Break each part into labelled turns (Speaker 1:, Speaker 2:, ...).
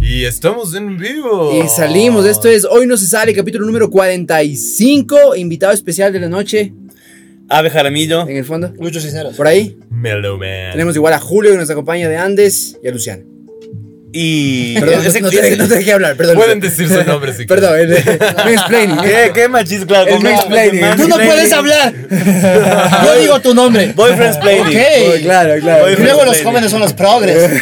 Speaker 1: Y estamos en vivo.
Speaker 2: Y salimos, esto es Hoy no se sale, capítulo número 45, invitado especial de la noche,
Speaker 3: Ave Jaramillo.
Speaker 2: en el fondo,
Speaker 4: Lucho Cisneros.
Speaker 2: por ahí.
Speaker 1: Mellow Man.
Speaker 2: Tenemos igual a Julio que nos acompaña de Andes y a Luciano.
Speaker 3: Y.
Speaker 2: Perdón,
Speaker 3: Ese-
Speaker 2: no, no te, no te dejé hablar, perdón.
Speaker 1: Pueden
Speaker 2: Luciano.
Speaker 1: decir su nombre si
Speaker 2: Perdón, el, el mansplaining.
Speaker 3: ¿Qué, qué machismo? Claro,
Speaker 2: El
Speaker 3: ¿cómo?
Speaker 2: mansplaining.
Speaker 3: Mansplaining.
Speaker 4: Tú no puedes hablar. Yo digo tu nombre.
Speaker 3: Boyfriend's planning.
Speaker 2: Oh,
Speaker 4: Ok.
Speaker 2: claro, claro.
Speaker 3: Oye,
Speaker 4: Y luego los jóvenes son los progres.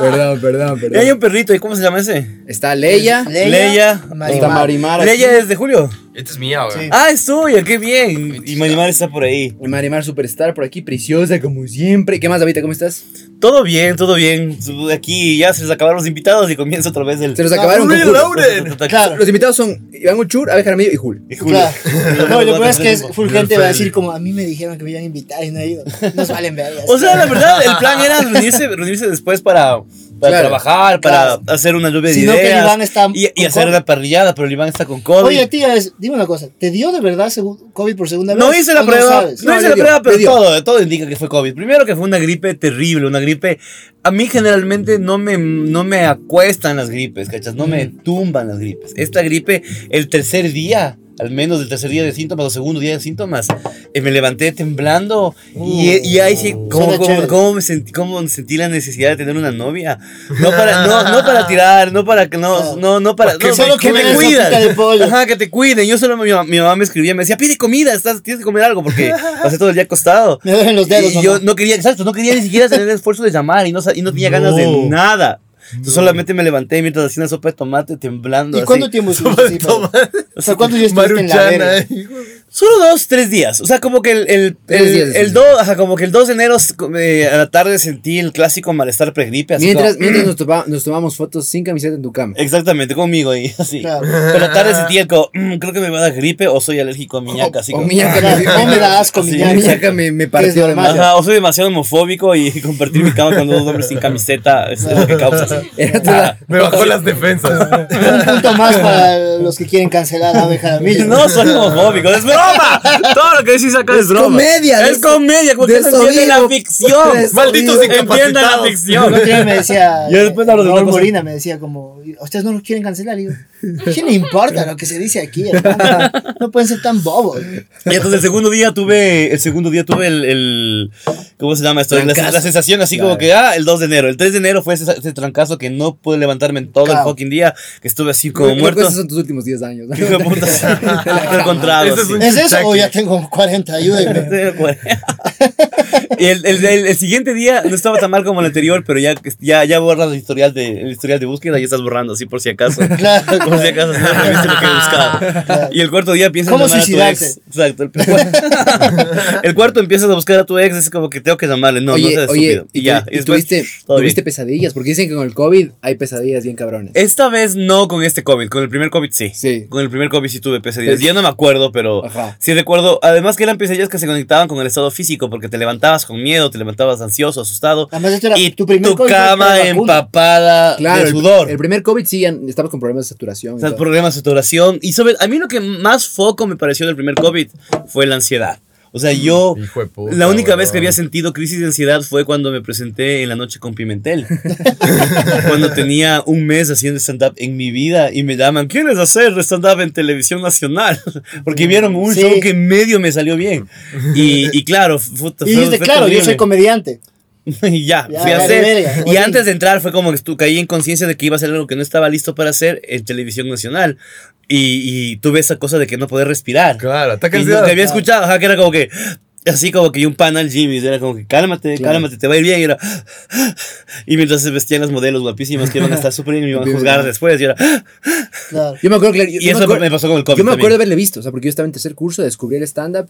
Speaker 2: Perdón, perdón,
Speaker 3: Y hay
Speaker 2: perdón.
Speaker 3: un perrito, ¿y cómo se llama ese?
Speaker 2: Está Leia,
Speaker 3: Leia.
Speaker 2: está
Speaker 4: Marimar.
Speaker 2: Marimar. aquí.
Speaker 3: Leia es de Julio.
Speaker 1: Este es mío, güey.
Speaker 4: Sí.
Speaker 3: Ah, es suya, qué bien. Y Manimar está por ahí.
Speaker 2: Y Marimar Superstar por aquí, preciosa como siempre. ¿Qué más, David? ¿Cómo estás?
Speaker 3: Todo bien, todo bien. Aquí ya se les acabaron los invitados y comienza otra vez el. Ah,
Speaker 2: Se nos acabaron con Julio.
Speaker 1: Reloaded.
Speaker 4: Claro.
Speaker 2: Los invitados son Iván Uchur, Abe Jaramillo y Julio.
Speaker 3: Y Julio.
Speaker 4: Claro. No, lo peor es que es Fulgente va
Speaker 1: Wilfred.
Speaker 4: a decir como a mí me dijeron que me iban a invitar y no he ido. Nos valen vergas.
Speaker 3: O sea, la verdad, el plan era reunirse, reunirse después para, para
Speaker 2: Claro,
Speaker 3: trabajar, para
Speaker 4: claro.
Speaker 3: hacer una lluvia de
Speaker 4: Sino que el
Speaker 3: ideas.
Speaker 4: Iván está
Speaker 3: y y
Speaker 4: con
Speaker 3: hacer
Speaker 4: COVID.
Speaker 3: una parrillada, pero el Iván está con COVID.
Speaker 4: Oye, tía, es- dime una cosa. ¿Te dio de verdad segu- COVID por segunda vez?
Speaker 3: no hice la
Speaker 4: ¿O
Speaker 3: prueba,
Speaker 4: sabes?
Speaker 3: no,
Speaker 2: No,
Speaker 3: hice
Speaker 2: le
Speaker 3: la
Speaker 2: dio,
Speaker 3: prueba, pero
Speaker 2: le dio.
Speaker 3: todo, todo indica que fue COVID. Primero que fue una gripe terrible, una gripe. A mí generalmente no me, no me acuestan las gripes, ¿cachas? No me tumban las gripes. Esta gripe, el tercer día, al menos el tercer día de síntomas o segundo día de síntomas, eh, me levanté temblando y, y ahí sí,
Speaker 4: Uh. Suena
Speaker 3: ¿cómo, cómo,
Speaker 4: chévere.
Speaker 3: cómo me sentí, cómo sentí la necesidad de tener una novia? No para, no, no para tirar, no para que no, no, no para.
Speaker 1: Que
Speaker 3: no,
Speaker 1: solo
Speaker 3: para
Speaker 1: comer
Speaker 3: me
Speaker 1: esa
Speaker 3: cuidas.
Speaker 4: pita de pollo.
Speaker 3: Ajá, Ah, que te cuiden. Yo solo mi, ma- mi mamá me escribía, me decía, pide comida, estás, tienes que comer algo porque pasé todo el día acostado.
Speaker 4: Me duelen los dedos,
Speaker 3: Y yo
Speaker 4: mamá.
Speaker 3: no quería, exacto, no quería ni siquiera tener el esfuerzo de llamar y no, sa- y no tenía ganas de
Speaker 1: No.
Speaker 3: nada. Yo solamente me levanté mientras hacía una sopa de tomate temblando.
Speaker 4: ¿Y
Speaker 3: así.
Speaker 4: cuánto tiempo estuviste así? padre? O sea, ¿cuántos días estuviste en la
Speaker 1: Maruchana.
Speaker 4: verga?
Speaker 1: eh.
Speaker 3: Solo dos, tres días. O sea, como que el, el,
Speaker 2: Tres
Speaker 3: el-
Speaker 2: días,
Speaker 3: el
Speaker 2: sí.
Speaker 3: do- ajá, como que el 2 de enero eh, a la tarde sentí el clásico malestar pregripe. así
Speaker 2: Mientras,
Speaker 3: como-
Speaker 2: mientras nos, topa- nos tomamos fotos sin camiseta en tu cama.
Speaker 3: Exactamente, conmigo y así.
Speaker 4: Claro.
Speaker 3: Pero a la tarde sentí el como, "Mm, creo que me va a dar gripe o soy alérgico a miñaca. así
Speaker 2: o
Speaker 3: como-
Speaker 2: miñaca me,
Speaker 4: Claro, o me da asco,
Speaker 2: sí,
Speaker 4: miñaca.
Speaker 2: miñaca me, me
Speaker 4: Que es
Speaker 2: partió la
Speaker 4: normal.
Speaker 2: madre.
Speaker 3: Ajá, o soy demasiado homofóbico y compartir mi cama con dos hombres sin camiseta es lo que causa.
Speaker 2: Era toda-
Speaker 1: Me bajó las defensas.
Speaker 4: Un punto más para los que quieren cancelar a Abe Jaramillo.
Speaker 3: No soy homofóbico, es broma. Todo lo que decís acá es, broma.
Speaker 2: comedia,
Speaker 3: es
Speaker 2: de eso-
Speaker 3: comedia, como
Speaker 2: de
Speaker 3: ustedes
Speaker 2: eso
Speaker 3: entienden la
Speaker 2: vivo.
Speaker 3: ficción.
Speaker 2: De eso
Speaker 1: Malditos
Speaker 2: vivo.
Speaker 3: Entiendan la
Speaker 1: incapacitados.
Speaker 4: El
Speaker 3: ficción.
Speaker 4: otro día me decía.
Speaker 3: Yo después hablo de
Speaker 4: Raúl
Speaker 3: otra cosa.
Speaker 4: Molina me decía como, "¿A ustedes no lo quieren cancelar. Y yo, ¿a ¿quién le importa lo que se dice aquí? hermano? No pueden ser tan bobos.
Speaker 3: Y entonces el segundo día tuve, el segundo día tuve el, el- ¿cómo se llama esto? La,
Speaker 2: Trancazo.
Speaker 3: la sensación así como
Speaker 2: Claro.
Speaker 3: que, ah, el 2 de enero. El 3 de enero fue ese, ese trancazo que no pude levantarme en todo el
Speaker 4: Claro.
Speaker 3: fucking día, que estuve así como
Speaker 2: Creo que
Speaker 3: muerto.
Speaker 2: Esos son tus últimos 10 años.
Speaker 3: Hijo de puta, sí. Pero encontrado,
Speaker 1: Ese es
Speaker 3: sí.
Speaker 1: un
Speaker 4: ¿Es eso
Speaker 1: chuchaque.
Speaker 4: o ya tengo 40? Ayúdenme.
Speaker 3: Estoy de acuerdo. y el, el- el- el siguiente día no estaba tan mal como el anterior, pero ya, ya, ya borras el historial, de, el historial de búsqueda y estás borrando, así por si acaso.
Speaker 4: Claro.
Speaker 3: Por si acaso, no reviste lo que buscaba. Y el cuarto día piensas
Speaker 4: ¿Cómo
Speaker 3: llamar a tu
Speaker 4: suicidarse?
Speaker 3: ex. Exacto. El, el cuarto empiezas a buscar a tu ex, es como que tengo que llamarle. No, no
Speaker 2: oye,
Speaker 3: seas
Speaker 2: oye,
Speaker 3: estúpido.
Speaker 2: y,
Speaker 3: Y ya.
Speaker 2: tu-
Speaker 3: y
Speaker 2: y
Speaker 3: después,
Speaker 2: tuviste,
Speaker 3: todo bien.
Speaker 2: tuviste pesadillas, porque dicen que con el COVID hay pesadillas bien cabrones.
Speaker 3: Esta vez no con este COVID, con el primer COVID sí.
Speaker 2: Sí.
Speaker 3: Con el primer COVID sí tuve pesadillas.
Speaker 2: Sí.
Speaker 3: Ya no me acuerdo, pero
Speaker 2: Ajá.
Speaker 3: sí recuerdo. Además que eran pesadillas que se conectaban con el estado físico, porque te levantabas con miedo, te levantabas ansioso, asustado.
Speaker 4: Además, esto era
Speaker 3: y
Speaker 4: tu primer COVID fue por
Speaker 3: cama
Speaker 4: la vacuna.
Speaker 3: empapada
Speaker 2: Claro,
Speaker 3: de
Speaker 2: el-
Speaker 3: sudor.
Speaker 2: El, primer COVID sí, ya estamos con problemas de saturación. y
Speaker 3: O sea,
Speaker 2: todo.
Speaker 3: problemas de saturación. Y sobre, a mí lo que más foco me pareció del primer COVID fue la ansiedad. O sea, yo.
Speaker 4: Mm,
Speaker 1: Hijo de puta,
Speaker 3: la única
Speaker 1: weón.
Speaker 3: vez que había sentido crisis de ansiedad fue cuando me presenté en la noche con Pimentel. cuando tenía un mes haciendo stand-up en mi vida y me llaman, ¿quieres hacer stand-up en televisión nacional? Porque vieron un
Speaker 4: Sí.
Speaker 3: show que medio me salió bien. Y, y claro, puta,
Speaker 4: Y
Speaker 3: fue-
Speaker 4: dijiste,
Speaker 3: fue
Speaker 4: claro, yo
Speaker 3: terrible".
Speaker 4: soy comediante.
Speaker 3: Y ya,
Speaker 4: Ya,
Speaker 3: fui a
Speaker 4: vale,
Speaker 3: hacer.
Speaker 4: verga,
Speaker 3: y
Speaker 4: ok.
Speaker 3: antes de entrar fue como que estu- caí en conciencia de que iba a hacer algo que no estaba listo para hacer en televisión nacional. Y, y tuve esa cosa de que no poder respirar.
Speaker 1: Claro, ataque
Speaker 3: Y
Speaker 1: ansiedad.
Speaker 3: lo que había escuchado, ajá, que era como que. Así como que y un pan al Jimmy, era como que cálmate,
Speaker 2: Claro.
Speaker 3: cálmate, te va a ir bien. Y era. Y mientras se vestían las modelos guapísimas que iban a estar súper bien y me iban a juzgar después. Y era.
Speaker 4: Claro.
Speaker 2: Yo me acuerdo que. yo
Speaker 3: Y
Speaker 2: me
Speaker 3: eso
Speaker 2: acuerdo-
Speaker 3: me pasó con el COVID.
Speaker 2: Yo me acuerdo de
Speaker 3: también.
Speaker 2: haberle visto, o sea, porque yo estaba en tercer curso, descubrí el stand-up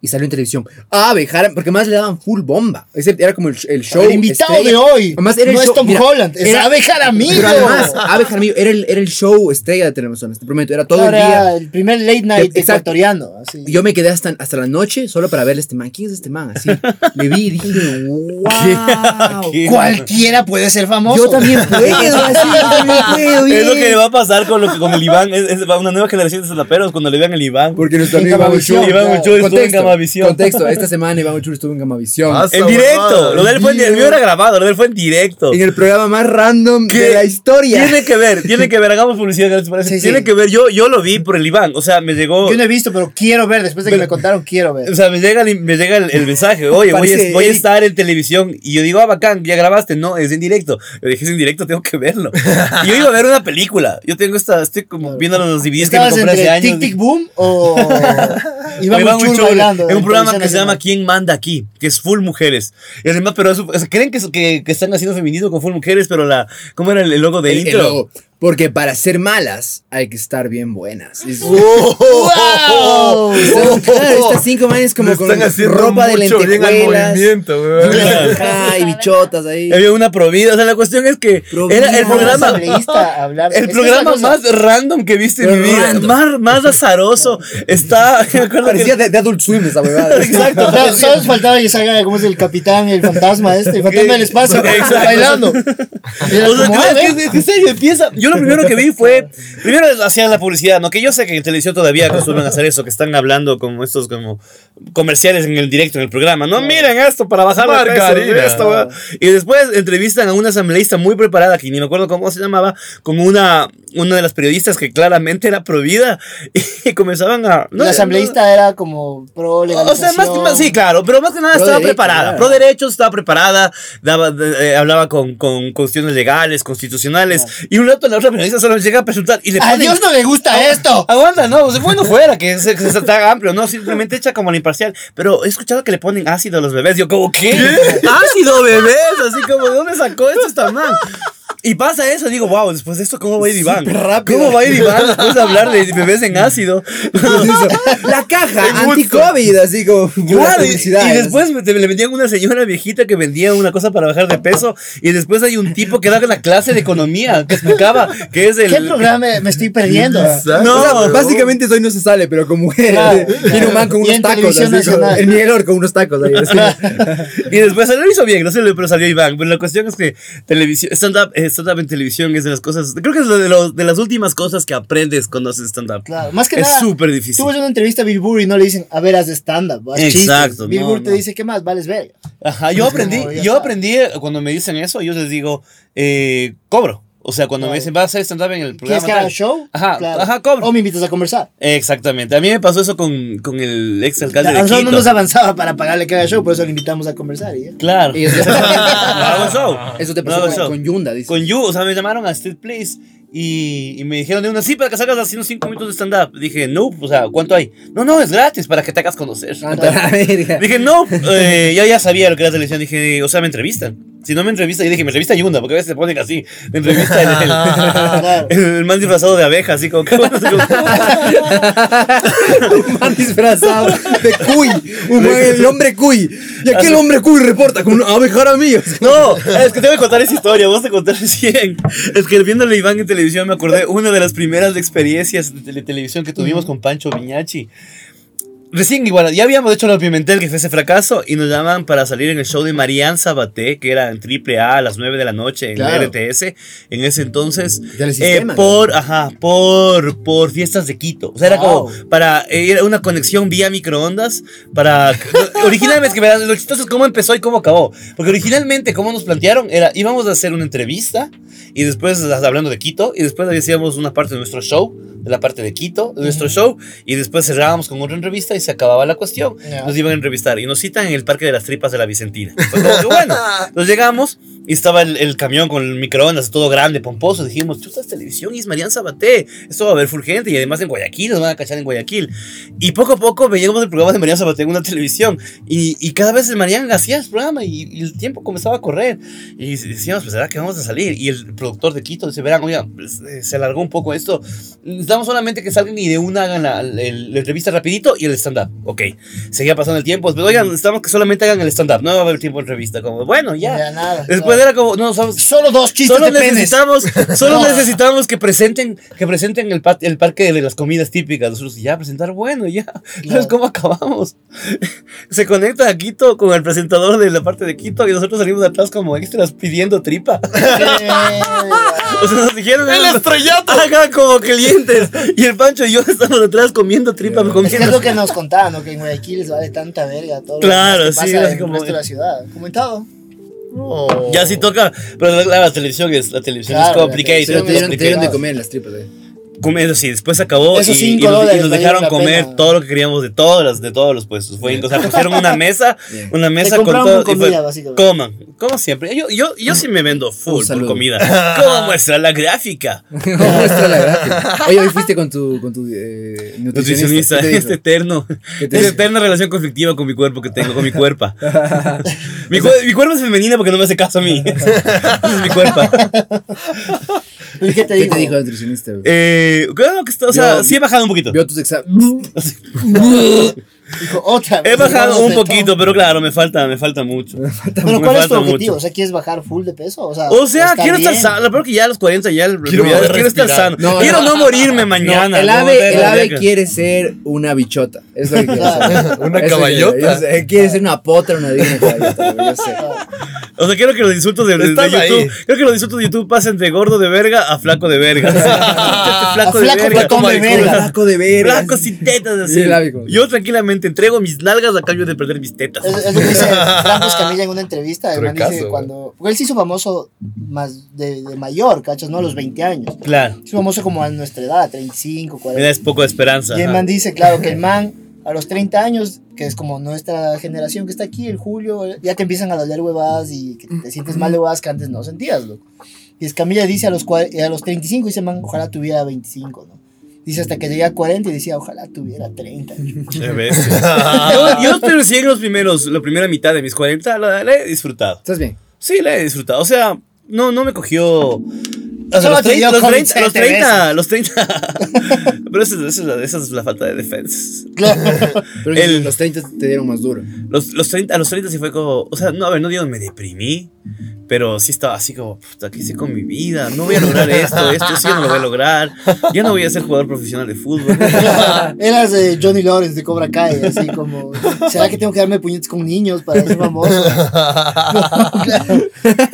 Speaker 2: y salió en televisión. Ah, Bejaran, porque más le daban full bomba. Ese era como el, el show.
Speaker 4: el invitado
Speaker 2: estrella.
Speaker 4: de hoy
Speaker 2: este, Además, era el
Speaker 4: no
Speaker 2: show-
Speaker 4: es Tom
Speaker 2: mira,
Speaker 4: Holland, es
Speaker 2: era-
Speaker 4: Abe Jaramillo.
Speaker 2: Pero además, Abe Jaramillo era el, era el show estrella de Televisión, te prometo, era todo
Speaker 4: Claro,
Speaker 2: el día.
Speaker 4: era el primer late night
Speaker 2: Exacto.
Speaker 4: ecuatoriano. así.
Speaker 2: Y Yo me quedé hasta, hasta la noche solo para verle a este man. ¿Quién es este man? Así. Le vi y dije, wow.
Speaker 3: ¿Qué?
Speaker 4: Cualquiera puede ser famoso.
Speaker 2: Yo también puedo, así, yo también puedo.
Speaker 3: "Ah, Es lo que le
Speaker 2: bien.
Speaker 3: va a pasar con, lo que, con el Iván. Es, es- va una nueva generación de salaperos cuando le vean el Iván.
Speaker 2: Porque nuestro amigo
Speaker 4: En
Speaker 2: Iván
Speaker 4: Cababuchón,
Speaker 2: Uchoa-
Speaker 3: Iván
Speaker 4: claro.
Speaker 3: Ochoa estuvo en
Speaker 2: Contexto,
Speaker 3: Gamavisión.
Speaker 2: Contexto, esta semana Iván Ochoa estuvo en Gamavisión.
Speaker 1: Ah, sí.
Speaker 3: En directo. Lo del fue en, el video era grabado, lo del fue en directo.
Speaker 2: En el programa más random
Speaker 3: ¿Qué?
Speaker 2: de la historia.
Speaker 3: Tiene que ver, tiene que ver, hagamos publicidad, ¿qué les parece?
Speaker 4: Sí, sí.
Speaker 3: tiene que ver, yo, yo lo vi por el Iván, o sea, me llegó,
Speaker 4: Yo no he visto, pero quiero ver. Después de que me contaron, quiero ver.
Speaker 3: o sea, me llega, el- me llega el, el mensaje, oye, voy a,
Speaker 2: Parece
Speaker 3: voy a
Speaker 2: Eric.
Speaker 3: estar en televisión, y yo digo, ah, bacán, ya grabaste, no, es en directo, yo dije, es en directo, tengo que verlo, y yo iba a ver una película, yo tengo esta, estoy como viendo los DVDs que me
Speaker 4: ¿Estabas
Speaker 3: compré hace
Speaker 4: entre
Speaker 3: años,
Speaker 4: Tic Tic Boom o eh,
Speaker 3: Ahí va
Speaker 4: Iván
Speaker 3: Huichol,
Speaker 4: Uchul bailando?
Speaker 3: Es un
Speaker 4: en
Speaker 3: programa que se
Speaker 4: Televisión
Speaker 3: llama
Speaker 4: Nacional?
Speaker 3: ¿Quién manda aquí? Que es full mujeres. Y además, pero eso- o sea, creen que, es- que, que están haciendo feminismo con full mujeres, pero la. ¿Cómo era el, el logo de
Speaker 2: El- el
Speaker 3: intro?
Speaker 2: logo. Porque para ser malas hay que estar bien buenas. Es-
Speaker 1: Oh. ¡Wow!
Speaker 2: Son- claro, estas cinco manes como
Speaker 1: Le
Speaker 2: con
Speaker 1: están haciendo
Speaker 2: ropa de
Speaker 1: mucho bien al
Speaker 2: lentejuelas.
Speaker 1: movimiento, weón.
Speaker 2: Ajá, y bichotas ahí.
Speaker 3: Había una provida. O sea, la cuestión es que
Speaker 2: Provida.
Speaker 3: era el
Speaker 4: Vamos a
Speaker 3: programa.
Speaker 4: entrevista a hablar.
Speaker 3: El
Speaker 4: Esa es la
Speaker 3: programa
Speaker 4: cosa.
Speaker 3: más random que he visto en
Speaker 2: Pero
Speaker 3: mi vida.
Speaker 2: random.
Speaker 3: Más, más azaroso. Está. Me acuerdo que-
Speaker 2: Parecía de, de Adult Swim esa huevada.
Speaker 4: Exacto, claro, solo nos faltaba que salga como es el capitán, el fantasma este, el fantasma del espacio,
Speaker 3: Exacto.
Speaker 4: bailando. Y era
Speaker 3: O sea,
Speaker 4: como,
Speaker 3: ¿crees
Speaker 4: "Ah,
Speaker 3: que-
Speaker 4: ve".
Speaker 3: es que en serio, empieza. Yo lo primero que vi fue. Primero hacían la publicidad, ¿no? Que yo sé que en televisión todavía acostumbran a hacer eso, que están hablando como estos como comerciales en el directo, en el programa. No, miren esto para bajar de peso,
Speaker 1: Margarina.
Speaker 3: esto, ¿verdad? Y después entrevistan a una asambleísta muy preparada, que ni me acuerdo cómo se llamaba, con una, una de las periodistas que claramente era provida. Y comenzaban a.
Speaker 4: La asambleísta era como pro
Speaker 3: O sea,
Speaker 4: legalización.
Speaker 3: más, más- sí, claro, pero más que nada
Speaker 2: Pro
Speaker 3: estaba
Speaker 2: derecho,
Speaker 3: preparada.
Speaker 2: claro.
Speaker 3: Pro derechos estaba preparada, daba, de- eh, hablaba con, con cuestiones legales, constitucionales. Y un rato la otra periodista solo llega a presentar y le
Speaker 4: A
Speaker 3: ponen-
Speaker 4: Dios no le gusta esto.
Speaker 3: Aguanta, no, o sea, bueno fuera que se, que se está amplio, no, simplemente echa como la imparcial. Pero he escuchado que le ponen ácido a los bebés. Yo, como, ¿qué? Ácido bebés, así como, ¿de dónde sacó esto esta man? Y pasa eso, digo, wow, después de esto, ¿cómo va a ir Iván?
Speaker 2: Súper rápido.
Speaker 3: ¿Cómo va a ir Iván después de hablar de bebés en ácido?
Speaker 2: La caja
Speaker 1: En Woodstock.
Speaker 2: anti-COVID, así como
Speaker 3: Claro,
Speaker 2: la
Speaker 3: y,
Speaker 2: publicidad. ¿eh?
Speaker 3: y
Speaker 4: ¿eh?
Speaker 3: después me- te- le vendían una señora viejita que vendía una cosa para bajar de peso. Y después hay un tipo que da la clase de economía que explicaba que es el.
Speaker 4: ¿Qué programa me estoy perdiendo?
Speaker 2: O sea,
Speaker 4: pues,
Speaker 3: No,
Speaker 2: básicamente hoy no se sale, pero como era.
Speaker 4: Claro,
Speaker 2: Tiene
Speaker 4: claro.
Speaker 2: un man con
Speaker 4: Y
Speaker 2: unos
Speaker 4: en
Speaker 2: tacos.
Speaker 4: Televisión
Speaker 2: Así, como,
Speaker 4: Nacional.
Speaker 2: en Miguel Or con unos tacos ahí. así.
Speaker 3: Y después salió, lo hizo bien, no sé, pero salió Iván. Pero la cuestión es que televisión, stand-up eh, stand-up en televisión es de las cosas. Creo que es de, los- de las últimas cosas que aprendes cuando haces stand-up.
Speaker 4: Claro, más que
Speaker 3: es
Speaker 4: nada.
Speaker 3: súper difícil.
Speaker 4: Tú ves una entrevista a Bill Burr y no le dicen, a ver, haz stand-up. haz chistes".
Speaker 3: Exacto,
Speaker 4: Bill
Speaker 3: no,
Speaker 4: Burr te
Speaker 3: no.
Speaker 4: dice, ¿qué más? Vales verga.
Speaker 3: Ajá, yo
Speaker 4: No,
Speaker 3: aprendí,
Speaker 4: ya
Speaker 3: yo
Speaker 4: está.
Speaker 3: aprendí eh, cuando me dicen eso, yo les digo, eh, cobro. O sea, cuando me
Speaker 4: Claro.
Speaker 3: dicen, vas a hacer stand-up en el programa.
Speaker 4: ¿Quieres que haga
Speaker 3: tal".
Speaker 4: show?
Speaker 3: Ajá,
Speaker 4: Claro.
Speaker 3: ajá, cobro.
Speaker 4: O me invitas a conversar.
Speaker 3: Exactamente. A mí me pasó eso con, con el ex alcalde
Speaker 2: Ah,
Speaker 3: de
Speaker 4: A nosotros
Speaker 3: Quito.
Speaker 4: no nos avanzaba para pagarle que haga show, por eso le invitamos a conversar. y ya.
Speaker 3: Claro.
Speaker 2: Y eso-
Speaker 3: No hago show.
Speaker 2: Eso te
Speaker 3: No
Speaker 2: pasó
Speaker 3: hago
Speaker 2: con-
Speaker 3: show.
Speaker 2: con Yunda, dice.
Speaker 3: Con Yu, o sea, me llamaron a Street Place y, y me dijeron de una, sí, para que salgas haciendo 5 minutos de stand-up. Dije, no, o sea, ¿cuánto hay? No, no, es gratis para que te hagas conocer.
Speaker 2: Anta Ah, la verga.
Speaker 3: Dije, no, eh, yo ya sabía lo que era televisión. Dije, o sea, me entrevistan. Si no me entrevistan, yo dije, me entrevista Yunda, porque a veces se ponen así. Me entrevista el, el, el man disfrazado de abeja, así como que.
Speaker 2: un man disfrazado de cuy. Un man- el hombre cuy. Y aquí el hombre cuy reporta con una abejara mía.
Speaker 3: No, es que te voy a contar esa historia, vos te contar recién. Es que viéndole a Iván en televisión me acordé una de las primeras experiencias de tele- televisión que tuvimos con Pancho Viñachi. Recién igual, ya habíamos hecho la Pimentel, que fue ese fracaso, y nos llaman para salir en el show de Marianne Sabaté, que era en triple A a las 9 de la noche en
Speaker 2: Claro.
Speaker 3: la RTS, en ese entonces,
Speaker 2: Del
Speaker 3: eh,
Speaker 2: sistema,
Speaker 3: por, ajá, por, por fiestas de Quito. O sea, era
Speaker 2: Wow.
Speaker 3: como para, eh, era una conexión vía microondas para, originalmente, que verás, lo chistoso es cómo empezó y cómo acabó. Porque originalmente, como nos plantearon, era, íbamos a hacer una entrevista, y después hablando de Quito, y después hacíamos una parte de nuestro show, de la parte de Quito, de nuestro show, y después cerrábamos con otra entrevista y se acababa la cuestión.
Speaker 4: Ya.
Speaker 3: Nos iban a entrevistar y nos citan en el Parque de las Tripas de la Vicentina. Fue como que, bueno, nos llegamos y estaba el, el camión con el microondas, todo grande, pomposo. Dijimos, chuta, es televisión y es Marian Sabaté. Esto va a haber full gente y además en Guayaquil, nos van a cachar en Guayaquil. Y poco a poco veíamos el programa de Marian Sabaté en una televisión y, y cada vez el Marian hacía el programa y, y el tiempo comenzaba a correr. Y decíamos, pues será que vamos a salir. Y el productor de Quito dice, verán, oigan, pues, eh, se alargó un poco esto. Necesitamos solamente que salgan y de una hagan la, el- la entrevista rapidito y el stand-up. Ok, seguía pasando el tiempo. Pero oigan, necesitamos que solamente hagan el stand-up. No va a haber tiempo de entrevista. Como, bueno, ya.
Speaker 4: Ya nada,
Speaker 3: Después
Speaker 4: claro.
Speaker 3: era como, no, sabes.
Speaker 4: Solo dos chistes
Speaker 3: Solo
Speaker 4: de penes.
Speaker 3: necesitamos, solo necesitamos que presenten, que presenten el, pat- el parque de las comidas típicas. Nosotros ya presentar, bueno, ya. ¿Sabes
Speaker 4: Claro.
Speaker 3: cómo acabamos? Se conecta a Quito con el presentador de la parte de Quito y nosotros salimos de atrás como extras pidiendo tripa.
Speaker 4: Eh,
Speaker 3: O sea, nos dijeron.
Speaker 1: El estrellato.
Speaker 3: Acá como clientes. Y el Pancho y yo estamos atrás comiendo tripas,
Speaker 4: Es que es lo
Speaker 3: comiendo.
Speaker 4: que nos contaban, ¿no? Que en Guayaquil les vale tanta verga todo
Speaker 3: Claro,
Speaker 4: lo demás que
Speaker 3: sí,
Speaker 4: pasa
Speaker 3: es
Speaker 4: en
Speaker 3: como-
Speaker 4: el resto de la ciudad. Comentado.
Speaker 1: No.
Speaker 3: Ya sí toca, pero la, la- la televisión es la televisión
Speaker 4: Claro,
Speaker 3: es
Speaker 4: la
Speaker 3: complicated.
Speaker 4: televisión
Speaker 2: Pero te dieron, te dieron
Speaker 3: complicated.
Speaker 2: de comer en las tripas, eh.
Speaker 3: Come- eso sí, después acabó y,
Speaker 4: Esos
Speaker 3: y
Speaker 4: cinco
Speaker 3: nos, y
Speaker 4: dólares
Speaker 3: nos
Speaker 4: valieron
Speaker 3: dejaron
Speaker 4: la
Speaker 3: comer
Speaker 4: pena.
Speaker 3: todo lo que queríamos de todos los, de todos los puestos. Fue, o sea, pusieron una mesa,
Speaker 2: Bien.
Speaker 3: una mesa con
Speaker 4: compraron
Speaker 3: todo.
Speaker 4: con
Speaker 3: y fue,
Speaker 4: comida, básicamente.
Speaker 3: coman, como siempre. Yo, yo, yo sí me vendo full por
Speaker 2: saludo.
Speaker 3: comida. Como muestra la gráfica.
Speaker 2: No, muestra la gracia. Oye, hoy fuiste con tu, con tu eh, nutricionista.
Speaker 3: Nutricionista,
Speaker 2: ¿Qué te dijo?
Speaker 3: este eterno,
Speaker 2: ¿Qué te
Speaker 3: esta
Speaker 2: dijo?
Speaker 3: eterna relación conflictiva con mi cuerpo que tengo, con mi cuerpo. mi, cue- mi cuerpo es femenina porque no me hace caso a mí. es mi cuerpo.
Speaker 4: ¿Y qué
Speaker 2: ¿Qué
Speaker 4: te digo?
Speaker 2: te dijo el nutricionista? güey?
Speaker 3: Eh, claro que está- o sea,
Speaker 2: Yo-
Speaker 3: sí he bajado un poquito.
Speaker 2: Vio tus exámenes.
Speaker 4: Dijo, otra vez.
Speaker 3: He bajado
Speaker 4: hablamos
Speaker 3: un
Speaker 4: de
Speaker 3: poquito, pero claro, me falta, me falta mucho.
Speaker 4: todo.
Speaker 3: Me
Speaker 4: Pero ¿cuál es tu
Speaker 3: falta
Speaker 4: objetivo?
Speaker 3: mucho.
Speaker 4: O sea, ¿quieres bajar full de peso? O sea,
Speaker 3: O sea,
Speaker 4: está
Speaker 3: quiero estar
Speaker 4: bien.
Speaker 3: sano. La peor que ya a los 40 ya el-
Speaker 1: Quiero
Speaker 3: ya
Speaker 1: poder
Speaker 3: quiero estar
Speaker 1: respirar.
Speaker 3: sano.
Speaker 2: No,
Speaker 3: quiero
Speaker 2: no.
Speaker 3: no morirme mañana.
Speaker 2: el
Speaker 3: no,
Speaker 2: ave,
Speaker 3: de-
Speaker 2: el
Speaker 3: de-
Speaker 2: ave
Speaker 3: de-
Speaker 2: quiere ser una bichota. Es lo que quiere ser.
Speaker 1: Una
Speaker 2: Eso quiere-
Speaker 1: caballota.
Speaker 2: es- eh, Quiere ser una potra, una digna caballota. güey, Yo sé.
Speaker 3: O sea, quiero que los insultos de, de- de
Speaker 1: Estás
Speaker 3: YouTube.
Speaker 1: ahí.
Speaker 3: Quiero que los insultos de YouTube pasen de gordo de verga a flaco de verga. Este flaco de
Speaker 4: flaco
Speaker 3: verga. Oh
Speaker 4: platón de
Speaker 2: Maricón,
Speaker 4: verga.
Speaker 2: Flaco de verga.
Speaker 3: Flaco sin tetas
Speaker 2: Sí,
Speaker 3: así.
Speaker 2: el ave como-
Speaker 3: Yo tranquilamente entrego mis nalgas a cambio de perder mis tetas.
Speaker 4: Es, es lo que dice Franco Escamilla en una entrevista. El man
Speaker 1: Fracaso,
Speaker 4: dice
Speaker 1: güey.
Speaker 4: cuando. Porque él se hizo famoso más de, de mayor, ¿cachas? ¿No? A los 20 años.
Speaker 3: Claro.
Speaker 4: Se hizo famoso como a nuestra edad, 35,
Speaker 3: Me
Speaker 4: 40.
Speaker 3: das poco de esperanza.
Speaker 4: Y el
Speaker 3: ajá.
Speaker 4: man dice, claro, que el man a los 30 años, que es como nuestra generación que está aquí, el Julio, ya te empiezan a doler huevadas y que te sientes mal de huevadas que antes no sentías, loco. Y Escamilla dice a los, cua- eh, a los 35, dice, man, ojalá tuviera 25, ¿no? Dice hasta que llegué a 40 y decía, ojalá tuviera 30.
Speaker 3: De veces. yo, yo te recién los primeros, la primera mitad de mis 40 la, la he disfrutado.
Speaker 2: ¿Estás bien?
Speaker 3: Sí, la he disfrutado. O sea, no, no me cogió. O sea,
Speaker 4: Solo
Speaker 3: los
Speaker 4: te
Speaker 3: 30,
Speaker 4: dio
Speaker 3: los
Speaker 4: COVID
Speaker 3: 30, los
Speaker 4: siete
Speaker 3: 30, los 30. Pero esa, es- esa es la- esa es la falta de defensa.
Speaker 2: Pero
Speaker 3: El-
Speaker 2: los 30 te dieron más duro.
Speaker 3: Los, los 30, a los 30 sí fue como. O sea, no, a ver, no digo me deprimí, pero sí estaba así como, puta, ¿qué hice con mi vida? No voy a lograr esto, esto sí no lo voy a lograr. Ya no voy a ser jugador profesional de fútbol.
Speaker 4: Eras eh, Johnny Lawrence de Cobra Kai, así como, ¿será que tengo que darme puñetes con niños para ser famoso?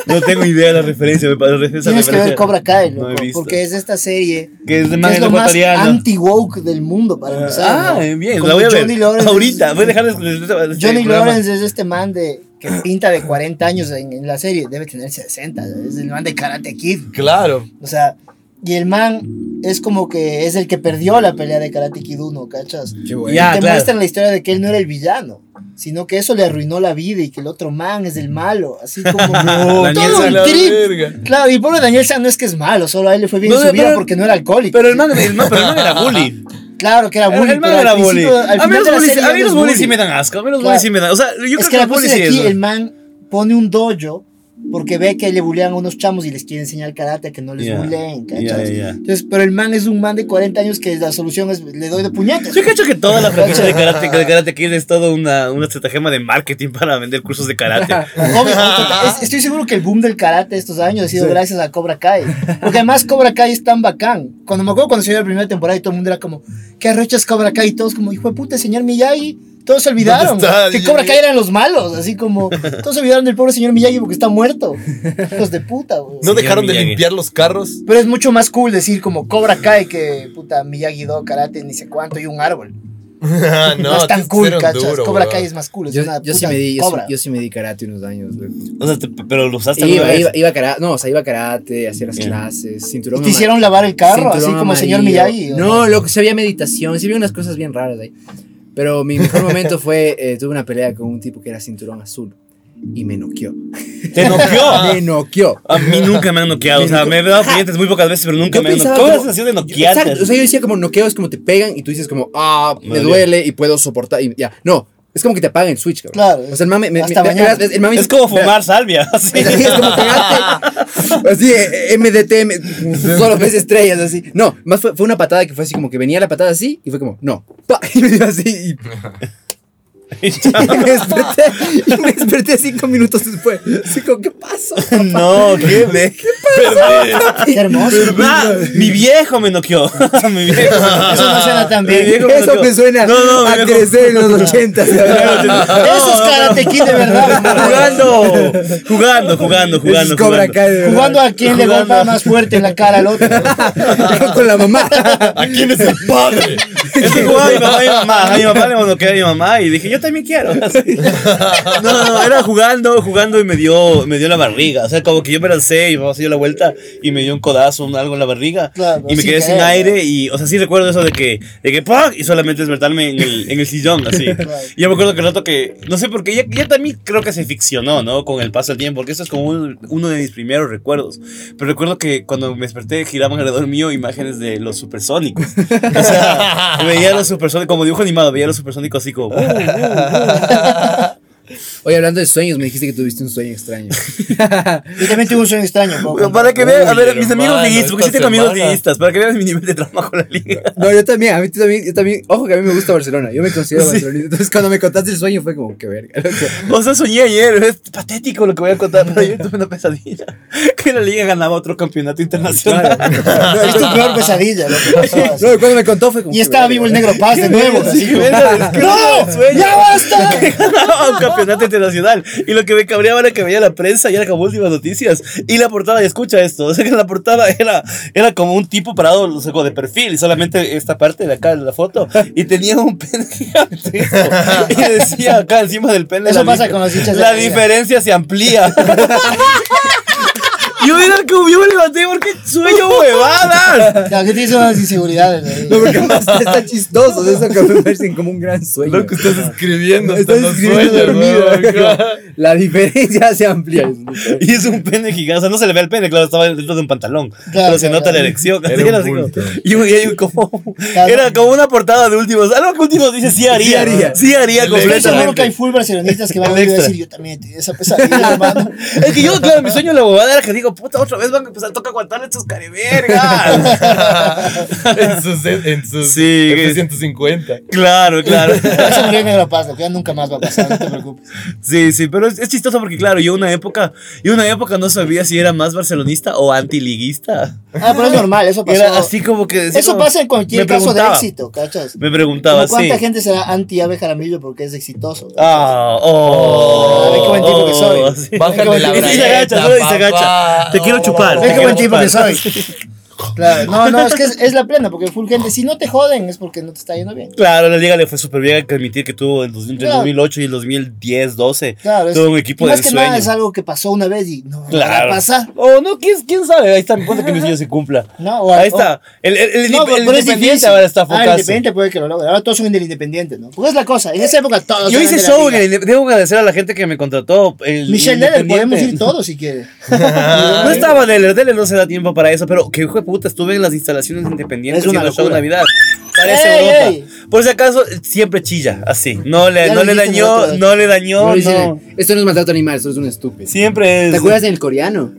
Speaker 3: No tengo idea de la referencia, me parece. esa
Speaker 4: Tienes que ver
Speaker 3: referencia-
Speaker 4: Cobra Kai,
Speaker 3: No he
Speaker 4: loco,
Speaker 3: visto.
Speaker 4: porque es esta serie
Speaker 3: Que es de
Speaker 4: que
Speaker 3: más
Speaker 4: es lo más
Speaker 3: ecuatoriano.
Speaker 4: anti-woke del mundo, para empezar.
Speaker 3: Ah,
Speaker 4: ¿no?
Speaker 3: bien,
Speaker 4: Como
Speaker 3: la voy a ver.
Speaker 4: Johnny Lawrence
Speaker 3: Ahorita,
Speaker 4: es-
Speaker 3: voy a dejar de- este
Speaker 4: Johnny
Speaker 3: programa.
Speaker 4: Lawrence es este man de que pinta de 40 años en, en la serie, debe tener 60, es el man de Karate Kid,
Speaker 1: Claro.
Speaker 4: o sea, y el man es como que es el que perdió la pelea de Karate Kid 1, ¿cachas?
Speaker 2: Qué
Speaker 3: bueno.
Speaker 2: bueno.
Speaker 3: Ya. Ah,
Speaker 4: y te
Speaker 3: claro.
Speaker 4: muestran la historia de que él no era el villano, sino que eso le arruinó la vida y que el otro man es el malo, así como
Speaker 3: Daniel
Speaker 4: todo
Speaker 3: San,
Speaker 4: un
Speaker 1: la
Speaker 4: trip.
Speaker 1: verga.
Speaker 4: Claro, y pobre Daniel San no es que es malo, solo a él le fue bien
Speaker 3: No,
Speaker 4: en su vida
Speaker 3: pero-
Speaker 4: porque no era alcohólico.
Speaker 3: Pero el man, el man- pero el man era bully.
Speaker 4: claro que era bully.
Speaker 3: el man
Speaker 4: pero al
Speaker 3: era bully.
Speaker 4: principio- al
Speaker 3: A mí
Speaker 4: final
Speaker 3: los
Speaker 4: de la
Speaker 3: bullies,
Speaker 4: serie
Speaker 3: a
Speaker 4: ya
Speaker 3: mí
Speaker 4: no
Speaker 3: los
Speaker 4: es
Speaker 3: bullies
Speaker 4: bully.
Speaker 3: sí me dan asco. A mí los
Speaker 4: Claro.
Speaker 3: bullies sí me dan. O sea, yo creo
Speaker 4: Es
Speaker 3: que,
Speaker 4: que la
Speaker 3: los
Speaker 4: cosa
Speaker 3: bullies
Speaker 4: es
Speaker 3: sí
Speaker 4: que aquí
Speaker 3: es.
Speaker 4: el man pone un dojo porque ve que le bulean a unos chamos y les quiere enseñar karate a que no les
Speaker 3: Ya.
Speaker 4: buleen, ¿cachas?
Speaker 3: Ya, ya, ya.
Speaker 4: Entonces, pero el man es un man de 40 años que la solución es le doy de puñetas.
Speaker 3: Yo cacho que toda la franquicia de karate, de karate Kid es toda una, una estratagema de marketing para vender cursos de karate.
Speaker 4: Obvio, es- estoy seguro que el boom del karate estos años ha sido gracias a Cobra Kai. Porque además Cobra Kai es tan bacán. Cuando me acuerdo cuando salió la primera temporada y todo el mundo era como, ¿qué arrechas Cobra Kai? Y todos como, hijo de puta, señor Miyagi. Todos se olvidaron
Speaker 1: ¿Dónde está
Speaker 4: que
Speaker 1: Miyagi?
Speaker 4: Cobra Kai eran los malos. Así como, todos se olvidaron del pobre señor Miyagi porque está muerto. Hijos de puta, güey.
Speaker 1: No dejaron de
Speaker 3: Miyagi.
Speaker 1: limpiar los carros.
Speaker 4: Pero es mucho más cool decir como Cobra Kai que puta Miyagi-Do, karate, ni sé cuánto y un árbol.
Speaker 1: Ah, no,
Speaker 4: No, es tan cool,
Speaker 1: fueron
Speaker 4: cachas.
Speaker 1: duro,
Speaker 4: Cobra
Speaker 1: weón.
Speaker 4: Kai es más cool. Es
Speaker 2: Yo,
Speaker 4: una
Speaker 2: yo sí
Speaker 4: puta
Speaker 2: me di, yo, sí-
Speaker 4: cobra.
Speaker 2: yo sí me di karate unos años, loco.
Speaker 3: O sea, te- pero lo usaste alguna
Speaker 2: Iba,
Speaker 3: vez.
Speaker 2: iba, iba karate, no, o sea, iba karate, hacía las
Speaker 3: Ya.
Speaker 2: clases,
Speaker 4: Y
Speaker 2: cinturón.
Speaker 4: te hicieron lavar el carro, así
Speaker 2: cinturón
Speaker 4: como señor
Speaker 2: amarillo.
Speaker 4: Miyagi. ¿o
Speaker 2: No, loco, sí había meditación, sí había unas cosas bien raras ahí. Pero mi mejor momento fue, eh, tuve una pelea con un tipo que era cinturón azul y me noqueó.
Speaker 3: Te noqueó.
Speaker 2: Me noqueó.
Speaker 3: A mí nunca me han noqueado. O sea, me he dado clientes muy pocas veces, pero nunca
Speaker 2: Yo
Speaker 3: me han
Speaker 2: pensaba
Speaker 3: noqueado. ¿Cómo la
Speaker 2: como-
Speaker 3: sensación de noquearte?
Speaker 2: Exacto, o sea, yo decía como noqueo es como te pegan y tú dices como, ah,
Speaker 3: Me
Speaker 2: me
Speaker 3: dolió.
Speaker 2: duele y puedo soportar y ya. No, es como que te apagan el switch, cabrón.
Speaker 4: Claro.
Speaker 2: O sea, el mame, me-
Speaker 4: Hasta
Speaker 2: me-
Speaker 4: mañana.
Speaker 2: el mame-
Speaker 3: Es como fumar salvia. así.
Speaker 2: Así es como pegarte. Así, eh, MDT, m- solo ves estrellas, así. No, más fue, fue una patada que fue así como que venía la patada así y fue como, no. pa, Y me dio así. y- Y me desperté, y me desperté cinco minutos después. Así como, ¿qué pasa?
Speaker 3: No, qué ve.
Speaker 4: Qué hermoso.
Speaker 3: Ah, Mi viejo me noqueó. Mi viejo.
Speaker 4: Eso no suena tan
Speaker 3: Mi viejo
Speaker 4: bien.
Speaker 3: me
Speaker 2: Eso
Speaker 3: noqueó.
Speaker 2: me suena
Speaker 3: No, no, mi
Speaker 2: a
Speaker 3: viejo-
Speaker 2: crecer en los ochentas.
Speaker 4: Eso es Karate Kid de verdad. hermano.
Speaker 3: Jugando, jugando, jugando,
Speaker 2: Es
Speaker 3: jugando.
Speaker 2: Cobra
Speaker 3: jugando.
Speaker 2: Kai, de verdad.
Speaker 4: Jugando a quien le
Speaker 3: Jugando.
Speaker 4: golpea más fuerte en la cara al otro.
Speaker 2: con la mamá.
Speaker 1: ¿A quién es el padre?
Speaker 3: Es que jugaba a mi mamá y a mi mamá. A mi mamá le monoqué a mi mamá y dije, yo también quiero. Así. No, no, no, era jugando, jugando y me dio, me dio la barriga. O sea, como que yo me lancé y me pasé yo la vuelta y me dio un codazo, un algo en la barriga.
Speaker 4: Claro,
Speaker 3: y me
Speaker 4: sin
Speaker 3: quedé sin
Speaker 4: querer,
Speaker 3: aire y, o sea, sí recuerdo eso de que, de que ¡pac! Y solamente despertarme en el, en el sillón, así. Y yo me acuerdo que el rato que, no sé por qué, ya, ya también creo que se ficcionó, ¿no? Con el paso del tiempo, porque eso es como un- uno de mis primeros recuerdos. Pero recuerdo que cuando me desperté giraban alrededor mío imágenes de los supersónicos. O sea, veía a los supersónicos, como dibujo animado, veía a los supersónicos así como... "Uh".
Speaker 2: Oye, hablando de sueños, me dijiste que tuviste un sueño extraño.
Speaker 4: Yo también tuve un sueño extraño.
Speaker 3: Pero
Speaker 4: ¿no?
Speaker 3: Para que vean, a
Speaker 1: Uy,
Speaker 3: ver, mis
Speaker 1: hermano,
Speaker 3: amigos liguistas, porque sí
Speaker 1: esta
Speaker 3: tengo amigos
Speaker 1: semana.
Speaker 3: liguistas, para que vean mi nivel de trauma con la liga.
Speaker 2: No, yo también, a mí también, yo también, ojo que a mí me gusta Barcelona, yo me considero barcelonista. Entonces cuando me contaste el sueño fue como, qué verga, loco.
Speaker 3: O sea, soñé ayer, es patético lo que voy a contar, pero ayer tuve una pesadilla. Que la liga ganaba otro campeonato internacional.
Speaker 4: Es tu peor pesadilla. lo que pasó.
Speaker 2: No, y cuando me contó fue como.
Speaker 4: Ah, Y
Speaker 2: qué
Speaker 4: estaba
Speaker 2: verga.
Speaker 4: vivo el negro paz de nuevo. así
Speaker 3: Sí,
Speaker 4: como,
Speaker 3: verga, es que
Speaker 4: ¡No!
Speaker 3: sueño.
Speaker 4: ¡Ya basta!
Speaker 3: que ganaba un campeonato internacional. Y lo que me cabreaba era que veía la prensa y era como últimas noticias. Y la portada, y escucha esto, o sea que la portada era, era como un tipo parado o sea, como de perfil, y solamente esta parte de acá de la foto. Y tenía un pene gigantesco. Y decía acá encima del pene.
Speaker 4: Eso
Speaker 3: la
Speaker 4: pasa
Speaker 3: dif-
Speaker 4: con los hinchas de
Speaker 3: La
Speaker 4: la liga.
Speaker 3: diferencia se amplía. Yo era como yo me levanté porque sueño huevadas.
Speaker 4: La gente hizo unas inseguridades. ¿no?
Speaker 2: No, porque más está chistoso, eso que me parece como un gran sueño.
Speaker 1: Lo que estás escribiendo hasta
Speaker 2: Estás
Speaker 1: los
Speaker 2: escribiendo
Speaker 1: sueños,
Speaker 2: dormido,
Speaker 1: weón.
Speaker 2: loco. La diferencia se amplía. Es
Speaker 3: Y es un pene gigante. O sea, no se le ve el pene, claro, estaba dentro de un pantalón. pero se
Speaker 4: claro,
Speaker 3: nota la
Speaker 4: claro.
Speaker 3: erección.
Speaker 1: Era
Speaker 3: así
Speaker 1: un
Speaker 3: era así como-
Speaker 1: bulto.
Speaker 3: y un- y hay un como, era como una portada de últimos. Algo que últimos dice sí haría. Sí haría,
Speaker 2: haría.
Speaker 1: El
Speaker 4: Estoy seguro que
Speaker 3: completamente.
Speaker 4: hay full barcelonistas que van a
Speaker 3: El
Speaker 4: venir a
Speaker 3: extra.
Speaker 4: decir: Yo también tuve esa pesadilla, hermano.
Speaker 3: Es que yo, claro, mi sueño en la bobada era que digo, puta, otra vez van a empezar, toca aguantar estos caribergas.
Speaker 1: en sus, en sus
Speaker 3: Sí, que-
Speaker 1: F-150.
Speaker 3: claro, claro.
Speaker 4: Eso murió el negro paz, lo que ya nunca más va a pasar, no te preocupes.
Speaker 3: Sí, sí, pero es, es chistoso porque, claro, yo una época, yo una época no sabía si era más barcelonista o antiliguista.
Speaker 4: Ah, pero es normal, eso pasó.
Speaker 3: Era así como que. decía
Speaker 4: Eso
Speaker 3: como-
Speaker 4: pasa en cualquier
Speaker 3: me
Speaker 4: caso de
Speaker 3: preguntaba,
Speaker 4: éxito, ¿cachas?
Speaker 3: Me
Speaker 4: Como
Speaker 3: preguntaba, sí.
Speaker 4: ¿Cuánta gente será anti Ave Jaramillo porque es exitoso?
Speaker 3: Ah,
Speaker 4: Ah,
Speaker 3: oh,
Speaker 4: ve qué buen tipo que soy.
Speaker 3: oh, sí.
Speaker 1: Bájate
Speaker 4: Venga,
Speaker 1: la
Speaker 4: y se
Speaker 1: bragueta,
Speaker 3: agacha, solo y se agacha.
Speaker 1: papá.
Speaker 3: Te quiero
Speaker 1: No,
Speaker 3: chupar.
Speaker 1: no,
Speaker 4: Ve
Speaker 1: no,
Speaker 4: qué buen
Speaker 1: no,
Speaker 4: tipo que
Speaker 1: papá.
Speaker 4: soy. Claro, no, no, es que es, es la plena, porque full gente, si no te joden es porque no te está yendo bien.
Speaker 3: Claro, la liga le fue súper bien. Hay que admitir que tuvo el, entre el
Speaker 4: Claro.
Speaker 3: 2008 y el 2010, 12.
Speaker 4: Claro, es,
Speaker 3: tuvo un equipo
Speaker 4: y
Speaker 3: de
Speaker 4: más que
Speaker 3: sueño.
Speaker 4: nada es algo que pasó una vez y no
Speaker 3: claro.
Speaker 4: va a pasar.
Speaker 3: Oh, no, ¿quién, quién sabe? Ahí está, me cuenta que mi sueño se cumpla.
Speaker 4: No, o-
Speaker 3: Ahí
Speaker 4: o-
Speaker 3: está. El, el, el,
Speaker 4: No,
Speaker 3: indip-
Speaker 4: pero,
Speaker 3: el
Speaker 4: pero es
Speaker 3: independiente
Speaker 4: difícil.
Speaker 3: ahora está
Speaker 4: Ah, el
Speaker 3: focado.
Speaker 4: independiente puede que lo logre. Ahora todos son del independiente, ¿no? Porque es la cosa. En esa época todos.
Speaker 3: Yo
Speaker 4: eran
Speaker 3: hice
Speaker 4: de la
Speaker 3: show, en
Speaker 4: liga.
Speaker 3: el- debo agradecer a la gente que me contrató. El
Speaker 4: Michelle Leller, podemos ir
Speaker 3: Independiente.
Speaker 4: todos si quiere.
Speaker 3: No estaba Deller, Deller no se da tiempo para eso, pero que hijo de puta, estuve en las instalaciones independientes
Speaker 4: Es una
Speaker 3: haciendo show de
Speaker 4: locura.
Speaker 3: Navidad. Parece
Speaker 4: Ey,
Speaker 3: Europa.
Speaker 4: ey.
Speaker 3: Por si acaso, siempre chilla, así. No le,
Speaker 4: Ya
Speaker 3: no le
Speaker 4: lo dijiste en
Speaker 3: dañó,
Speaker 4: otro.
Speaker 3: no le dañó,
Speaker 2: No,
Speaker 3: no.
Speaker 2: dice, Esto no es maltrato animal, esto es un estúpido.
Speaker 3: Siempre es.
Speaker 2: ¿Te acuerdas del coreano?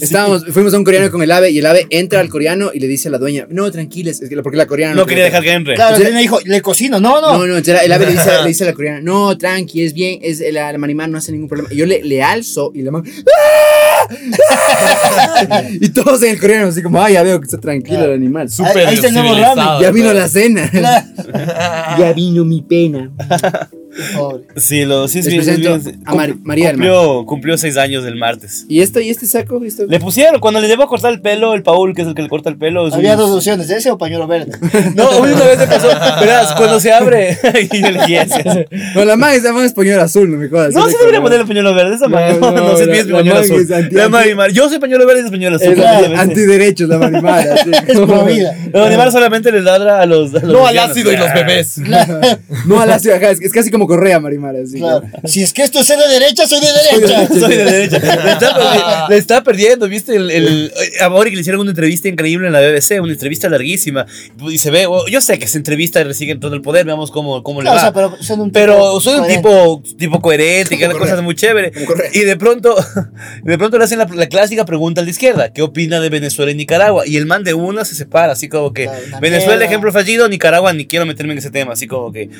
Speaker 2: Estábamos, fuimos a un coreano con el ave y el ave entra al coreano y le dice a la dueña, no, tranquiles, es que la- porque la coreana
Speaker 3: No quería
Speaker 2: quiere
Speaker 3: dejar que entre.
Speaker 4: Claro, él me dijo, le cocino. No, no.
Speaker 2: No, no, entonces la- el ave le dice, le dice a la coreana, no, tranqui, es bien, es, el, el animal no hace ningún problema. Y yo le, le alzo y la mano, ¡ah! y todos en el coreano, así como, ay, ya veo que está tranquilo el animal. Su-
Speaker 4: Ahí- ahí está el nuevo
Speaker 1: civilizado,
Speaker 4: ramen.
Speaker 2: Ya vino la
Speaker 1: ¿verdad?
Speaker 2: cena.
Speaker 4: Ah, Claro.
Speaker 2: ya vino mi pena.
Speaker 4: Pobre.
Speaker 3: Sí, lo sí es
Speaker 2: Les
Speaker 3: bien, es
Speaker 2: presento
Speaker 3: bien-
Speaker 2: a
Speaker 3: cum-
Speaker 2: Mari- María del
Speaker 3: Cumplió, cumplió seis años el martes.
Speaker 2: ¿Y esto, y este saco? ¿Esto?
Speaker 3: Le pusieron, cuando le llevó a cortar el pelo, el Paul, que es el que le corta el pelo. es un-
Speaker 4: Había dos opciones, ese o pañuelo verde.
Speaker 3: No, una vez le pasó, verás, cuando se abre y elegí ese.
Speaker 2: No, la más, la más español azul, no me jodas.
Speaker 3: No,
Speaker 2: Esa
Speaker 3: sí
Speaker 2: es
Speaker 3: debería
Speaker 2: como-
Speaker 3: poner el pañuelo verde, esa
Speaker 2: No,
Speaker 3: madre. No,
Speaker 2: no,
Speaker 3: no, se
Speaker 2: la-
Speaker 3: pides
Speaker 2: la
Speaker 3: pañuelo
Speaker 2: madre
Speaker 3: azul.
Speaker 2: es anti-
Speaker 3: La madre Mar- Yo soy pañuelo verde y es pañuelo azul.
Speaker 2: Es anti-
Speaker 3: completamente.
Speaker 2: antiderechos la marimara. así.
Speaker 4: Es prohibida.
Speaker 3: No, Neymar solamente le ladra a los. a los eh.
Speaker 1: No al
Speaker 3: lesbianos.
Speaker 1: ácido y los bebés.
Speaker 2: No a la ciudad, ajá, es, es casi como correa marimara. Así.
Speaker 4: Claro. Si es que esto es de derecha, soy de derecha.
Speaker 3: Soy de derecha. Le está, perdi- le está perdiendo, ¿viste? El, el, a Mauri que le hicieron una entrevista increíble en la BBC, una entrevista larguísima. Y se ve, oh, yo sé que esa entrevista recibe todo el poder, veamos cómo, cómo le
Speaker 4: Claro,
Speaker 3: va.
Speaker 4: o sea, pero son un
Speaker 3: Pero soy un
Speaker 4: coherente.
Speaker 3: tipo, tipo coherente, que hace cosas muy chévere. Y de pronto, de pronto le hacen la, la clásica pregunta a la izquierda, ¿qué opina de Venezuela y Nicaragua? Y el man de una se separa, así como que
Speaker 4: Claro, una
Speaker 3: Venezuela,
Speaker 4: mierda.
Speaker 3: ejemplo fallido, Nicaragua, ni quiero meterme en ese tema, así como que...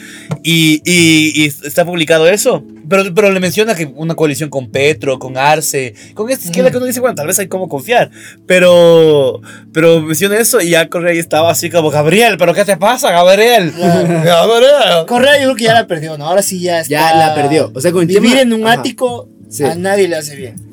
Speaker 3: Y, y, y, y está publicado eso. Pero, pero le menciona que una coalición con Petro, con Arce, con esta izquierda que uno dice, bueno, tal vez hay cómo confiar. Pero, pero menciona eso y ya Correa ahí estaba así como, Gabriel, ¿pero qué te pasa, Gabriel?
Speaker 4: Ya.
Speaker 1: Ya, María.
Speaker 4: Correa yo creo que ya la perdió, ¿no? Ahora sí ya está.
Speaker 2: Ya la perdió. O sea, con el
Speaker 4: Vivir
Speaker 2: tema-
Speaker 4: en un
Speaker 2: Ajá.
Speaker 4: ático
Speaker 2: Sí.
Speaker 4: a nadie le hace bien.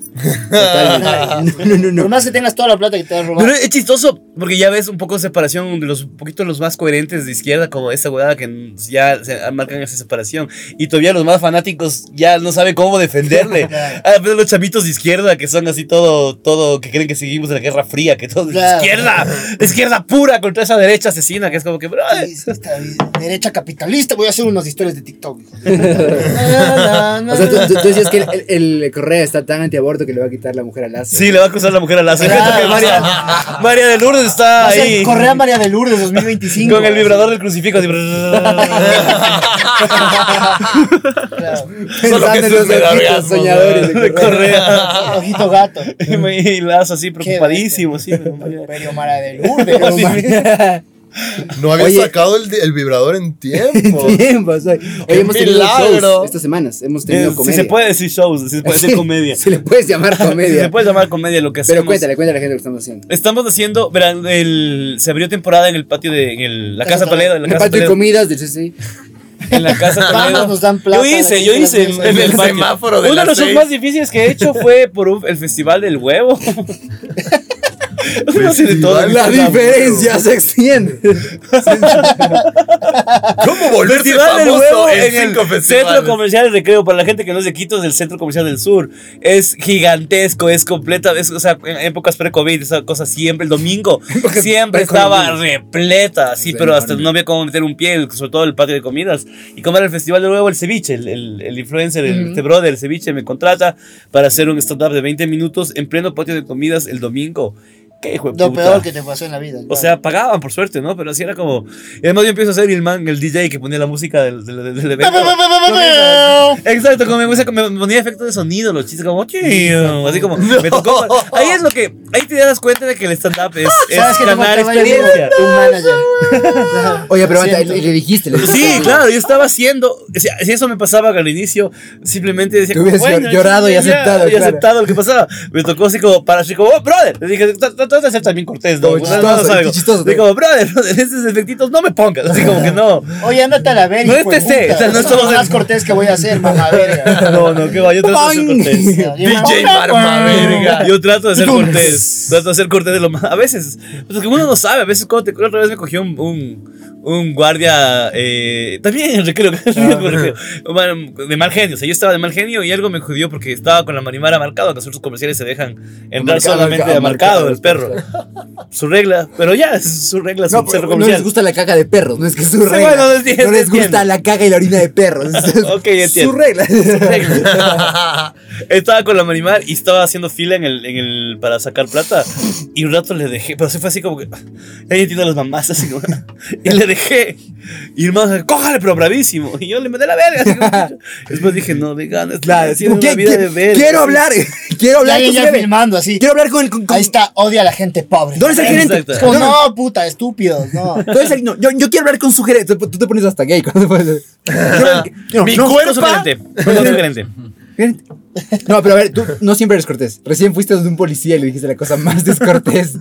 Speaker 2: Totalmente. No, no, no.
Speaker 4: Por más que tengas toda la plata que te has robado.
Speaker 3: Pero es chistoso porque ya ves un poco de separación de los un poquito los más coherentes de izquierda como esta huevada que ya se marcan esa separación y todavía los más fanáticos ya no saben cómo defenderle.
Speaker 4: Claro.
Speaker 3: Ah, pero los chamitos de izquierda que son así todo todo que creen que seguimos en la Guerra Fría, que todo es
Speaker 4: Claro.
Speaker 3: izquierda, izquierda pura contra esa derecha asesina que es como que bro, eh".
Speaker 4: Sí, sí, está bien. Derecha capitalista, voy a hacer unas historias de TikTok. Na, na, na,
Speaker 2: O sea, tú,
Speaker 4: na.
Speaker 2: tú- tú decías que el, el- el Correa está tan antiaborto que le va a quitar la mujer al lazo.
Speaker 3: Sí, le va a acusar la mujer a la
Speaker 4: Claro.
Speaker 3: que María, María de Lourdes está
Speaker 4: Va a ser
Speaker 3: ahí.
Speaker 4: Correa María de Lourdes 2025.
Speaker 3: Con el vibrador del crucifijo. así,
Speaker 4: Claro.
Speaker 2: Pensando
Speaker 1: Solo que
Speaker 2: en
Speaker 1: se
Speaker 2: los
Speaker 1: me da
Speaker 2: ojitos
Speaker 1: orgasmo,
Speaker 2: soñadores de
Speaker 3: de
Speaker 2: Correa.
Speaker 3: Correa.
Speaker 4: Ojito gato.
Speaker 3: Y me- y Lazo así preocupadísimo, sí. pero María-
Speaker 4: Pero María de Lourdes.
Speaker 3: Así,
Speaker 1: No había
Speaker 2: Oye.
Speaker 1: sacado el, el vibrador en tiempo.
Speaker 2: Tiempo, o sea, Hoy hemos tenido
Speaker 1: milagro!
Speaker 2: shows estas semanas. Hemos tenido
Speaker 3: eh, Si
Speaker 2: comedia.
Speaker 3: se puede decir shows, si se puede decir comedia.
Speaker 2: Se le puede llamar
Speaker 3: Si se
Speaker 2: comedia.
Speaker 3: puede llamar comedia lo que hacemos.
Speaker 2: Pero cuéntale, cuéntale a la gente lo que estamos haciendo.
Speaker 3: Estamos haciendo, verán, el, se abrió temporada en el patio de en el- la Casa Toledo. En la
Speaker 2: El
Speaker 3: Casa
Speaker 2: patio de
Speaker 3: Toledo.
Speaker 2: comidas del CCI.
Speaker 3: En la Casa
Speaker 4: Vamos,
Speaker 3: Toledo.
Speaker 4: nos dan plata
Speaker 3: Yo hice,
Speaker 4: aquí
Speaker 3: yo
Speaker 4: de las
Speaker 3: hice.
Speaker 4: mesas.
Speaker 1: En el
Speaker 3: patio.
Speaker 1: semáforo de
Speaker 3: Uno
Speaker 1: las
Speaker 3: de los shows
Speaker 1: seis.
Speaker 3: más difíciles que he hecho fue por un- el Festival del Huevo. Uno hace de todo.
Speaker 1: Festival La diferencia
Speaker 2: se extiende.
Speaker 1: ¿Cómo volverse
Speaker 3: Festival del
Speaker 1: famoso
Speaker 3: Huevo
Speaker 1: en,
Speaker 3: en,
Speaker 1: cinco
Speaker 3: el
Speaker 1: festivales?
Speaker 3: Centro Comercial del Recreo. Para la gente que no es de Quito, es del Centro Comercial del Sur. Es gigantesco, es completa. es- o sea, en épocas pre-COVID, esa cosa siempre. El domingo siempre estaba repleta, sí,
Speaker 2: Es
Speaker 3: pero hasta
Speaker 2: enorme.
Speaker 3: no había cómo meter un pie, el- sobre todo el patio de comidas. Y como era el Festival del Huevo, el ceviche, el, el- el influencer, el, este brother, el ceviche, me contrata para hacer un stand-up de 20 minutos en pleno patio de comidas el domingo. Qué hijo de
Speaker 4: Lo
Speaker 3: puta.
Speaker 4: peor que te pasó en la vida.
Speaker 3: O sea, pagaban por suerte, ¿no? Pero así era como. Y además yo empiezo a ser el man, el DJ que ponía la música del, del, del- del evento. Exacto, como me, gusta- me ponía efectos de sonido, los chistes, como. "Chiu", Así como. Me tocó. Ahí es lo que. Ahí te das cuenta de que el stand-up es, es
Speaker 4: no
Speaker 3: ganar
Speaker 4: te va a ir bien?
Speaker 3: experiencia.
Speaker 4: Un manager. Claro.
Speaker 2: Oye, pero eh, aguanta, y
Speaker 4: Siento.
Speaker 2: le, le dijiste, le dijiste.
Speaker 3: Sí, claro, yo estaba haciendo, si si eso me pasaba al inicio, simplemente decía,
Speaker 2: Tú hubieras
Speaker 3: "Bueno,
Speaker 2: llorado y
Speaker 3: ya,
Speaker 2: aceptado,
Speaker 3: Y
Speaker 2: claro.
Speaker 3: aceptado lo que pasaba. Me tocó así como, para así como, oh, brother. Le dije, trata de ser también cortés, ¿no?
Speaker 2: Como
Speaker 3: No,
Speaker 2: chistoso,
Speaker 3: no, no,
Speaker 2: qué chistoso,
Speaker 3: Digo, brother, esos efectitos no me pongas. Así como que no.
Speaker 4: Oye, ándate a la verga.
Speaker 3: No
Speaker 4: hijo de
Speaker 3: es TC,
Speaker 4: puta.
Speaker 3: o sea, no
Speaker 4: Eso
Speaker 3: estamos
Speaker 4: es lo más
Speaker 3: en-
Speaker 4: cortés que voy a hacer, mamá verga.
Speaker 3: No, no, qué va, yo trato de ser cortés.
Speaker 1: DJ Marma Verga.
Speaker 3: Yo trato de ser cortés. Trato de ser cortés de lo más. A veces, pues que uno no sabe. A veces, cuando te, la otra vez me cogió un, un, un guardia. Eh, también en el recreo.
Speaker 2: Ah,
Speaker 3: en el recreo, bueno, De mal genio. O sea, yo estaba de mal genio y algo me jodió porque estaba con la marimara marcado. Que los comerciales se dejan entrar
Speaker 2: Marcado,
Speaker 3: solamente
Speaker 2: marcado,
Speaker 3: de marcado,
Speaker 2: marcado,
Speaker 3: el perro. Su regla. Pero ya, es su regla.
Speaker 2: No,
Speaker 3: su centro
Speaker 2: pero no les
Speaker 3: comercial.
Speaker 2: gusta la caca de perros, no es que es su
Speaker 3: Sí,
Speaker 2: regla.
Speaker 3: bueno,
Speaker 2: no
Speaker 3: es-
Speaker 2: les
Speaker 3: entiendo.
Speaker 2: gusta la caca y la orina de perros. es
Speaker 3: Ok, entiendo.
Speaker 2: Su regla.
Speaker 3: estaba con la Marimar y estaba haciendo fila en el, en el para sacar plata. Y un rato le dejé, pero se fue así como que. "Ah, Ya entiendo a las mamás, así como. Y le dejé. Y el man, cójale, pero bravísimo. Y yo le mandé la verga. así como- después dije, no, de ganas.
Speaker 2: Claro, es
Speaker 3: tiene
Speaker 2: como,
Speaker 3: una
Speaker 2: ¿qué-
Speaker 3: vida
Speaker 2: qué-
Speaker 3: de verga.
Speaker 2: quiero hablar, eh, quiero
Speaker 4: Y
Speaker 2: hablar
Speaker 4: alguien
Speaker 2: con
Speaker 4: ya
Speaker 2: Sebe.
Speaker 4: filmando así.
Speaker 2: Quiero hablar con el. con- con-
Speaker 4: Ahí está, odia a la gente pobre.
Speaker 2: ¿Dónde está el gerente?
Speaker 3: Exacto.
Speaker 4: Es como,
Speaker 2: ¿Dónde-
Speaker 4: no, puta, estúpidos, no.
Speaker 2: dónde está el- no, yo, yo quiero hablar con su gerente. Tú, tú te pones hasta gay. cuando- Yo- yo-
Speaker 1: Mi
Speaker 2: no,
Speaker 3: Con su
Speaker 1: cuerpo.
Speaker 3: gerente, con su gerente.
Speaker 2: gerente. No, pero a ver, tú no siempre eres cortés. Recién fuiste donde un policía y le dijiste la cosa más descortés.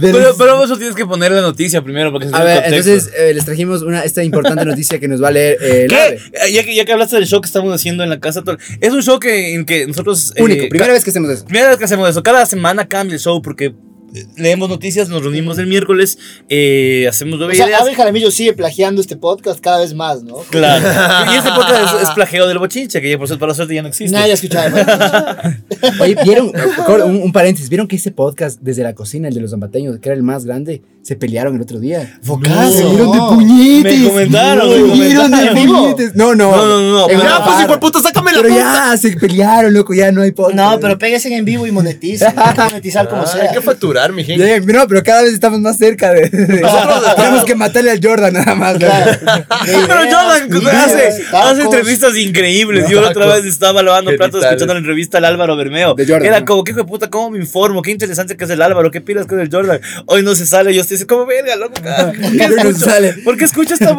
Speaker 2: del-
Speaker 3: Pero, pero vos tienes que poner la noticia primero porque se
Speaker 2: A
Speaker 3: tiene
Speaker 2: ver,
Speaker 3: contexto.
Speaker 2: entonces eh, les trajimos una, esta importante noticia que nos va a leer eh,
Speaker 3: ¿Qué?
Speaker 2: Larry.
Speaker 3: Eh, Ya que, ya que hablaste del show que estamos haciendo en la casa, Tol- es un show que, en que nosotros. eh,
Speaker 2: Único,
Speaker 3: ca-
Speaker 2: primera vez que hacemos eso.
Speaker 3: Primera vez que hacemos eso. Cada semana cambia el show porque eh, leemos noticias, nos reunimos el miércoles, eh, hacemos
Speaker 4: O
Speaker 3: nueve
Speaker 4: sea,
Speaker 3: ideas.
Speaker 4: Abel Jaramillo sigue plagiando este podcast cada vez más, ¿no?
Speaker 3: Claro. Y este podcast es, es plagio del bochinche, que ya por suerte, para suerte ya no existe.
Speaker 4: Nadie ha escuchado. ¿no?
Speaker 2: Oye, vieron, Cor- un, un paréntesis, vieron que ese podcast desde la cocina, el de los zambateños, que era el más grande, se pelearon el otro día.
Speaker 3: Focazo.
Speaker 2: Se vieron de
Speaker 4: No.
Speaker 2: puñetes.
Speaker 3: Me comentaron,
Speaker 2: Se
Speaker 3: me
Speaker 2: vieron de
Speaker 3: comentaron.
Speaker 2: puñetes. No, no.
Speaker 3: No, no, no, no,
Speaker 2: En
Speaker 3: pero-
Speaker 2: una
Speaker 1: Ya, pues
Speaker 2: barra.
Speaker 1: hijo de puta, sácame la
Speaker 2: Pero
Speaker 1: puta.
Speaker 2: ya se pelearon, loco, ya no hay podcast.
Speaker 4: No, pero péguese en vivo y monetiza. Hay que monetizar como
Speaker 1: Ah,
Speaker 4: sea.
Speaker 1: Hay que facturar, mi gente.
Speaker 2: Ya, ya, no, pero cada vez estamos más cerca de. de-
Speaker 1: Nosotros-
Speaker 2: tenemos que matarle al Jordan nada más. loco.
Speaker 4: Claro.
Speaker 3: Pero Jordan
Speaker 4: Videos,
Speaker 3: hace,
Speaker 4: tacos.
Speaker 3: hace entrevistas increíbles. Yo la otra
Speaker 1: Tacos.
Speaker 3: vez estaba lavando platos
Speaker 1: Genitales.
Speaker 3: escuchando la entrevista al Álvaro Bermeo.
Speaker 2: De Jordan,
Speaker 3: Era
Speaker 2: ¿no?
Speaker 3: como, qué hijo de puta, cómo me informo, qué interesante que es el Álvaro, qué pilas que es el Jordan. Hoy no se sale, yo estoy Es como, verga, loco. ¿Por qué,
Speaker 2: Pero no
Speaker 3: escucho-
Speaker 2: sale.
Speaker 3: ¿Por qué escucho esta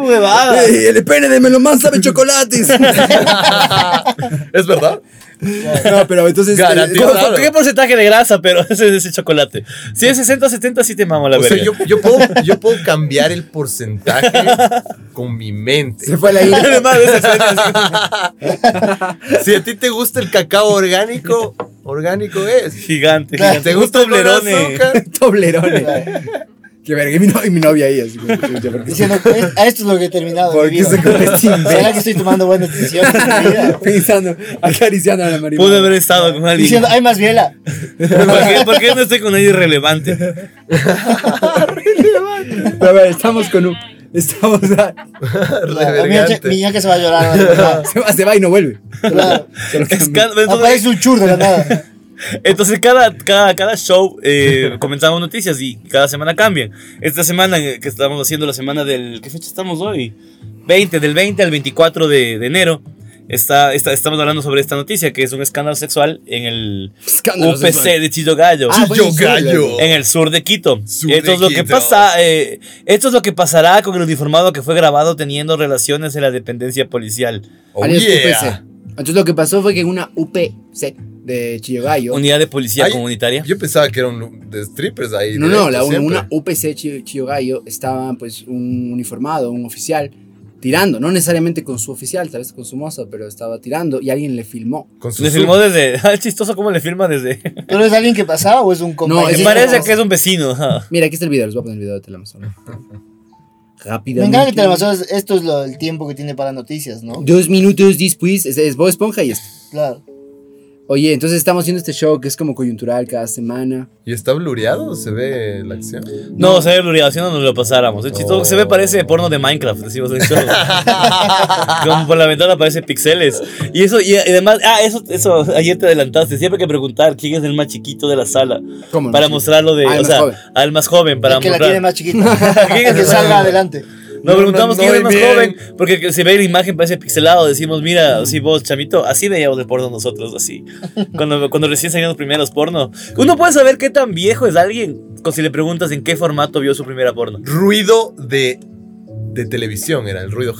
Speaker 3: huevada?
Speaker 2: Ey, el pene de Melomán sabe chocolates.
Speaker 1: ¿Es verdad?
Speaker 2: No, pero entonces.
Speaker 1: Garantizado.
Speaker 2: eh,
Speaker 3: ¿Con ¿Qué porcentaje de grasa, pero ese ese chocolate? Si es 60 70, sí te mamo la
Speaker 1: O sea,
Speaker 3: verga.
Speaker 1: yo, yo, puedo, yo puedo cambiar el porcentaje con mi mente.
Speaker 2: se fue a la isla.
Speaker 3: Además de esa escena, así,
Speaker 1: Si a ti te gusta el cacao orgánico, orgánico es.
Speaker 3: gigante,
Speaker 1: Si
Speaker 3: gigante.
Speaker 1: te gusta el
Speaker 3: Toblerone.
Speaker 1: azúcar,
Speaker 2: Toblerone. Qué verga. Y mi, no- y mi novia ahí. Así, como, pues, chucha, ¿por qué?
Speaker 4: Diciendo, "Es- a esto es lo que he terminado.
Speaker 2: ¿Por
Speaker 4: mi
Speaker 2: qué
Speaker 4: vida".
Speaker 2: se come este
Speaker 4: ¿Será
Speaker 2: imbécil?
Speaker 4: que estoy tomando buenas decisiones en mi vida?
Speaker 2: Pensando, acariciando a la marihuana.
Speaker 3: Pude haber estado con alguien.
Speaker 4: Diciendo, hay más biela.
Speaker 3: ¿Por qué, por qué no estoy con nadie irrelevante?
Speaker 2: A ver, estamos con un. Estamos. a-
Speaker 4: Claro, a mí ya-
Speaker 1: revergante.
Speaker 4: Mi hija se va a llorar. ¿no?
Speaker 2: se, va, se va y no vuelve.
Speaker 4: Claro.
Speaker 2: Se lo
Speaker 3: Es
Speaker 2: cambia.
Speaker 3: cada- entonces,
Speaker 4: Aparece un chur de la nada.
Speaker 3: entonces cada, cada, cada show eh, comenzamos noticias y cada semana cambian. Esta semana eh, que estamos haciendo la semana del... ¿Qué fecha estamos hoy? 20, del 20 al 24 de, de enero. Está, está- estamos hablando sobre esta noticia que es un escándalo sexual en el
Speaker 2: Escándalo
Speaker 3: UPC
Speaker 2: sexual.
Speaker 3: de Chillo Gallo.
Speaker 2: Ah,
Speaker 1: Yo
Speaker 2: buenísimo.
Speaker 1: gallo.
Speaker 3: En el sur de Quito.
Speaker 1: Sur
Speaker 3: esto,
Speaker 1: de
Speaker 3: es lo que
Speaker 1: Quito.
Speaker 3: pasa, eh, esto es lo que pasará con el uniformado que fue grabado teniendo relaciones en la dependencia policial.
Speaker 1: Oh,
Speaker 2: Alias
Speaker 1: yeah.
Speaker 2: UPC. Entonces lo que pasó fue que en una UPC de Chillogallo.
Speaker 3: Unidad de Policía
Speaker 1: Ay,
Speaker 3: Comunitaria.
Speaker 1: Yo pensaba que eran lu- de strippers ahí.
Speaker 2: No, no,
Speaker 1: directo
Speaker 2: la, una,
Speaker 1: siempre.
Speaker 2: una UPC Chi- Chillogallo estaba pues un uniformado, un oficial, tirando, no necesariamente con su oficial, tal vez con su moza, pero estaba tirando y alguien le filmó.
Speaker 1: Con su
Speaker 3: Le
Speaker 1: sub.
Speaker 3: filmó desde. Ah, es chistoso cómo le filma desde.
Speaker 4: ¿Pero es alguien que pasaba o es un compañero?
Speaker 2: es-
Speaker 3: Me
Speaker 2: Sí,
Speaker 3: parece
Speaker 2: no.
Speaker 3: que es un vecino. ajá.
Speaker 2: Mira, aquí está el video, les voy a poner el video de Telamazón.
Speaker 4: Me
Speaker 2: Rápidamente.
Speaker 4: encanta que Telemazón es- esto es lo, el tiempo que tiene para noticias, ¿no?
Speaker 2: Dos minutos después, es, es Bob Esponja y esto.
Speaker 4: Claro.
Speaker 2: Oye, entonces estamos haciendo este show que es como coyuntural cada semana.
Speaker 1: ¿Y está blureado? ¿Se ve la acción?
Speaker 3: No, se ve blurriado, si no nos lo pasáramos. Es chistoso,
Speaker 1: Oh.
Speaker 3: se ve, parece porno de Minecraft. Decimos en show. Como por la ventana aparecen pixeles. Y eso, y además, ah, eso, eso, ayer te adelantaste. Siempre hay que preguntar quién es el más chiquito de la sala.
Speaker 2: ¿Cómo?
Speaker 3: Para mostrarlo de.
Speaker 2: Ah, el
Speaker 3: o
Speaker 2: más
Speaker 3: sea,
Speaker 2: joven.
Speaker 3: al más joven. Para
Speaker 4: El que la
Speaker 3: mostrar.
Speaker 4: tiene más chiquita.
Speaker 3: ¿Quién es
Speaker 4: que
Speaker 3: el
Speaker 4: salga
Speaker 3: más-
Speaker 4: adelante.
Speaker 1: No,
Speaker 3: Nos
Speaker 1: no,
Speaker 3: preguntamos
Speaker 1: no,
Speaker 3: quién es
Speaker 1: y
Speaker 3: el más
Speaker 1: bien.
Speaker 3: joven, porque que se ve la imagen, parece pixelado. Decimos, mira, así vos, chamito, así veíamos el porno nosotros, así. Cuando, cuando recién salían los primeros porno. Uno puede saber qué tan viejo es alguien con si le preguntas en qué formato vio su primera porno.
Speaker 1: Ruido de, de televisión era el ruido.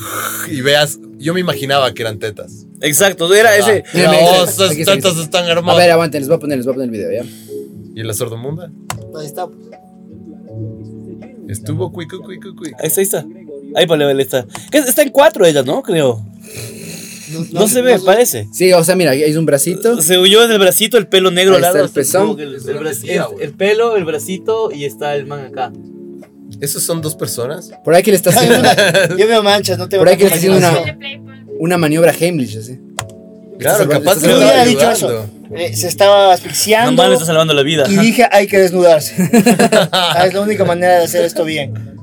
Speaker 1: Y veas, yo me imaginaba que eran tetas.
Speaker 3: Exacto, era ese.
Speaker 1: Ah, mira,
Speaker 2: Mira, mira,
Speaker 1: oh, esas
Speaker 2: aquí está, aquí
Speaker 1: tetas
Speaker 2: está.
Speaker 1: están
Speaker 2: A ver,
Speaker 1: hermosas.
Speaker 2: aguanten, les voy a poner, les voy a poner el video, ¿ya?
Speaker 1: ¿Y la sordomunda?
Speaker 4: Ahí está.
Speaker 1: Estuvo cuico, cuico, cuico.
Speaker 3: Ahí está, ahí está. Ahí vale, vale, está. Que Está en cuatro ellas, ¿no? Creo. No, se ve, parece.
Speaker 2: Sí, o sea, mira, aquí hay un bracito.
Speaker 3: Se huyó desde el bracito, el pelo negro
Speaker 2: Ahí
Speaker 3: al lado.
Speaker 2: está el pezón.
Speaker 3: El, el bra- el- el pelo, el bracito y está el man acá.
Speaker 1: ¿Esos son dos personas?
Speaker 2: Por ahí que le está haciendo una,
Speaker 4: Yo veo manchas, no tengo
Speaker 2: Por ahí que le está haciendo una-
Speaker 4: imaginación.
Speaker 2: una maniobra Heimlich, así. Este
Speaker 1: Claro,
Speaker 2: salvando-
Speaker 1: capaz
Speaker 2: estás
Speaker 1: me
Speaker 4: Yo hubiera
Speaker 1: estaba
Speaker 4: dicho
Speaker 1: ayudando.
Speaker 4: eso. Eh, se estaba asfixiando.
Speaker 3: Nomás le está salvando la vida.
Speaker 4: Y dije, hay que desnudarse. Ah, es la única manera de hacer esto bien.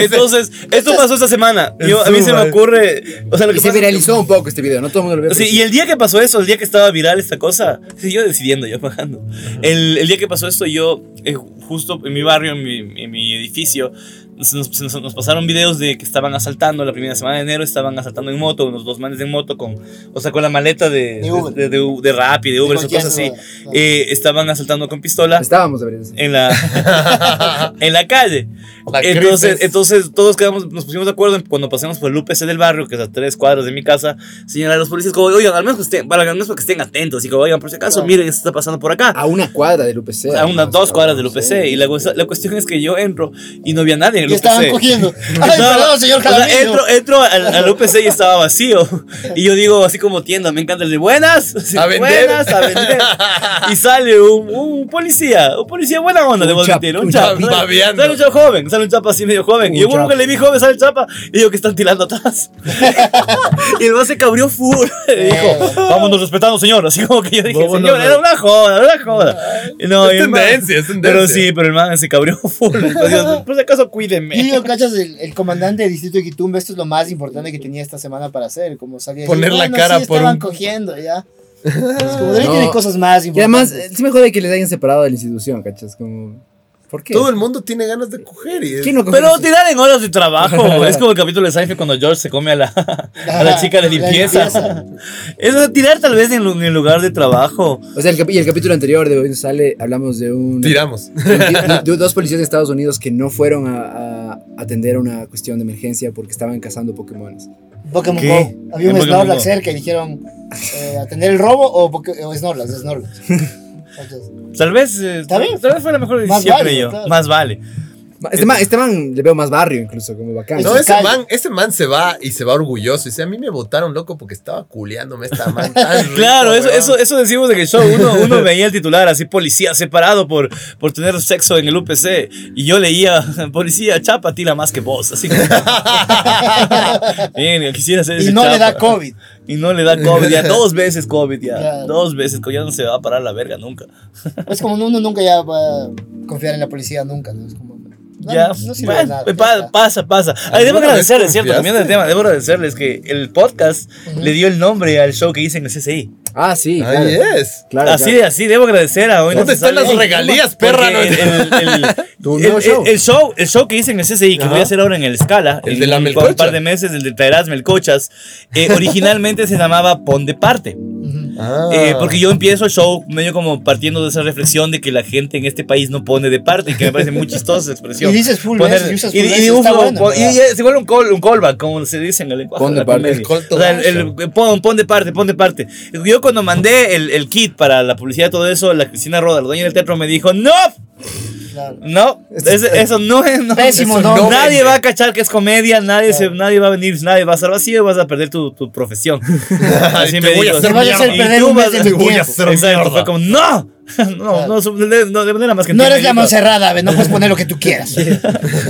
Speaker 3: Entonces, esto pasó esta semana. Yo, a mí se me ocurre. O sea, lo que
Speaker 2: Y se
Speaker 3: pasa es que-
Speaker 2: viralizó un poco este video, no todo el mundo lo vio.
Speaker 3: Sí,
Speaker 2: pero
Speaker 3: y el día que pasó eso, el día que estaba viral esta cosa, sí, yo decidiendo, yo bajando. El, el día que pasó esto, yo, eh, justo en mi barrio, en mi, en mi edificio, se nos, se nos- nos pasaron videos de que estaban asaltando la primera semana de enero, estaban asaltando en moto, unos dos manes en moto, con, o sea, con la maleta de,
Speaker 4: De Uber.
Speaker 3: de, de, de, de Rappi, de Uber, esas
Speaker 4: cualquier
Speaker 3: cosas así.
Speaker 4: lugar, claro.
Speaker 3: Eh, estaban asaltando con pistola
Speaker 2: Estábamos a ver eso.
Speaker 3: en la, en la calle.
Speaker 1: La
Speaker 3: entonces,
Speaker 1: crisis.
Speaker 3: entonces todos quedamos, nos pusimos de acuerdo en cuando pasemos por el UPC del barrio, que es a tres cuadras de mi casa, señalar a los policías como, oigan, al menos que estén, para, al menos que estén atentos y que oigan, por si acaso,
Speaker 4: Claro.
Speaker 3: miren, esto está pasando por acá.
Speaker 2: A una cuadra del UPC.
Speaker 3: A
Speaker 4: Ah,
Speaker 3: unas
Speaker 2: además,
Speaker 3: dos cuadras del
Speaker 2: sí.
Speaker 3: UPC. Y la, cosa- la cuestión es que yo entro y no había nadie en el
Speaker 4: Y estaban
Speaker 3: UPC.
Speaker 4: cogiendo. Ay,
Speaker 3: Estaba-
Speaker 4: perdón, señor
Speaker 3: o sea,
Speaker 4: Jaramillo.
Speaker 3: entro, entro al, al UPC y estaba vacío. Y yo digo, así como tienda, me encanta el de buenas, así,
Speaker 1: A vender.
Speaker 3: buenas, a vender. Y sale un, un policía, un policía buena onda,
Speaker 2: Un
Speaker 3: debo
Speaker 2: chap-
Speaker 3: admitir, un
Speaker 2: un
Speaker 3: chapa.
Speaker 1: chapita.
Speaker 3: Sale,
Speaker 1: Babeando.
Speaker 3: sale un chapa joven, sale un chapa así medio joven.
Speaker 2: Un
Speaker 3: y yo como
Speaker 2: chapa.
Speaker 3: que le vi joven, sale el chapa. Y yo que están tirando atrás. y el man se cabrió full. Y dijo, vámonos respetando, señor. Así como que yo dije,
Speaker 1: Vámonos,
Speaker 3: señor, era una joda, era una joda. Y no,
Speaker 1: Es
Speaker 3: y el man-
Speaker 1: tendencia, es
Speaker 3: Pero
Speaker 1: tendencia.
Speaker 3: sí, pero el man se cabrió full. Entonces, por si acaso, cuídeme.
Speaker 4: Y yo, cachas, el, el comandante del distrito de Quitumbe, esto es lo más importante que tenía esta semana para hacer, como sabía.
Speaker 1: Poner la cara
Speaker 4: sí,
Speaker 1: por
Speaker 4: estaban
Speaker 1: un-
Speaker 4: cogiendo, ya. Es como, debe
Speaker 2: No.
Speaker 4: tener cosas más
Speaker 2: Y además, eh,
Speaker 4: importantes.
Speaker 2: sí me jode que les hayan separado de la institución, ¿cachas? Como. ¿Por qué?
Speaker 1: Todo el mundo tiene ganas de coger y es-
Speaker 2: ¿Quién no coge
Speaker 3: Pero
Speaker 2: así?
Speaker 3: tirar en horas de trabajo. es como el capítulo de Seinfeld cuando George se come a la, a la chica de
Speaker 4: La
Speaker 3: limpieza.
Speaker 4: limpieza.
Speaker 3: Eso es tirar tal vez en, lu- en el lugar de trabajo.
Speaker 2: O sea, el capi- y el capítulo anterior de hoy sale, hablamos de un...
Speaker 1: tiramos.
Speaker 2: de un- de dos policías de Estados Unidos que no fueron a, a atender una cuestión de emergencia porque estaban cazando Pokémones.
Speaker 4: Pokémon
Speaker 3: ¿Qué?
Speaker 4: Go. Había
Speaker 3: En
Speaker 4: un
Speaker 3: Pokémon
Speaker 4: Snorlax
Speaker 3: Go.
Speaker 4: cerca y dijeron eh, atender el robo o, Poké- o Snorlax, Snorlax. Entonces,
Speaker 3: Tal vez, eh,
Speaker 4: Está bien.
Speaker 3: tal vez fue la mejor
Speaker 4: Más
Speaker 3: decisión,
Speaker 4: vale,
Speaker 3: creo yo.
Speaker 4: claro.
Speaker 3: Más vale.
Speaker 1: Eh,
Speaker 2: Este man, este man le veo más barrio incluso, como bacán.
Speaker 1: No,
Speaker 4: se
Speaker 1: ese
Speaker 4: calla.
Speaker 1: man, ese man se va y se va orgulloso. Y dice, a mí me votaron loco porque estaba culeándome esta man tan rico,
Speaker 3: Claro, eso,
Speaker 1: weón".
Speaker 3: eso, eso decimos de que el show. Uno, uno veía el titular así, policía separado por, por tener sexo en el UPC. Y yo leía, policía, Chapa tira más que vos. Así que. Bien, quisiera ser
Speaker 4: y
Speaker 3: ese
Speaker 4: no le da
Speaker 3: Chapa.
Speaker 4: COVID.
Speaker 3: Y no le da COVID, ya dos veces COVID, ya.
Speaker 4: Claro.
Speaker 3: Dos veces, ya no se va a parar la verga nunca.
Speaker 4: Es como uno nunca ya va a confiar en la policía, nunca, ¿no? Es como. No,
Speaker 3: ya,
Speaker 4: no sirve de
Speaker 3: bueno,
Speaker 4: nada.
Speaker 3: pa-
Speaker 4: ya está.
Speaker 3: pasa, pasa. Ay, debo
Speaker 1: ¿Alguna vez
Speaker 3: agradecerles, ¿cierto?
Speaker 1: confiaste?
Speaker 3: Cambiando de tema, debo agradecerles que el podcast le dio el nombre al show que hice en el CCI.
Speaker 2: Ah, sí, claro.
Speaker 1: Ahí es.
Speaker 2: Claro,
Speaker 3: así,
Speaker 2: claro.
Speaker 3: así, debo agradecer a hoy.
Speaker 1: ¿Dónde
Speaker 3: No
Speaker 1: están
Speaker 3: Sale.
Speaker 1: las regalías, perra?
Speaker 3: Porque El, el- el-
Speaker 2: Tu
Speaker 3: el-
Speaker 2: nuevo
Speaker 3: el-
Speaker 2: show.
Speaker 3: el show, el show que hice en el CCI, que
Speaker 1: Ajá.
Speaker 3: voy a hacer ahora en el Scala,
Speaker 1: El
Speaker 3: en
Speaker 1: de la
Speaker 3: un
Speaker 1: melcocha.
Speaker 3: par de meses, el de Traerás Melcochas, eh, originalmente se llamaba Pon de Parte.
Speaker 4: Ujú.
Speaker 1: Ah.
Speaker 3: Eh, porque yo empiezo el show medio como partiendo de esa reflexión de que la gente en este país no pone de parte, que me parece muy chistosa esa
Speaker 4: Y
Speaker 3: expresión.
Speaker 4: dices full
Speaker 3: Poner-
Speaker 4: verse, y usas
Speaker 3: y-
Speaker 4: full
Speaker 3: y
Speaker 4: verse,
Speaker 3: digo,
Speaker 4: está
Speaker 3: pon-
Speaker 4: bueno,
Speaker 3: pon- y-
Speaker 4: ¿verdad?
Speaker 3: y- se vuelve un, call- un callback, como se dice en el lenguaje.
Speaker 2: Pon de
Speaker 3: la
Speaker 2: parte.
Speaker 3: comedia.
Speaker 1: El call to
Speaker 3: O sea, el- el- pon, pon de parte, pon de parte. Yo cuando mandé el, el kit para la publicidad, todo eso, la Cristina Roda, la dueña del teatro, me dijo, no,
Speaker 4: Claro.
Speaker 3: no,
Speaker 4: Este
Speaker 3: es- eso no es... No,
Speaker 4: Pésimo
Speaker 3: eso
Speaker 4: nombre.
Speaker 3: Nadie va a cachar que es comedia, nadie, se- nadie va a venir, nadie va a estar vacío, vas a perder tu, tu profesión.
Speaker 1: Y
Speaker 3: Así
Speaker 1: te
Speaker 3: me
Speaker 1: voy a
Speaker 3: dijo.
Speaker 1: hacer
Speaker 4: Te vas a hacer
Speaker 1: mierda.
Speaker 3: Y
Speaker 4: perder
Speaker 3: tú
Speaker 4: un mes
Speaker 3: vas-
Speaker 4: de
Speaker 1: te
Speaker 4: mi
Speaker 1: voy a
Speaker 4: tiempo.
Speaker 1: hacer mierda.
Speaker 3: Exacto, fue como, no, no,
Speaker 4: Claro.
Speaker 3: no, su- de, no, de manera más que
Speaker 4: No
Speaker 3: entiende,
Speaker 4: eres la
Speaker 3: me dijo-
Speaker 4: Monserrada, ve, no puedes poner lo que tú quieras.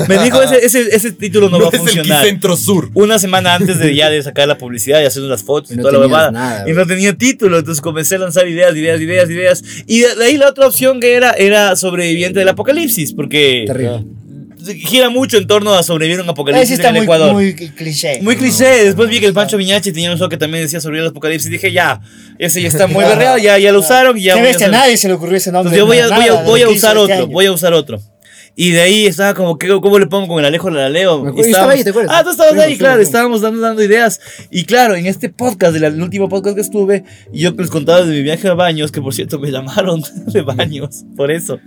Speaker 3: Me dijo, ese, ese, ese título no,
Speaker 1: No
Speaker 3: va a
Speaker 1: es el
Speaker 3: funcionar.
Speaker 1: Centro Sur.
Speaker 3: Una semana antes de ya de sacar la publicidad y hacer unas fotos y,
Speaker 2: Y no
Speaker 3: toda la
Speaker 2: tenías
Speaker 3: huevada.
Speaker 2: nada,
Speaker 3: y
Speaker 2: bro.
Speaker 3: no tenía título, entonces comencé a lanzar ideas, ideas, ideas, ideas. Y de, de ahí la otra opción que era, era sobreviviente del apocalipsis, porque
Speaker 2: Terrible.
Speaker 3: gira mucho en torno a sobrevivir a un
Speaker 4: Ese
Speaker 3: apocalipsis
Speaker 4: sí está
Speaker 3: en el
Speaker 4: muy,
Speaker 3: Ecuador.
Speaker 4: muy cliché.
Speaker 3: Muy cliché, después vi que el Pancho Viñachi tenía un show que también decía sobrevivir al apocalipsis y dije, ya, ese ya está muy
Speaker 4: Claro,
Speaker 3: berreado, ya, ya lo
Speaker 4: claro.
Speaker 3: usaron y ya
Speaker 4: Qué
Speaker 3: voy a
Speaker 4: bestia, a
Speaker 3: hacer-
Speaker 4: nadie se le ocurrió ese nombre.
Speaker 3: entonces yo voy a,
Speaker 4: nada
Speaker 3: voy a-
Speaker 4: de lo
Speaker 3: voy a
Speaker 4: que hizo
Speaker 3: usar
Speaker 4: este
Speaker 3: otro,
Speaker 4: año.
Speaker 3: voy a usar otro. Y de ahí estaba como, ¿qué- ¿cómo le pongo con el Alejo Laleo?
Speaker 2: Me
Speaker 3: Y
Speaker 2: acuerdo, yo estaba ahí, ¿te acuerdas?
Speaker 3: Ah, tú estabas
Speaker 2: Fuimos,
Speaker 3: ahí,
Speaker 2: fuimos,
Speaker 3: claro,
Speaker 2: fuimos.
Speaker 3: estábamos dando, dando ideas. Y claro, en este podcast, del, el último podcast que estuve, yo les contaba de mi viaje a Baños, que por cierto me llamaron de Baños, por eso.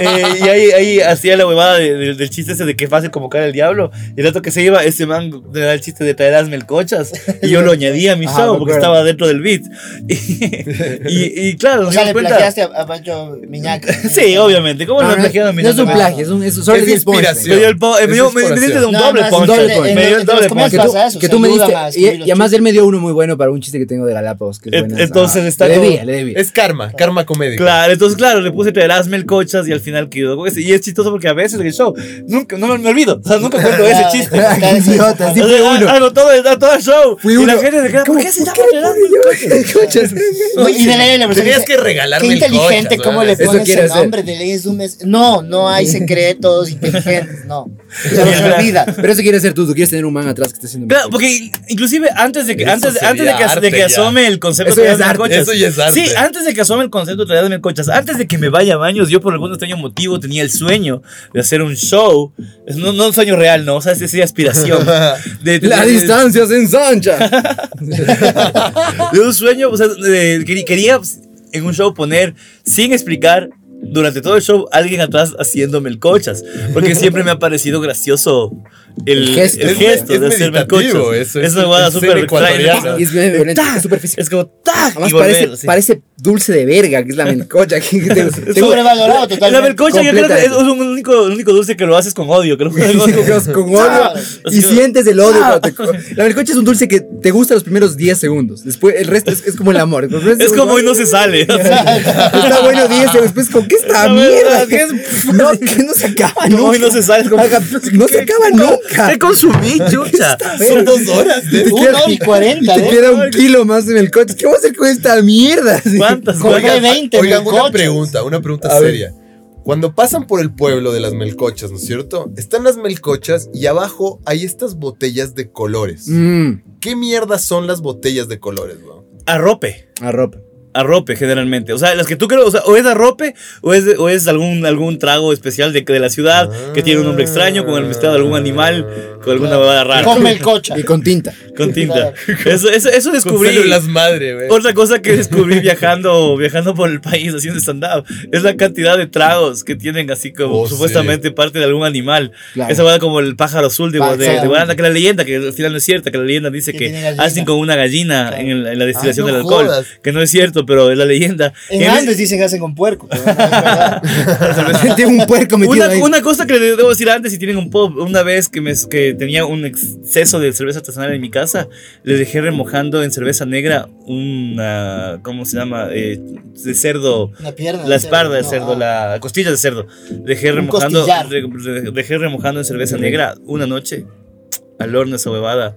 Speaker 3: Eh, y ahí, ahí hacía la huevada de- de- del chiste ese de que es fácil convocar al diablo. Y el rato que se iba, ese man le da el chiste de traerás melcochas. Y yo lo añadía a mi
Speaker 2: Ah,
Speaker 3: show
Speaker 2: me
Speaker 3: porque
Speaker 2: acuerdo.
Speaker 3: estaba dentro del beat. Y, y- y claro,
Speaker 4: O
Speaker 3: nos
Speaker 4: sea, le
Speaker 3: dimos cuenta-
Speaker 4: plagiaste a, a Pancho Miñaca.
Speaker 3: Sí, obviamente. ¿Cómo
Speaker 2: No,
Speaker 3: lo
Speaker 2: no,
Speaker 3: plagiaron a
Speaker 2: no es un
Speaker 4: Miñaca?
Speaker 2: plagio, es un, es un solo
Speaker 1: Es
Speaker 2: diez puntos,
Speaker 1: inspiración.
Speaker 3: Me dio el po- eh, me dio-
Speaker 1: Esa
Speaker 3: me-
Speaker 1: es
Speaker 3: me diste de un
Speaker 4: No,
Speaker 3: doble
Speaker 4: no, es un
Speaker 3: poncho.
Speaker 4: doble
Speaker 3: Me dio el
Speaker 4: ponche.
Speaker 3: doble
Speaker 4: Entonces,
Speaker 2: Que
Speaker 4: ¿cómo
Speaker 3: poncho.
Speaker 4: es?
Speaker 2: tú,
Speaker 4: Pasa eso,
Speaker 2: que
Speaker 4: se
Speaker 2: tú me
Speaker 4: ayuda
Speaker 2: diste,
Speaker 4: más,
Speaker 2: y,
Speaker 4: subir los
Speaker 2: y además
Speaker 4: chistes.
Speaker 2: él me dio uno muy bueno para un chiste que tengo de Galápagos. Que es
Speaker 3: Et-
Speaker 2: buena,
Speaker 3: entonces
Speaker 2: ah,
Speaker 3: está
Speaker 2: le
Speaker 3: como-
Speaker 2: debía, le debía.
Speaker 1: Es karma, karma comédica.
Speaker 3: Claro, entonces claro, le puse traerás melcochas y al final quedó con ese. Y es chistoso porque a veces en el show, nunca, no me, me olvido, o sea, nunca cuento ese
Speaker 4: Claro,
Speaker 3: chiste.
Speaker 4: claro,
Speaker 2: Qué idiota, sí
Speaker 3: O
Speaker 2: fui
Speaker 3: sea,
Speaker 2: uno.
Speaker 3: Hago todo, el- todo el show.
Speaker 2: Fui
Speaker 3: y la
Speaker 2: uno.
Speaker 3: gente se queda, ¿por
Speaker 2: ¿Cómo-
Speaker 3: qué se
Speaker 2: por
Speaker 3: llama
Speaker 2: qué le
Speaker 3: Traerás
Speaker 2: pone yo? Escuchas.
Speaker 4: No, y de ley la persona
Speaker 1: Tenías
Speaker 4: dice,
Speaker 1: que regalarme
Speaker 4: Qué
Speaker 1: el
Speaker 4: inteligente,
Speaker 1: coche,
Speaker 4: ¿cómo
Speaker 1: ¿verdad?
Speaker 4: le
Speaker 2: Eso
Speaker 4: pones
Speaker 2: quiere
Speaker 4: el
Speaker 2: hacer.
Speaker 4: nombre? De ley es un mes. No, no hay secretos inteligentes, no. Se los
Speaker 3: Claro.
Speaker 4: olvida.
Speaker 2: Pero eso quieres hacer tú, tú quieres tener un man atrás que esté haciendo.
Speaker 3: Claro, porque inclusive antes de que,
Speaker 1: Eso
Speaker 3: antes,
Speaker 1: sería
Speaker 3: antes de que, de que
Speaker 1: arte ya.
Speaker 3: asome el concepto
Speaker 2: Eso
Speaker 3: de
Speaker 2: ya es
Speaker 3: traerás
Speaker 2: arte,
Speaker 3: melcochas.
Speaker 1: eso ya es arte.
Speaker 3: Sí, antes de que asome el concepto de traerás melcochas, antes de que me vaya a baños, yo por algún extraño motivo tenía el sueño de hacer un show. Es- No, no un sueño real, no, o sea, es esa aspiración. De, de-
Speaker 2: La
Speaker 3: de-
Speaker 2: distancia se ensancha.
Speaker 3: de un sueño, o sea, de- quería- quería en un show poner, sin explicar, durante todo el show, alguien atrás haciendo melcochas. Porque siempre me ha parecido gracioso el,
Speaker 2: El
Speaker 3: el gesto,
Speaker 2: gesto. Es-
Speaker 1: es
Speaker 3: de hacer melcochas.
Speaker 1: meditativo, eso es-
Speaker 3: es una guada
Speaker 1: es
Speaker 3: súper
Speaker 1: ecuatoriano.
Speaker 3: extraña.
Speaker 2: Y es bien violento, es súper físico.
Speaker 3: Es como ¡tac!
Speaker 2: Además
Speaker 3: y volver,
Speaker 2: parece,
Speaker 3: así.
Speaker 2: parece dulce de verga, que es la melcocha. que te- te-
Speaker 4: Sobrevalorado
Speaker 3: La
Speaker 4: totalmente.
Speaker 3: melcocha yo creo que es
Speaker 2: Completamente.
Speaker 3: un único, el único dulce que lo haces con odio. Creo que
Speaker 2: con odio
Speaker 4: Claro.
Speaker 2: y sientes el odio. cuando te co- la melcocha es un dulce que te gusta los primeros 10 segundos. Después el resto es, es como el amor. Los primeros
Speaker 3: es como hoy no
Speaker 2: segundos,
Speaker 3: se sale.
Speaker 2: Está bueno 10 segundos. Después, ¿con qué esta
Speaker 3: La
Speaker 2: mierda?
Speaker 3: verdad, ¿qué es?
Speaker 2: No, que no se acaba
Speaker 3: No,
Speaker 2: nunca.
Speaker 3: hoy no se sale. es como-
Speaker 2: Haga- no se acaba nunca.
Speaker 3: ¿Qué consumí, chucha?
Speaker 1: Son dos horas de
Speaker 2: Te
Speaker 4: Una hora y cuarenta,
Speaker 2: Te
Speaker 4: ¿eh?
Speaker 2: queda un kilo más de melcocha. ¿Qué voy a hacer con esta mierda?
Speaker 3: ¿Cuántas?
Speaker 4: Compré
Speaker 3: cuántas-
Speaker 4: 20
Speaker 1: Oigan, una
Speaker 4: melcochas.
Speaker 1: pregunta, una pregunta
Speaker 2: A ver.
Speaker 1: seria. Cuando pasan por el pueblo de las melcochas, ¿no es cierto? Están las melcochas y abajo hay estas botellas de
Speaker 3: Mm.
Speaker 1: colores.
Speaker 2: Mmm,
Speaker 1: ¿Qué mierda son las botellas de colores, weón?
Speaker 3: Arrope.
Speaker 2: arropa.
Speaker 3: arrope generalmente. O sea, las que tú crees, o, sea, o es arrope o es, o es algún, algún trago especial de, de la ciudad que tiene un nombre extraño con el mezclado de algún animal, con alguna huevada rara.
Speaker 4: Con melcocha.
Speaker 2: Y con tinta.
Speaker 3: Con tinta. Eso, eso, eso
Speaker 1: Con
Speaker 3: descubrí.
Speaker 1: células madre, güey.
Speaker 3: Otra cosa que descubrí viajando, viajando por el país haciendo stand-up es la cantidad de tragos que tienen así como
Speaker 1: Oh,
Speaker 3: supuestamente parte de algún animal.
Speaker 2: Claro.
Speaker 3: Esa va como el pájaro azul de,
Speaker 4: Pájaro.
Speaker 3: de, de Guaranda, que la leyenda, que al final no es cierta, que la leyenda dice
Speaker 4: Que
Speaker 3: que,
Speaker 4: tiene gallina.
Speaker 3: hacen con una gallina
Speaker 4: Claro.
Speaker 3: en, la, en la destilación
Speaker 1: Ay, no
Speaker 3: del alcohol.
Speaker 1: jodas.
Speaker 3: Que no es cierto, pero es la leyenda.
Speaker 4: En
Speaker 3: Y a mí-
Speaker 4: Andes dicen que hacen con puerco. pero no es verdad.
Speaker 2: Tiene un puerco metido
Speaker 3: Una,
Speaker 2: ahí.
Speaker 3: una cosa que le debo decir antes, si tienen un pop, una vez que, me, que tenía un exceso de cerveza artesanal en mi casa, le dejé remojando en cerveza negra una, ¿cómo se llama? Eh, de cerdo,
Speaker 4: La pierna.
Speaker 3: la espalda de
Speaker 4: no,
Speaker 3: cerdo,
Speaker 4: ah.
Speaker 3: la costilla de cerdo. Dejé
Speaker 4: Un
Speaker 3: remojando,
Speaker 4: costillar.
Speaker 3: re- re- dejé remojando en cerveza negra una noche al horno esa huevada.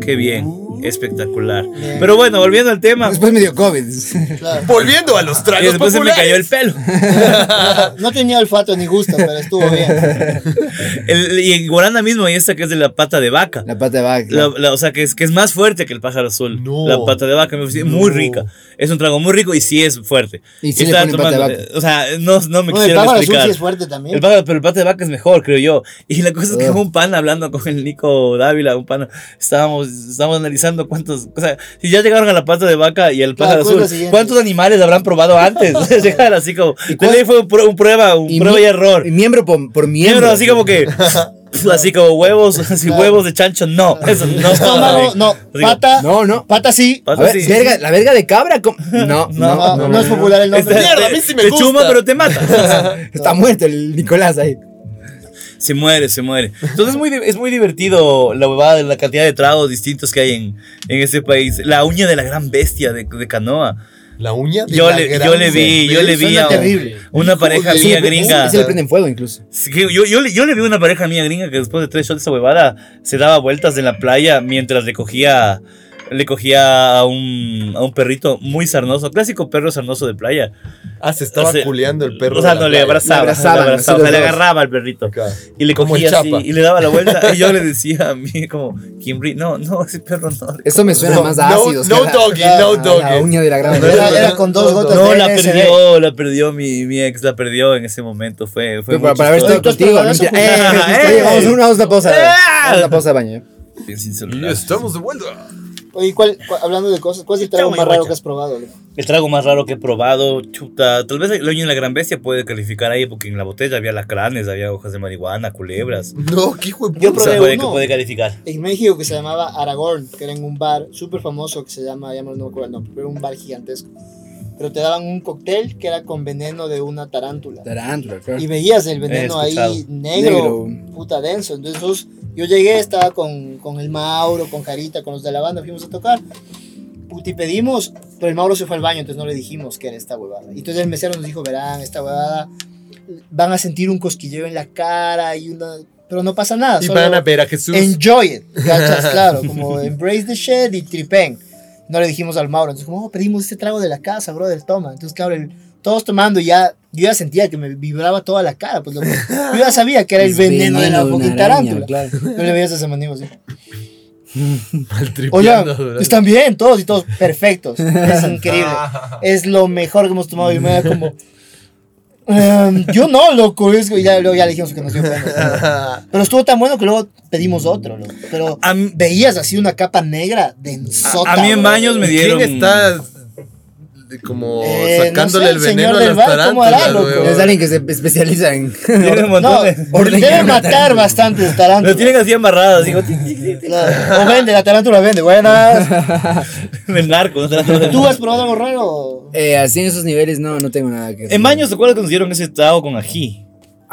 Speaker 3: Qué bien, espectacular.
Speaker 4: Bien.
Speaker 3: Pero bueno, volviendo al tema,
Speaker 2: Después me dio COVID.
Speaker 4: Claro.
Speaker 1: Volviendo a los
Speaker 3: y
Speaker 1: tragos
Speaker 3: después se me
Speaker 1: populares.
Speaker 3: cayó el pelo.
Speaker 4: Ah, No tenía olfato ni gusto, pero estuvo bien.
Speaker 3: El- y en Guaranda mismo hay esta que es de la pata de vaca.
Speaker 2: La pata de vaca.
Speaker 3: La- la- o sea, que es, que es más fuerte que el pájaro azul.
Speaker 1: No.
Speaker 3: La pata de vaca me pareció muy
Speaker 1: No.
Speaker 3: rica. Es un trago muy rico y sí es fuerte.
Speaker 2: Y sí le
Speaker 3: Estaba
Speaker 2: ponen pata de vaca.
Speaker 3: eh, O sea, no, no me
Speaker 4: Bueno, el
Speaker 3: quisieron
Speaker 4: pájaro azul
Speaker 3: explicar.
Speaker 4: sí es fuerte también.
Speaker 3: El pájaro- pero el pata de vaca es mejor, creo yo. Y la cosa es que
Speaker 2: Ah.
Speaker 3: un pan hablando con el Nico Dávila, un pan, estábamos, estábamos analizando cuántos. O sea, si ya llegaron a la pata de vaca y el
Speaker 4: Claro,
Speaker 3: pájaro
Speaker 4: ¿cuál es la
Speaker 3: azul,
Speaker 4: siguiente?
Speaker 3: ¿cuántos animales habrán probado antes? de Llegar así como.
Speaker 2: cuál-
Speaker 3: Entonces ahí fue un, prue- un prueba, un
Speaker 2: Y
Speaker 3: prueba
Speaker 2: mi-
Speaker 3: y error.
Speaker 2: y miembro por, por miembro.
Speaker 3: Miembro, así como que. Así como huevos, así
Speaker 4: Claro.
Speaker 3: huevos de chancho, no. Eso no.
Speaker 4: Estómago, no.
Speaker 3: Así como,
Speaker 4: Pata,
Speaker 2: No, no.
Speaker 4: pata sí.
Speaker 2: A
Speaker 3: pata,
Speaker 2: ver,
Speaker 3: sí.
Speaker 2: verga, la verga de cabra. ¿cómo? No, no,
Speaker 4: No, no,
Speaker 2: no,
Speaker 4: no es popular el
Speaker 3: Este,
Speaker 4: nombre.
Speaker 1: Mierda, a mí
Speaker 3: te-
Speaker 1: sí me
Speaker 3: te
Speaker 1: gusta.
Speaker 3: chuma, pero te mata.
Speaker 2: Está muerto el Nicolás ahí.
Speaker 3: se muere, se muere. Entonces es muy, di- es muy divertido la huevada, de la cantidad de tragos distintos que hay en, en este país. La uña de la gran bestia de, de canoa.
Speaker 1: La uña de
Speaker 3: Yo
Speaker 1: la
Speaker 3: le,
Speaker 1: gran
Speaker 3: yo le vi, yo le vi
Speaker 1: Suena
Speaker 3: a un-
Speaker 1: terrible.
Speaker 3: una pareja
Speaker 1: Hijo de
Speaker 3: mía
Speaker 1: puta.
Speaker 3: gringa.
Speaker 2: Se le prenden fuego incluso.
Speaker 3: Sí, que yo, yo, le- yo le vi una pareja mía gringa que después de tres shots de esa huevada se daba vueltas en la playa mientras le cogía, le cogía a, un, a un perrito muy sarnoso, clásico perro sarnoso de playa.
Speaker 1: Ah, se estaba
Speaker 3: O sea,
Speaker 1: culeando el perro.
Speaker 3: O sea,
Speaker 1: de la
Speaker 3: no le
Speaker 1: playa.
Speaker 3: abrazaba,
Speaker 2: Le
Speaker 3: le
Speaker 2: abrazaban,
Speaker 3: abrazaba,
Speaker 2: así
Speaker 3: o sea,
Speaker 2: los
Speaker 3: le
Speaker 2: dos.
Speaker 3: agarraba al perrito.
Speaker 1: Acá.
Speaker 3: Y le
Speaker 1: Como el
Speaker 3: cogía así,
Speaker 1: Chapa.
Speaker 3: y le daba la vuelta. y yo le decía a mí, como, Kimbri, no, no, ese perro no.
Speaker 2: Eso me suena
Speaker 1: No,
Speaker 2: más a
Speaker 1: no-
Speaker 2: ácidos.
Speaker 1: no
Speaker 2: que a la-
Speaker 1: doggy,
Speaker 4: Ah,
Speaker 2: a
Speaker 1: no
Speaker 2: la- a La
Speaker 1: doggy.
Speaker 2: uña de la gran
Speaker 1: No,
Speaker 4: Era,
Speaker 2: bestia.
Speaker 4: era con dos gotas
Speaker 3: No,
Speaker 4: de ¿eh?
Speaker 3: la
Speaker 4: LSD.
Speaker 3: perdió, la perdió mi, mi ex, la perdió en ese momento. Fue, fue
Speaker 2: Pero para,
Speaker 3: muy
Speaker 2: para haber
Speaker 3: chistoso.
Speaker 2: estado
Speaker 4: Entonces,
Speaker 2: contigo.
Speaker 4: para eso,
Speaker 2: mentira.
Speaker 4: pues,
Speaker 2: Eh,
Speaker 3: ajá,
Speaker 2: oye,
Speaker 3: eh.
Speaker 2: vamos a una, vamos a una pausa.
Speaker 3: Eh.
Speaker 2: Vamos a una pausa de baño. eh.
Speaker 3: Bien sin
Speaker 1: Y
Speaker 3: celular.
Speaker 1: estamos de vuelta.
Speaker 4: Oye, ¿cuál, cu- hablando de cosas, ¿cuál es el trago
Speaker 3: Chau,
Speaker 4: más raro
Speaker 3: guacha.
Speaker 4: que has probado? loco?
Speaker 3: El trago más raro que he probado, chuta. Tal vez la uña de la gran bestia puede calificar ahí, porque en la botella había lacranes, había hojas de marihuana, culebras.
Speaker 1: No, qué hijo de
Speaker 4: Yo
Speaker 3: O
Speaker 1: puta.
Speaker 3: sea,
Speaker 4: probé
Speaker 3: puede,
Speaker 4: uno.
Speaker 3: que puede calificar.
Speaker 4: En México que se llamaba Aragorn, que era en un bar súper famoso que se llama, ya no me acuerdo el nombre, pero era un bar gigantesco. Pero te daban un cóctel que era con veneno de una tarántula.
Speaker 2: Tarántula, claro.
Speaker 4: Y veías el
Speaker 3: Eh,
Speaker 4: veneno
Speaker 3: escuchado.
Speaker 4: ahí negro,
Speaker 2: Negro.
Speaker 4: puta denso. Entonces nosotros- yo llegué, estaba con, con el Mauro, con Carita, con los de la banda, fuimos a tocar. Puta, y pedimos, pero el Mauro se fue al baño, entonces no le dijimos que era esta huevada. Y entonces el mesero nos dijo, verán, esta huevada, van a sentir un cosquilleo en la cara y una... Pero no pasa nada.
Speaker 1: Y
Speaker 4: solo-
Speaker 1: van a ver a Jesús.
Speaker 4: Enjoy it, ¿cachas? Claro, como embrace the shit y tripen. No le dijimos al Mauro, entonces como, oh, pedimos este trago de la casa, brother, toma. Entonces, claro, el- todos tomando y ya, yo ya sentía que me vibraba toda la cara, pues loco. yo ya sabía que era el veneno, de la
Speaker 2: una
Speaker 4: fucking
Speaker 2: araña,
Speaker 4: tarántula.
Speaker 2: claro.
Speaker 4: No le veías a ese mandigo así. Oigan,
Speaker 1: Maltripeando, ¿verdad?
Speaker 4: están bien, todos y todos perfectos. Es increíble. Es lo mejor que hemos tomado. Y me da como. "Em, yo no, loco. es- Y ya, luego ya le dijimos que nos dio pena. Pero estuvo tan bueno que luego pedimos otro, loco. Pero
Speaker 3: A mí-
Speaker 4: veías así una capa negra densota.
Speaker 3: A- a mí en
Speaker 4: bro.
Speaker 3: baños me
Speaker 1: ¿Y
Speaker 3: dieron-
Speaker 1: ¿Quién está como
Speaker 4: Eh, no
Speaker 1: sacándole
Speaker 4: sé,
Speaker 1: el
Speaker 4: el
Speaker 1: veneno
Speaker 4: señor
Speaker 1: a las
Speaker 4: del bar, ¿cómo hará,
Speaker 1: tarántulas,
Speaker 4: loco?
Speaker 1: güey?
Speaker 2: Es alguien que se especializa en.
Speaker 3: Tiene un montón
Speaker 4: No,
Speaker 3: de-
Speaker 4: debe matar bastantes
Speaker 3: Lo
Speaker 4: tarántulas.
Speaker 3: tienen así amarradas, digo,
Speaker 4: Claro. O vende, la tarántula vende, buenas.
Speaker 3: el narco. ¿no?
Speaker 4: ¿Tú has probado algo raro?
Speaker 2: Eh, así en esos niveles no, no tengo nada que.
Speaker 3: En baños, ¿te acuerdas cuando hicieron ese trago con ají?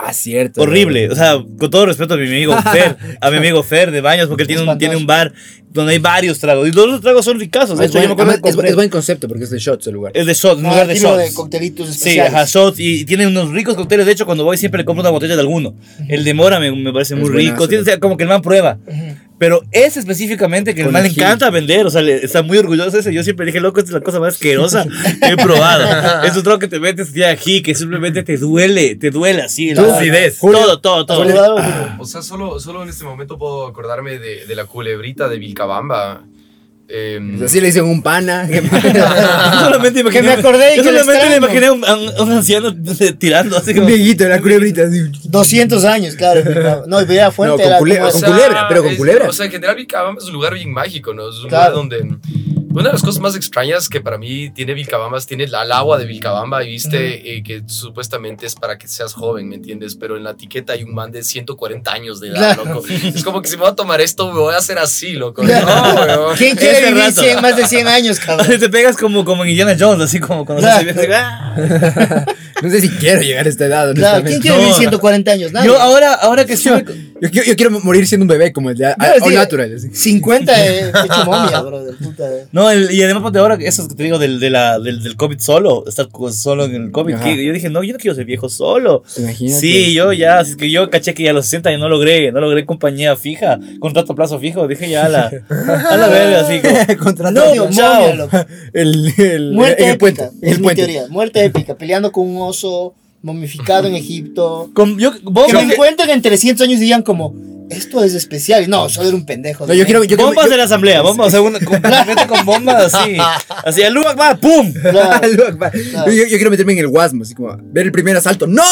Speaker 2: Ah, cierto.
Speaker 3: Horrible. O sea, con todo respeto a mi amigo Fer, a mi amigo Fer de baños, porque él tiene un, tiene un bar donde hay varios tragos. Y todos los tragos son ricazos. De
Speaker 2: Es
Speaker 3: hecho,
Speaker 2: buen,
Speaker 3: yo me acuerdo
Speaker 2: además,
Speaker 3: que
Speaker 2: es,
Speaker 3: compré- Eh.
Speaker 2: es buen concepto porque es de shots el lugar.
Speaker 3: Es de shots, un
Speaker 4: Ah,
Speaker 3: lugar de
Speaker 4: tipo
Speaker 3: shots.
Speaker 4: de coctelitos
Speaker 3: Sí,
Speaker 4: especiales.
Speaker 3: ajá, shots. Y tienen unos ricos cócteles. De hecho, cuando voy siempre le compro una botella de alguno. El de mora me, me parece
Speaker 2: Es
Speaker 3: muy
Speaker 2: buenazo.
Speaker 3: rico. Tiene, o sea, como que el man prueba. Pero ese específicamente que el
Speaker 2: Con
Speaker 3: man le
Speaker 2: ají.
Speaker 3: encanta vender. O sea, le- está muy orgulloso de ese. Yo siempre dije, loco, esta es la cosa más asquerosa que he probado. es un trago que te metes de ají, que simplemente te duele, te duele así. La
Speaker 1: Tú,
Speaker 3: acidez.
Speaker 1: Julio,
Speaker 3: Todo, todo, Ah.
Speaker 4: ¿Has
Speaker 3: todo.
Speaker 4: probado algo raro?
Speaker 5: O sea, solo, solo en este momento puedo acordarme de, de la culebrita de Vilcabamba. em,
Speaker 2: Así le dicen un pana. que-
Speaker 3: Yo solamente
Speaker 4: Que
Speaker 3: imaginé,
Speaker 4: me acordé y
Speaker 3: yo
Speaker 4: que le
Speaker 3: solamente me
Speaker 4: extraño.
Speaker 3: imaginé a un, a un- a un anciano tirando así
Speaker 2: un
Speaker 3: como.
Speaker 2: viejito, la culebrita. así.
Speaker 4: 200 años, claro. claro. No, y veía fuente.
Speaker 2: con
Speaker 4: era
Speaker 2: culé-
Speaker 4: como
Speaker 2: con
Speaker 4: esa-
Speaker 2: culebra, pero con
Speaker 5: es-
Speaker 2: culebra.
Speaker 5: O sea, en general Vilcabamba es un lugar bien mágico, ¿no? Es un
Speaker 4: Claro.
Speaker 5: lugar donde... Una de las cosas más extrañas que para mí tiene Vilcabamba es tiene la- el agua de Vilcabamba, y viste, Eh, que supuestamente es para que seas joven, ¿me entiendes? Pero en la etiqueta hay un man de 140 años de edad,
Speaker 4: Claro.
Speaker 5: loco. Es como que si me voy a tomar esto, me voy a hacer así, loco.
Speaker 4: Claro.
Speaker 5: No, weón.
Speaker 4: ¿Quién quiere
Speaker 3: Ese
Speaker 4: vivir
Speaker 3: rato.
Speaker 4: 100 más de 100 años, cabrón?
Speaker 3: Te pegas como, como en Indiana Jones, así como cuando se
Speaker 4: Claro.
Speaker 3: ve así, ¡ah!
Speaker 2: No sé si quiero llegar a esta edad.
Speaker 4: Claro,
Speaker 2: honestamente.
Speaker 4: ¿quién quiere vivir
Speaker 3: No.
Speaker 4: 140 años? Nadie.
Speaker 3: Yo ahora, ahora que estuve,
Speaker 2: Yo, quiero- yo quiero morir siendo un bebé, como el de
Speaker 4: Yo les
Speaker 2: All
Speaker 4: digo,
Speaker 2: Natural. así.
Speaker 4: 50 he hecho momia, eh, bro, de puta. eh.
Speaker 3: No, el- y además ponte ahora, eso que te digo del, de la, del, del COVID solo, estar co- solo en el COVID.
Speaker 2: Ajá.
Speaker 3: que yo dije, no, yo no quiero ser viejo solo.
Speaker 2: Imagínate.
Speaker 3: Sí, yo ya, así que yo caché que ya a los 60 ya no logré, no logré compañía fija, contrato a plazo fijo, dije ya a la, a la verga, así como.
Speaker 2: Contratado.
Speaker 4: No, yo,
Speaker 3: chao.
Speaker 4: momia, loco.
Speaker 2: el, el,
Speaker 4: Muerte
Speaker 2: en el puente.
Speaker 4: épica.
Speaker 2: en el
Speaker 4: es mi
Speaker 2: puente.
Speaker 4: teoría. Muerte épica. Peleando con un oso, momificado en Egipto.
Speaker 3: Con, yo, vos,
Speaker 4: Que me encuentren en 300 años y digan como, esto es especial. Y No, solo era un pendejo.
Speaker 2: No, yo quiero. Yo quiero
Speaker 3: bombas
Speaker 2: yo-
Speaker 3: de la asamblea, bombas, o sea, una, con, completamente con bombas así, así, al Lumac va, pum.
Speaker 4: Claro.
Speaker 2: Look, va. yo, yo quiero meterme en el guasmo, así como ver el primer asalto. ¡No!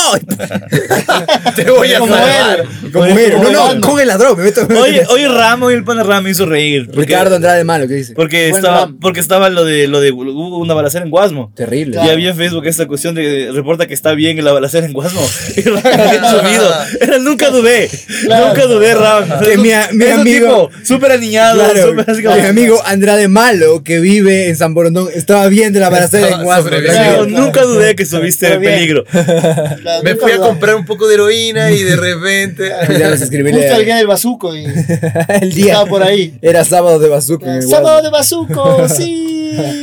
Speaker 1: Te voy a
Speaker 4: Como
Speaker 1: salvar.
Speaker 4: él.
Speaker 2: Como héroe.
Speaker 4: como
Speaker 2: No, no,
Speaker 4: Batman.
Speaker 2: con el ladrón. Me meto,
Speaker 3: Oye, oye Ramo y el pana Ramo me hizo reír. porque-
Speaker 2: Ricardo Andrade Malo, ¿qué dice?
Speaker 3: Porque
Speaker 4: Buen
Speaker 3: estaba,
Speaker 4: Ram.
Speaker 3: porque estaba lo de, lo de, hubo una balacera en Guasmo.
Speaker 2: Terrible.
Speaker 4: Claro.
Speaker 3: Ya vi en Facebook esta cuestión de reporta que está bien la balacera en Guasmo. Y Ram había subido. Era, nunca dudé. Nunca dudé, Ram.
Speaker 2: Que
Speaker 3: Es un-
Speaker 2: mi a- mi
Speaker 3: es un
Speaker 2: amigo-
Speaker 3: tipo Súper aniñado.
Speaker 2: Claro,
Speaker 3: súper así como-
Speaker 2: mi amigo Andrade Malo, que vive en San Borondón, estaba bien de la balacera en
Speaker 1: Estaba
Speaker 2: Guasmo.
Speaker 1: sobreviviendo.
Speaker 3: Claro,
Speaker 4: Claro,
Speaker 2: tranquilo.
Speaker 4: claro.
Speaker 3: Nunca dudé que estuviste en
Speaker 4: Pero bien.
Speaker 3: peligro.
Speaker 4: Claro,
Speaker 1: Me
Speaker 4: nunca
Speaker 1: fui a
Speaker 4: lo hago.
Speaker 1: comprar un poco de heroína y de repente. ah,
Speaker 2: Cuidado, se escribe
Speaker 4: Justo alguien
Speaker 2: el,
Speaker 4: del bazuco y
Speaker 2: el día.
Speaker 4: estaba por ahí.
Speaker 2: Era sábado de bazooka en el Guasmo.
Speaker 4: Sábado de bazuco, sí.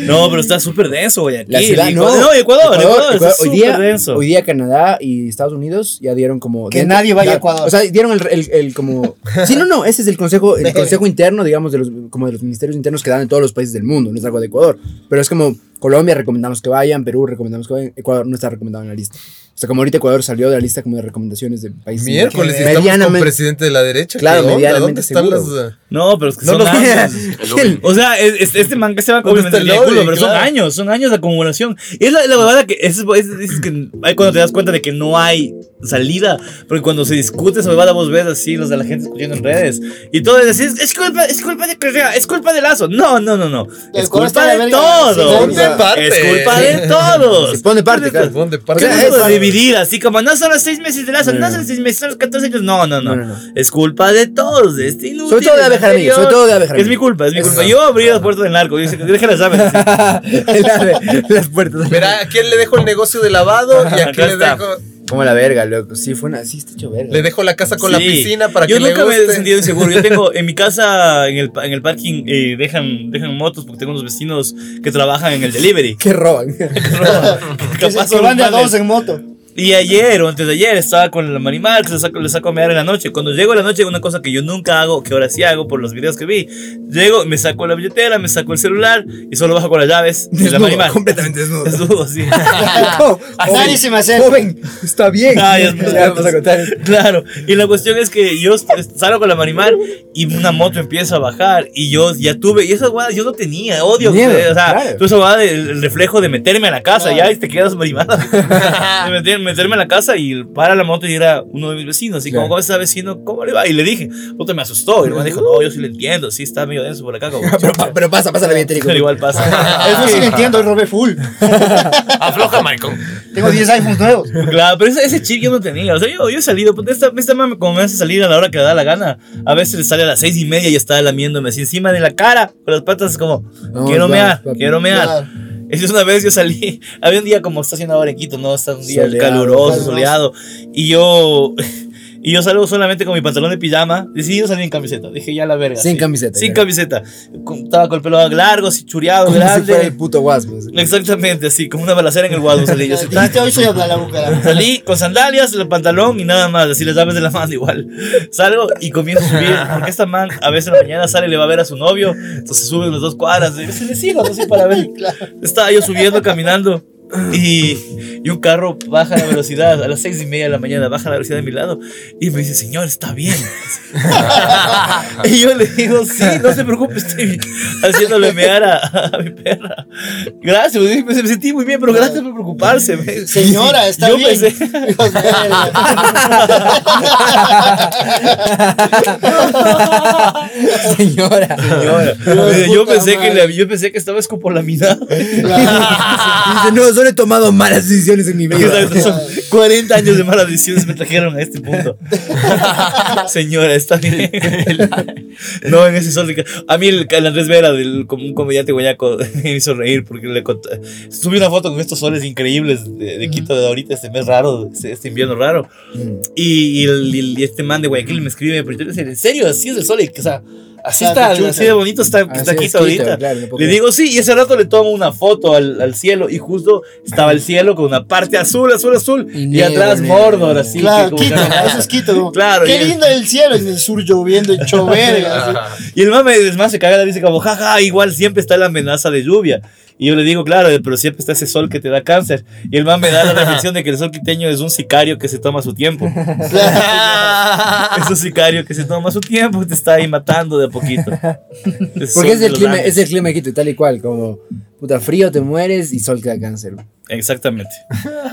Speaker 3: No, pero está súper denso, güey.
Speaker 2: La ciudad, no.
Speaker 3: Ecuador, Ecuador, Ecuador, está
Speaker 2: hoy,
Speaker 3: súper
Speaker 2: día,
Speaker 3: denso.
Speaker 2: hoy día Canadá y Estados Unidos ya dieron como...
Speaker 4: Que nadie vaya a
Speaker 2: ya-
Speaker 4: Ecuador.
Speaker 2: O sea, dieron el, el- el como... Sí, no, no, ese es el consejo, el consejo interno, digamos, de los, como de los ministerios internos que dan en todos los países del mundo, no es algo de Ecuador. Pero es como Colombia recomendamos que vayan, Perú recomendamos que vayan, Ecuador no está recomendado en la lista. O sea, como ahorita Ecuador salió de la lista como de recomendaciones de países.
Speaker 1: Miércoles, y estamos con
Speaker 2: medianamente.
Speaker 1: presidente de la derecha.
Speaker 2: Claro,
Speaker 1: ¿qué onda? ¿Dónde
Speaker 2: medianamente
Speaker 1: están
Speaker 2: seguro.
Speaker 1: las.? eh?
Speaker 3: No, pero es que
Speaker 1: No
Speaker 3: son
Speaker 1: los-
Speaker 3: años.
Speaker 2: ¿Quién?
Speaker 3: O sea, es- es- este man que se va a
Speaker 1: ¿Dónde
Speaker 3: comer el
Speaker 1: Pues está el
Speaker 3: culo,
Speaker 1: lobby?
Speaker 3: pero son
Speaker 1: Claro.
Speaker 3: años, son años de acumulación. Y es la, la verdad que es, es- dices que hay cuando te das cuenta de que no hay salida, porque cuando se discute esa huevada vos ves así los de la gente escuchando en redes y todo es decir, es culpa, es culpa de Correa, es culpa de Lazo. No, no, no, no.
Speaker 4: El
Speaker 3: Es
Speaker 4: Ecuador
Speaker 3: culpa
Speaker 4: está
Speaker 3: de
Speaker 4: de la verga.
Speaker 3: todos.
Speaker 1: Ponte parte.
Speaker 3: Es culpa de todos.
Speaker 2: Se pone parte, claro.
Speaker 1: Son de
Speaker 3: ¿Por
Speaker 1: parte
Speaker 3: qué
Speaker 1: de
Speaker 2: sea,
Speaker 3: no se
Speaker 1: esa.
Speaker 3: puede dividir así como no son los seis meses de Lazo,
Speaker 2: No,
Speaker 3: no,
Speaker 2: no.
Speaker 3: son los seis meses, son los 14 años? No, no, no.
Speaker 2: No, no, no.
Speaker 3: Es culpa de todos. Es inútil.
Speaker 2: Sobre todo de
Speaker 3: el
Speaker 2: Abejar Amigo,
Speaker 3: anterior.
Speaker 2: sobre todo de Abejar
Speaker 3: Es
Speaker 2: Amigo.
Speaker 3: mi culpa, es mi
Speaker 1: Eso.
Speaker 3: culpa. Yo abrí las puertas del narco. Yo sé que déjala saber. así.
Speaker 2: las, las puertas.
Speaker 1: Verá, ¿a quién le dejo el negocio de lavado y a
Speaker 3: Acá
Speaker 1: quién le
Speaker 3: está.
Speaker 1: dejo,
Speaker 2: Como la verga, loco. Sí, fue una... Sí, está hecho verga.
Speaker 1: le dejo la casa con la
Speaker 3: Sí.
Speaker 1: piscina para
Speaker 3: Yo
Speaker 1: que le
Speaker 3: nunca me he
Speaker 1: guste?
Speaker 3: sentido inseguro. Yo tengo en mi casa, en el, pa- en el parking, eh, dejan, dejan motos porque tengo unos vecinos que trabajan en el delivery.
Speaker 2: Que roban.
Speaker 4: Que, se-
Speaker 3: Capaz
Speaker 4: que
Speaker 3: son
Speaker 4: van de a
Speaker 3: manes.
Speaker 4: dos en moto.
Speaker 3: Y ayer o antes de ayer estaba con la Marimar, que le saco, le saco a mear en la noche. Cuando llego a la noche, una cosa que yo nunca hago, que ahora sí hago por los videos que vi, llego, me saco la billetera, me saco el celular y solo bajo con las llaves de la
Speaker 2: Desnudo,
Speaker 3: Marimar.
Speaker 2: completamente desnudo.
Speaker 3: Desnudo, sí.
Speaker 2: No,
Speaker 4: Nadie se me acerca.
Speaker 2: Joven, está bien.
Speaker 3: Ah, ya,
Speaker 2: Ya vamos a contar.
Speaker 3: Claro, y la cuestión es que yo est- est- salgo con la marimar y una moto empieza a bajar y yo ya tuve, y esa guada yo no tenía, odio,
Speaker 2: Miedo,
Speaker 3: que- o sea,
Speaker 2: claro.
Speaker 3: tú esa guada del el reflejo de meterme a la casa,
Speaker 4: Claro.
Speaker 3: ya y te quedas marimada, de meter- meterme a la casa y para la moto y era uno de mis vecinos, y
Speaker 2: Claro.
Speaker 3: como, ¿cómo está vecino? ¿Cómo le va? Y le dije, puta, me asustó, y el man dijo, no, yo sí le entiendo, sí está medio denso por acá, como,
Speaker 2: Pero, pa- pero pasa, pasa la billetera.
Speaker 3: pero igual pasa.
Speaker 4: Eso sí lo entiendo, robé full.
Speaker 5: Afloja, Michael.
Speaker 4: Tengo 10 iPhones nuevos.
Speaker 3: Claro, pero ese, ese chip yo no tenía. O sea, yo, yo he salido. puta, Esta, esta mami, como me hace salir a la hora que le da la gana, a veces sale a las seis y media y está lamiéndome así encima de la cara, con las patas como,
Speaker 2: Vamos,
Speaker 3: quiero
Speaker 2: vamos,
Speaker 3: mear,
Speaker 2: papi.
Speaker 3: quiero mear.
Speaker 4: Claro.
Speaker 3: Es una vez yo salí, había un día como está haciendo ahora en Quito, ¿no? Está un día
Speaker 2: Soleado,
Speaker 3: caluroso,
Speaker 4: caluroso.
Speaker 3: soleado. Y yo. Y yo salgo solamente con mi pantalón de pijama. Decidí no salir en camiseta. Dije, ya la verga.
Speaker 2: Sin
Speaker 3: sí.
Speaker 2: camiseta,
Speaker 3: Sin
Speaker 2: claro.
Speaker 3: camiseta. Con- estaba con el pelo largo, así chureado,
Speaker 2: Como si
Speaker 3: grande.
Speaker 2: fuera el puto guasmo. así.
Speaker 3: Exactamente, así, como una balacera en el guado salí. Yo,
Speaker 4: Dijiste, hoy soy a la bucara.
Speaker 3: Salí con sandalias, el pantalón y nada más, así las llaves de la mano igual. Salgo y comienzo a subir, porque esta man a veces en la mañana sale y le va a ver a su novio, entonces suben los dos cuadras, y se les sigo, no sé para ver.
Speaker 4: Claro.
Speaker 3: Estaba yo subiendo, caminando y, y y un carro baja la velocidad a las seis y media de la mañana, baja la velocidad de mi lado y me dice, señor, está bien. y yo le digo, sí, no se preocupe, estoy haciéndole mear a, a mi perra. Gracias, me, me sentí muy bien, pero gracias por preocuparse. me-
Speaker 4: Señora, está
Speaker 3: Yo
Speaker 4: bien.
Speaker 3: pensé-
Speaker 4: Dios, verga.
Speaker 2: Señora.
Speaker 3: Señora,
Speaker 4: Dios,
Speaker 3: yo
Speaker 4: puta
Speaker 3: pensé que
Speaker 4: madre.
Speaker 3: le- yo pensé que estaba escopolaminado.
Speaker 2: Dice, no, solo he tomado malas decisiones en mi vida.
Speaker 3: Exacto, son 40 años de malas decisiones me trajeron a este punto. Señora, está bien. No, en ese sol. de ca- A mí el, el Andrés Vera, del, como un comediante guayaco, me hizo reír porque le contó. Subí una foto con estos soles increíbles de, de Quito de ahorita, este mes raro, este este invierno raro. Y, y el- y el- y este man de Guayaquil me escribe por internet, dice, en serio, así es el sol. O sea, así
Speaker 4: Ah,
Speaker 3: está,
Speaker 4: qué chuta.
Speaker 3: así de bonito está,
Speaker 2: Así
Speaker 3: está
Speaker 2: es,
Speaker 3: Quito
Speaker 2: Quito,
Speaker 3: ahorita.
Speaker 2: claro, no puedo
Speaker 3: Le
Speaker 2: creer.
Speaker 3: digo, sí, y ese rato le tomo una foto al, al cielo y justo estaba el cielo con una parte azul, azul, azul y,
Speaker 2: Y negro,
Speaker 3: atrás
Speaker 2: negro,
Speaker 3: Mordor,
Speaker 2: negro.
Speaker 3: así. que
Speaker 4: claro,
Speaker 3: como
Speaker 4: Quito,
Speaker 3: que-
Speaker 4: eso es Quito. como,
Speaker 3: Claro,
Speaker 4: Qué
Speaker 3: ya.
Speaker 4: lindo el cielo en el sur lloviendo, hecho verga. así.
Speaker 3: Y el mame, es más, se caga, dice como, jaja, igual siempre está la amenaza de lluvia. Y yo le digo, claro, pero siempre está ese sol que te da cáncer. Y el mame da la reflexión de que el sol quiteño es un sicario que se toma su tiempo. es un sicario que se toma su tiempo, te está ahí matando de a poquito.
Speaker 2: Porque es
Speaker 3: de
Speaker 2: el,
Speaker 3: los
Speaker 2: clima,
Speaker 3: Andes.
Speaker 2: es el clima de Quito, tal y cual, como puta frío te mueres y sol te da cáncer.
Speaker 3: Exactamente.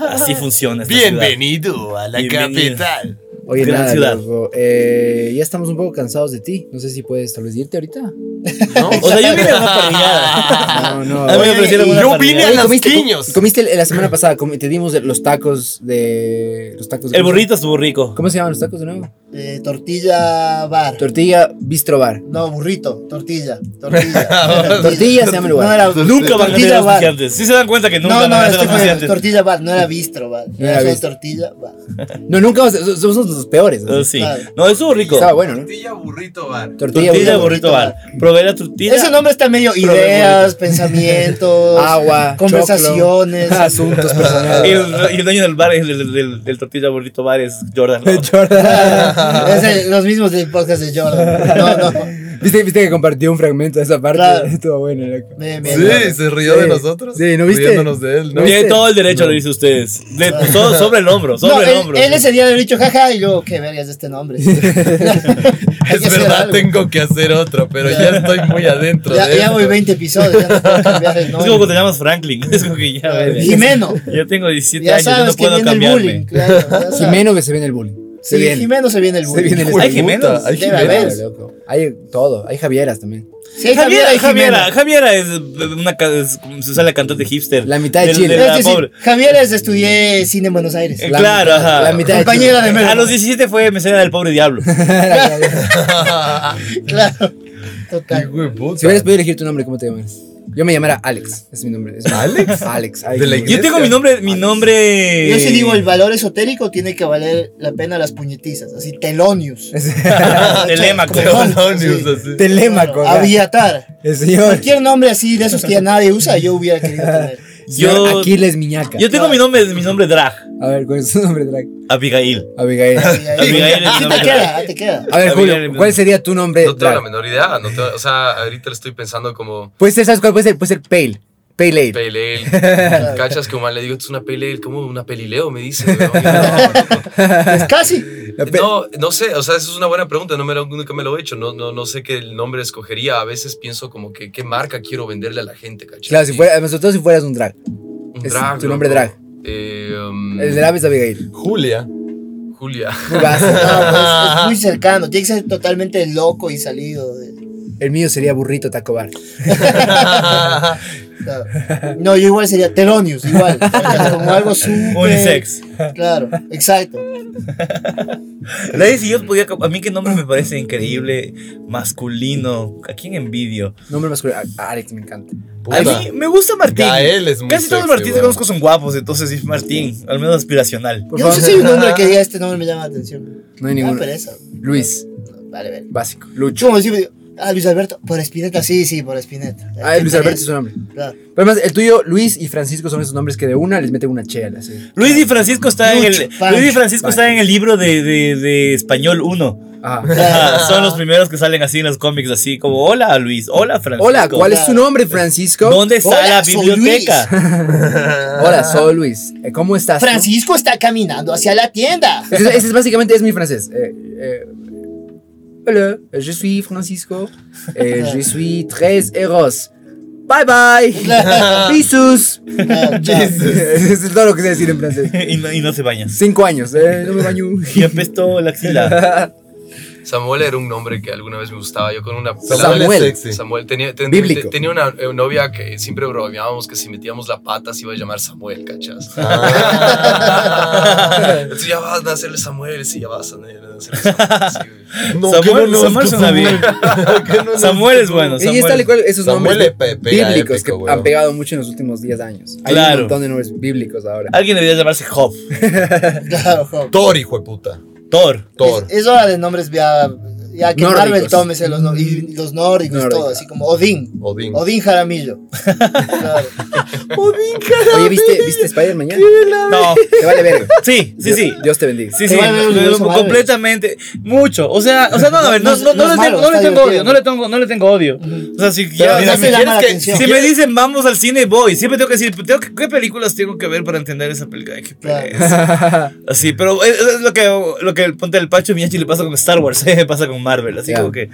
Speaker 3: Así funciona. esta ciudad.
Speaker 5: Bienvenido a la
Speaker 3: Bienvenido.
Speaker 5: capital.
Speaker 2: Oye,
Speaker 3: Gran
Speaker 2: nada,
Speaker 3: ciudad.
Speaker 2: loco, eh, ya estamos un poco cansados de ti. No sé si puedes tal vez irte ahorita.
Speaker 5: ¿no?
Speaker 3: O sea, yo vine a una parrillada.
Speaker 2: No, no.
Speaker 3: Ah. A mí me
Speaker 2: Oye,
Speaker 3: ofrecieron
Speaker 2: y-
Speaker 3: una
Speaker 5: yo
Speaker 3: parrillada.
Speaker 5: vine a
Speaker 2: Oye,
Speaker 5: las
Speaker 2: comiste, com-
Speaker 5: quiños.
Speaker 2: comiste el- la semana pasada, comi- te dimos los tacos de. Los tacos de
Speaker 3: El burrito estuvo rico.
Speaker 2: ¿Cómo se llaman los tacos de nuevo?
Speaker 4: Eh, tortilla bar.
Speaker 2: Tortilla Bistro Bar.
Speaker 4: No, burrito, tortilla. Tortilla.
Speaker 2: Tortilla se llama el lugar.
Speaker 4: No era
Speaker 3: Ah, Nunca van a tener
Speaker 4: tortilla
Speaker 3: los
Speaker 4: bar.
Speaker 3: anunciantes. Si se dan cuenta que nunca
Speaker 4: No,
Speaker 3: van a
Speaker 4: no,
Speaker 3: hacer
Speaker 4: estoy
Speaker 3: los
Speaker 4: con
Speaker 3: anunciantes.
Speaker 4: tortilla bar, no era bistro bar.
Speaker 2: era
Speaker 4: era solo
Speaker 2: bistro.
Speaker 4: tortilla bar.
Speaker 2: No, nunca vas a- so- somos los peores. ¿no?
Speaker 3: Oh, sí. ah, No, estuvo rico.
Speaker 2: Estaba bueno, ¿no?
Speaker 5: Tortilla burrito bar.
Speaker 2: Tortilla,
Speaker 3: Tortilla,
Speaker 2: Bistro Bar.
Speaker 3: burrito, bar. Probé la tortilla.
Speaker 4: Ese nombre está medio
Speaker 3: Probé
Speaker 4: ideas, pensamientos,
Speaker 2: Agua,
Speaker 4: conversaciones.
Speaker 2: choclo, asuntos
Speaker 3: Y
Speaker 2: personales.
Speaker 3: el, y el dueño del bar, el, el- el- del tortilla burrito bar, es Jordan. ¿no?
Speaker 2: Jordan.
Speaker 4: Es el- los mismos del podcast de Jordan. No, no.
Speaker 2: ¿Viste, viste que compartió un fragmento de esa parte.
Speaker 4: Claro.
Speaker 2: Estuvo bueno, loco.
Speaker 4: Me- me-
Speaker 1: Sí, se rió de
Speaker 2: Sí.
Speaker 1: nosotros.
Speaker 2: Sí, ¿no viste?
Speaker 1: Riéndonos de él, ¿no?
Speaker 2: No.
Speaker 3: Tiene
Speaker 2: ¿Viste?
Speaker 3: todo el derecho, lo dice ustedes. Le puso sobre el hombro, sobre
Speaker 4: No,
Speaker 3: el
Speaker 4: él,
Speaker 3: hombro.
Speaker 4: él ese día le había dicho jaja y luego, qué verga es este nombre. Hay
Speaker 1: Es
Speaker 4: que hacer
Speaker 1: verdad,
Speaker 4: algo.
Speaker 1: tengo que hacer otro, pero
Speaker 4: Ya.
Speaker 1: ya estoy muy adentro
Speaker 4: Ya,
Speaker 1: de
Speaker 4: ya
Speaker 1: esto.
Speaker 4: voy 20 episodios, ya no puedo cambiar el
Speaker 3: Es como cuando te
Speaker 4: nombre.
Speaker 3: llamas Franklin. Es como que ya, ves.
Speaker 4: Jimeno.
Speaker 3: Yo tengo 17
Speaker 4: Ya
Speaker 3: años, yo no
Speaker 4: sabes que
Speaker 3: puedo
Speaker 4: viene el bullying.
Speaker 3: cambiarme.
Speaker 4: Claro, ya sabes.
Speaker 2: Jimeno que se viene el bullying. Se
Speaker 4: Sí,
Speaker 2: viene.
Speaker 4: Jimeno se viene el bullying.
Speaker 2: viene el
Speaker 1: Hijo de
Speaker 3: Hay Jimenos,
Speaker 1: puta, Hay
Speaker 4: debe
Speaker 1: Jimenos.
Speaker 4: haber.
Speaker 2: loco. Hay todo. Hay Javieras también.
Speaker 4: Sí, hay Javiera,
Speaker 3: Javiera,
Speaker 4: hay Jimeno.
Speaker 3: Javiera, Javiera es una ca- es como se sale la cantante hipster.
Speaker 2: La mitad de
Speaker 3: Del-
Speaker 2: Chile.
Speaker 3: de la
Speaker 4: Es decir,
Speaker 3: pobre.
Speaker 4: Javiera es estudié cine en Buenos Aires.
Speaker 3: Eh, claro, ajá.
Speaker 2: La mitad de
Speaker 4: Compañera de Melo.
Speaker 3: A los 17 fue mesera del pobre diablo.
Speaker 4: Claro. Total.
Speaker 1: Hijo de puta.
Speaker 2: Si hubieras podido elegir tu nombre, ¿cómo te llamas? Yo me llamara Alex. Es mi nombre. Es mi-
Speaker 1: ¿Alex?
Speaker 2: Alex.
Speaker 1: De la
Speaker 3: Yo
Speaker 1: iglesia.
Speaker 3: tengo mi nombre, mi nombre.
Speaker 4: Yo sí digo, el valor esotérico tiene que valer la pena las puñetizas. Así, telonius.
Speaker 3: Telémaco.
Speaker 1: Telonius, así.
Speaker 2: Telemaco.
Speaker 4: Claro, Aviatar.
Speaker 2: El señor.
Speaker 4: Cualquier nombre así de esos que ya nadie usa, yo hubiera querido tener.
Speaker 3: Yo,
Speaker 2: Aquiles Miñaca.
Speaker 3: yo tengo mi nombre, mi nombre drag,
Speaker 2: A ver, ¿cuál es su nombre, Drag?
Speaker 3: Abigail.
Speaker 2: Abigail.
Speaker 4: Así, ahí-
Speaker 3: Abigail es
Speaker 4: así
Speaker 3: mi
Speaker 4: te
Speaker 3: nombre.
Speaker 4: queda, ahí te queda.
Speaker 2: A ver,
Speaker 3: Abigail,
Speaker 2: Julio, ¿cuál sería tu nombre?
Speaker 5: No tengo la
Speaker 2: Drag?
Speaker 5: menor idea. no tengo- o sea, ahorita le estoy pensando como
Speaker 2: Puede ser, ¿sabes cuál? Puede ser, puede ser Pale. Pale Ale.
Speaker 5: pale ale. Cachas que un man le digo, esto es una pale ale, como una pelileo, me dice. weón. Y yo, "No,
Speaker 4: Es casi.
Speaker 2: La pe-
Speaker 5: No, no sé, o sea, eso es una buena pregunta, no me lo- nunca me lo he hecho, no, no, no sé qué el nombre escogería, a veces pienso como que qué marca quiero venderle a la gente, ¿cachai?
Speaker 2: Claro, si fuera, sobre todo si fueras un drag.
Speaker 5: Un
Speaker 2: es tu nombre
Speaker 5: loco.
Speaker 2: drag.
Speaker 5: Eh, um,
Speaker 2: El drag es Abigail.
Speaker 1: Julia.
Speaker 5: Julia.
Speaker 2: Muy básico.
Speaker 4: No, pues, es muy cercano. Tiene que ser totalmente loco y salido. de-
Speaker 2: El mío sería Burrito Taco Bar.
Speaker 4: claro. No, yo igual sería telonius, igual. Como algo súper.
Speaker 3: Unisex.
Speaker 4: Claro, exacto.
Speaker 3: Nadie si yo podía. A mí qué nombre me parece increíble, masculino. ¿A quién envidio?
Speaker 2: Nombre masculino. A- Alex me encanta.
Speaker 3: A mí me gusta Martín.
Speaker 1: Gael es muy
Speaker 3: Casi todos
Speaker 1: sexy,
Speaker 3: los Martines que
Speaker 1: weón.
Speaker 3: conozco son guapos, entonces sí, Martín, al menos aspiracional.
Speaker 2: Por
Speaker 4: Yo no sé
Speaker 2: favor.
Speaker 4: si hay un nombre que diga este nombre me llama la atención.
Speaker 2: No hay
Speaker 4: Me da
Speaker 2: ninguno.
Speaker 4: pereza.
Speaker 2: Luis.
Speaker 4: Vale, vale.
Speaker 2: Básico. Lucho.
Speaker 4: Yo como decía, ah, Luis Alberto, por Espineta, sí, sí, por Espineta.
Speaker 2: Ah, Luis Alberto es su nombre.
Speaker 4: Claro.
Speaker 2: Pero además, el tuyo, Luis y Francisco son esos nombres que de una les mete una chela. así.
Speaker 3: Luis y Francisco está en
Speaker 4: Lucho,
Speaker 3: el.
Speaker 4: Pancho,
Speaker 3: Luis y Francisco
Speaker 2: Pancho.
Speaker 3: está en el libro de, de- de Español 1.
Speaker 2: Ajá.
Speaker 3: Son
Speaker 2: Ah.
Speaker 3: los primeros que salen así en los cómics, así como, hola Luis, hola Francisco.
Speaker 2: Hola, ¿cuál es tu nombre, Francisco?
Speaker 3: ¿Dónde está
Speaker 4: Hola,
Speaker 3: la
Speaker 4: soy
Speaker 3: biblioteca?
Speaker 2: Hola, soy Luis. Eh, ¿Cómo estás? tú?
Speaker 4: Francisco está caminando hacia la tienda.
Speaker 2: Ese, ese es básicamente es mi francés. Eh, eh, hola, je suis Francisco. Eh, je suis très heureux. Bye bye. Bisous.
Speaker 4: Ah, ya.
Speaker 2: es todo lo que sé decir en francés.
Speaker 3: y, no, y no se bañas.
Speaker 2: Cinco años, eh, no me baño.
Speaker 3: Y apestó la axila.
Speaker 5: Samuel era un nombre que alguna vez me gustaba. Yo con una pelada-
Speaker 1: Samuel.
Speaker 2: Samuel.
Speaker 1: es sexy.
Speaker 5: Samuel tenía, ten-
Speaker 2: Bíblico.
Speaker 5: te- tenía una eh, novia que siempre bromeábamos que si metíamos la pata se iba a llamar Samuel, ¿cachas?
Speaker 2: Ah.
Speaker 5: Entonces ya vas a nacerle Samuel, sí, ya vas a nacerle Samuel. sí, güey.
Speaker 1: No,
Speaker 3: Samuel-
Speaker 1: que no nos-
Speaker 3: Samuel suena bien.
Speaker 1: que no nos-
Speaker 3: Samuel es bueno.
Speaker 2: Y es
Speaker 3: Samuel.
Speaker 2: tal y cual esos
Speaker 1: Samuel
Speaker 2: nombres
Speaker 1: le pe- pega
Speaker 2: bíblicos
Speaker 1: épico,
Speaker 2: que
Speaker 1: weón.
Speaker 2: han pegado mucho en los últimos 10 años. Hay
Speaker 3: Claro.
Speaker 2: un montón de nombres bíblicos ahora.
Speaker 3: Alguien debería llamarse Job.
Speaker 4: Claro, jo.
Speaker 1: Thor, hijo de puta.
Speaker 3: Thor.
Speaker 1: Thor.
Speaker 4: Es, es hora de nombres ya, ya que
Speaker 2: Nórdicos.
Speaker 4: Marvel tómese los, no- y los nórdicos,
Speaker 2: Nórdico.
Speaker 4: todo, así como Odín.
Speaker 1: Odín.
Speaker 4: Odín Jaramillo. Claro.
Speaker 2: Oye, ¿viste, ¿viste Spider mañana?
Speaker 3: No.
Speaker 2: Te vale verga.
Speaker 3: Sí, sí,
Speaker 2: Dios-
Speaker 3: sí.
Speaker 2: Dios te bendiga.
Speaker 3: Sí, sí,
Speaker 4: Vale,
Speaker 3: lo-
Speaker 4: vale,
Speaker 3: lo-
Speaker 4: vale.
Speaker 3: completamente. Mucho. O sea, o sea, no, a ver, no,
Speaker 4: No es-
Speaker 3: no, no
Speaker 4: no es
Speaker 3: le tengo,
Speaker 4: malo,
Speaker 3: no le
Speaker 4: está
Speaker 3: tengo odio,
Speaker 4: divertido.
Speaker 3: no le tengo, no le tengo odio. O sea, si ya- mira,
Speaker 4: Pero no
Speaker 3: si
Speaker 4: se llama
Speaker 3: quieres
Speaker 4: la
Speaker 3: que-
Speaker 4: atención.
Speaker 3: si me dicen vamos al cine, voy. Siempre tengo que decir, tengo que- ¿qué películas tengo que ver para entender esa película? Ay, qué
Speaker 4: Claro.
Speaker 3: pereza. Así, pero es, es lo que, lo que el ponte del Pacho Miyachi le pasa con Star Wars, eh, pasa con Marvel. Así
Speaker 2: Ya.
Speaker 3: como que.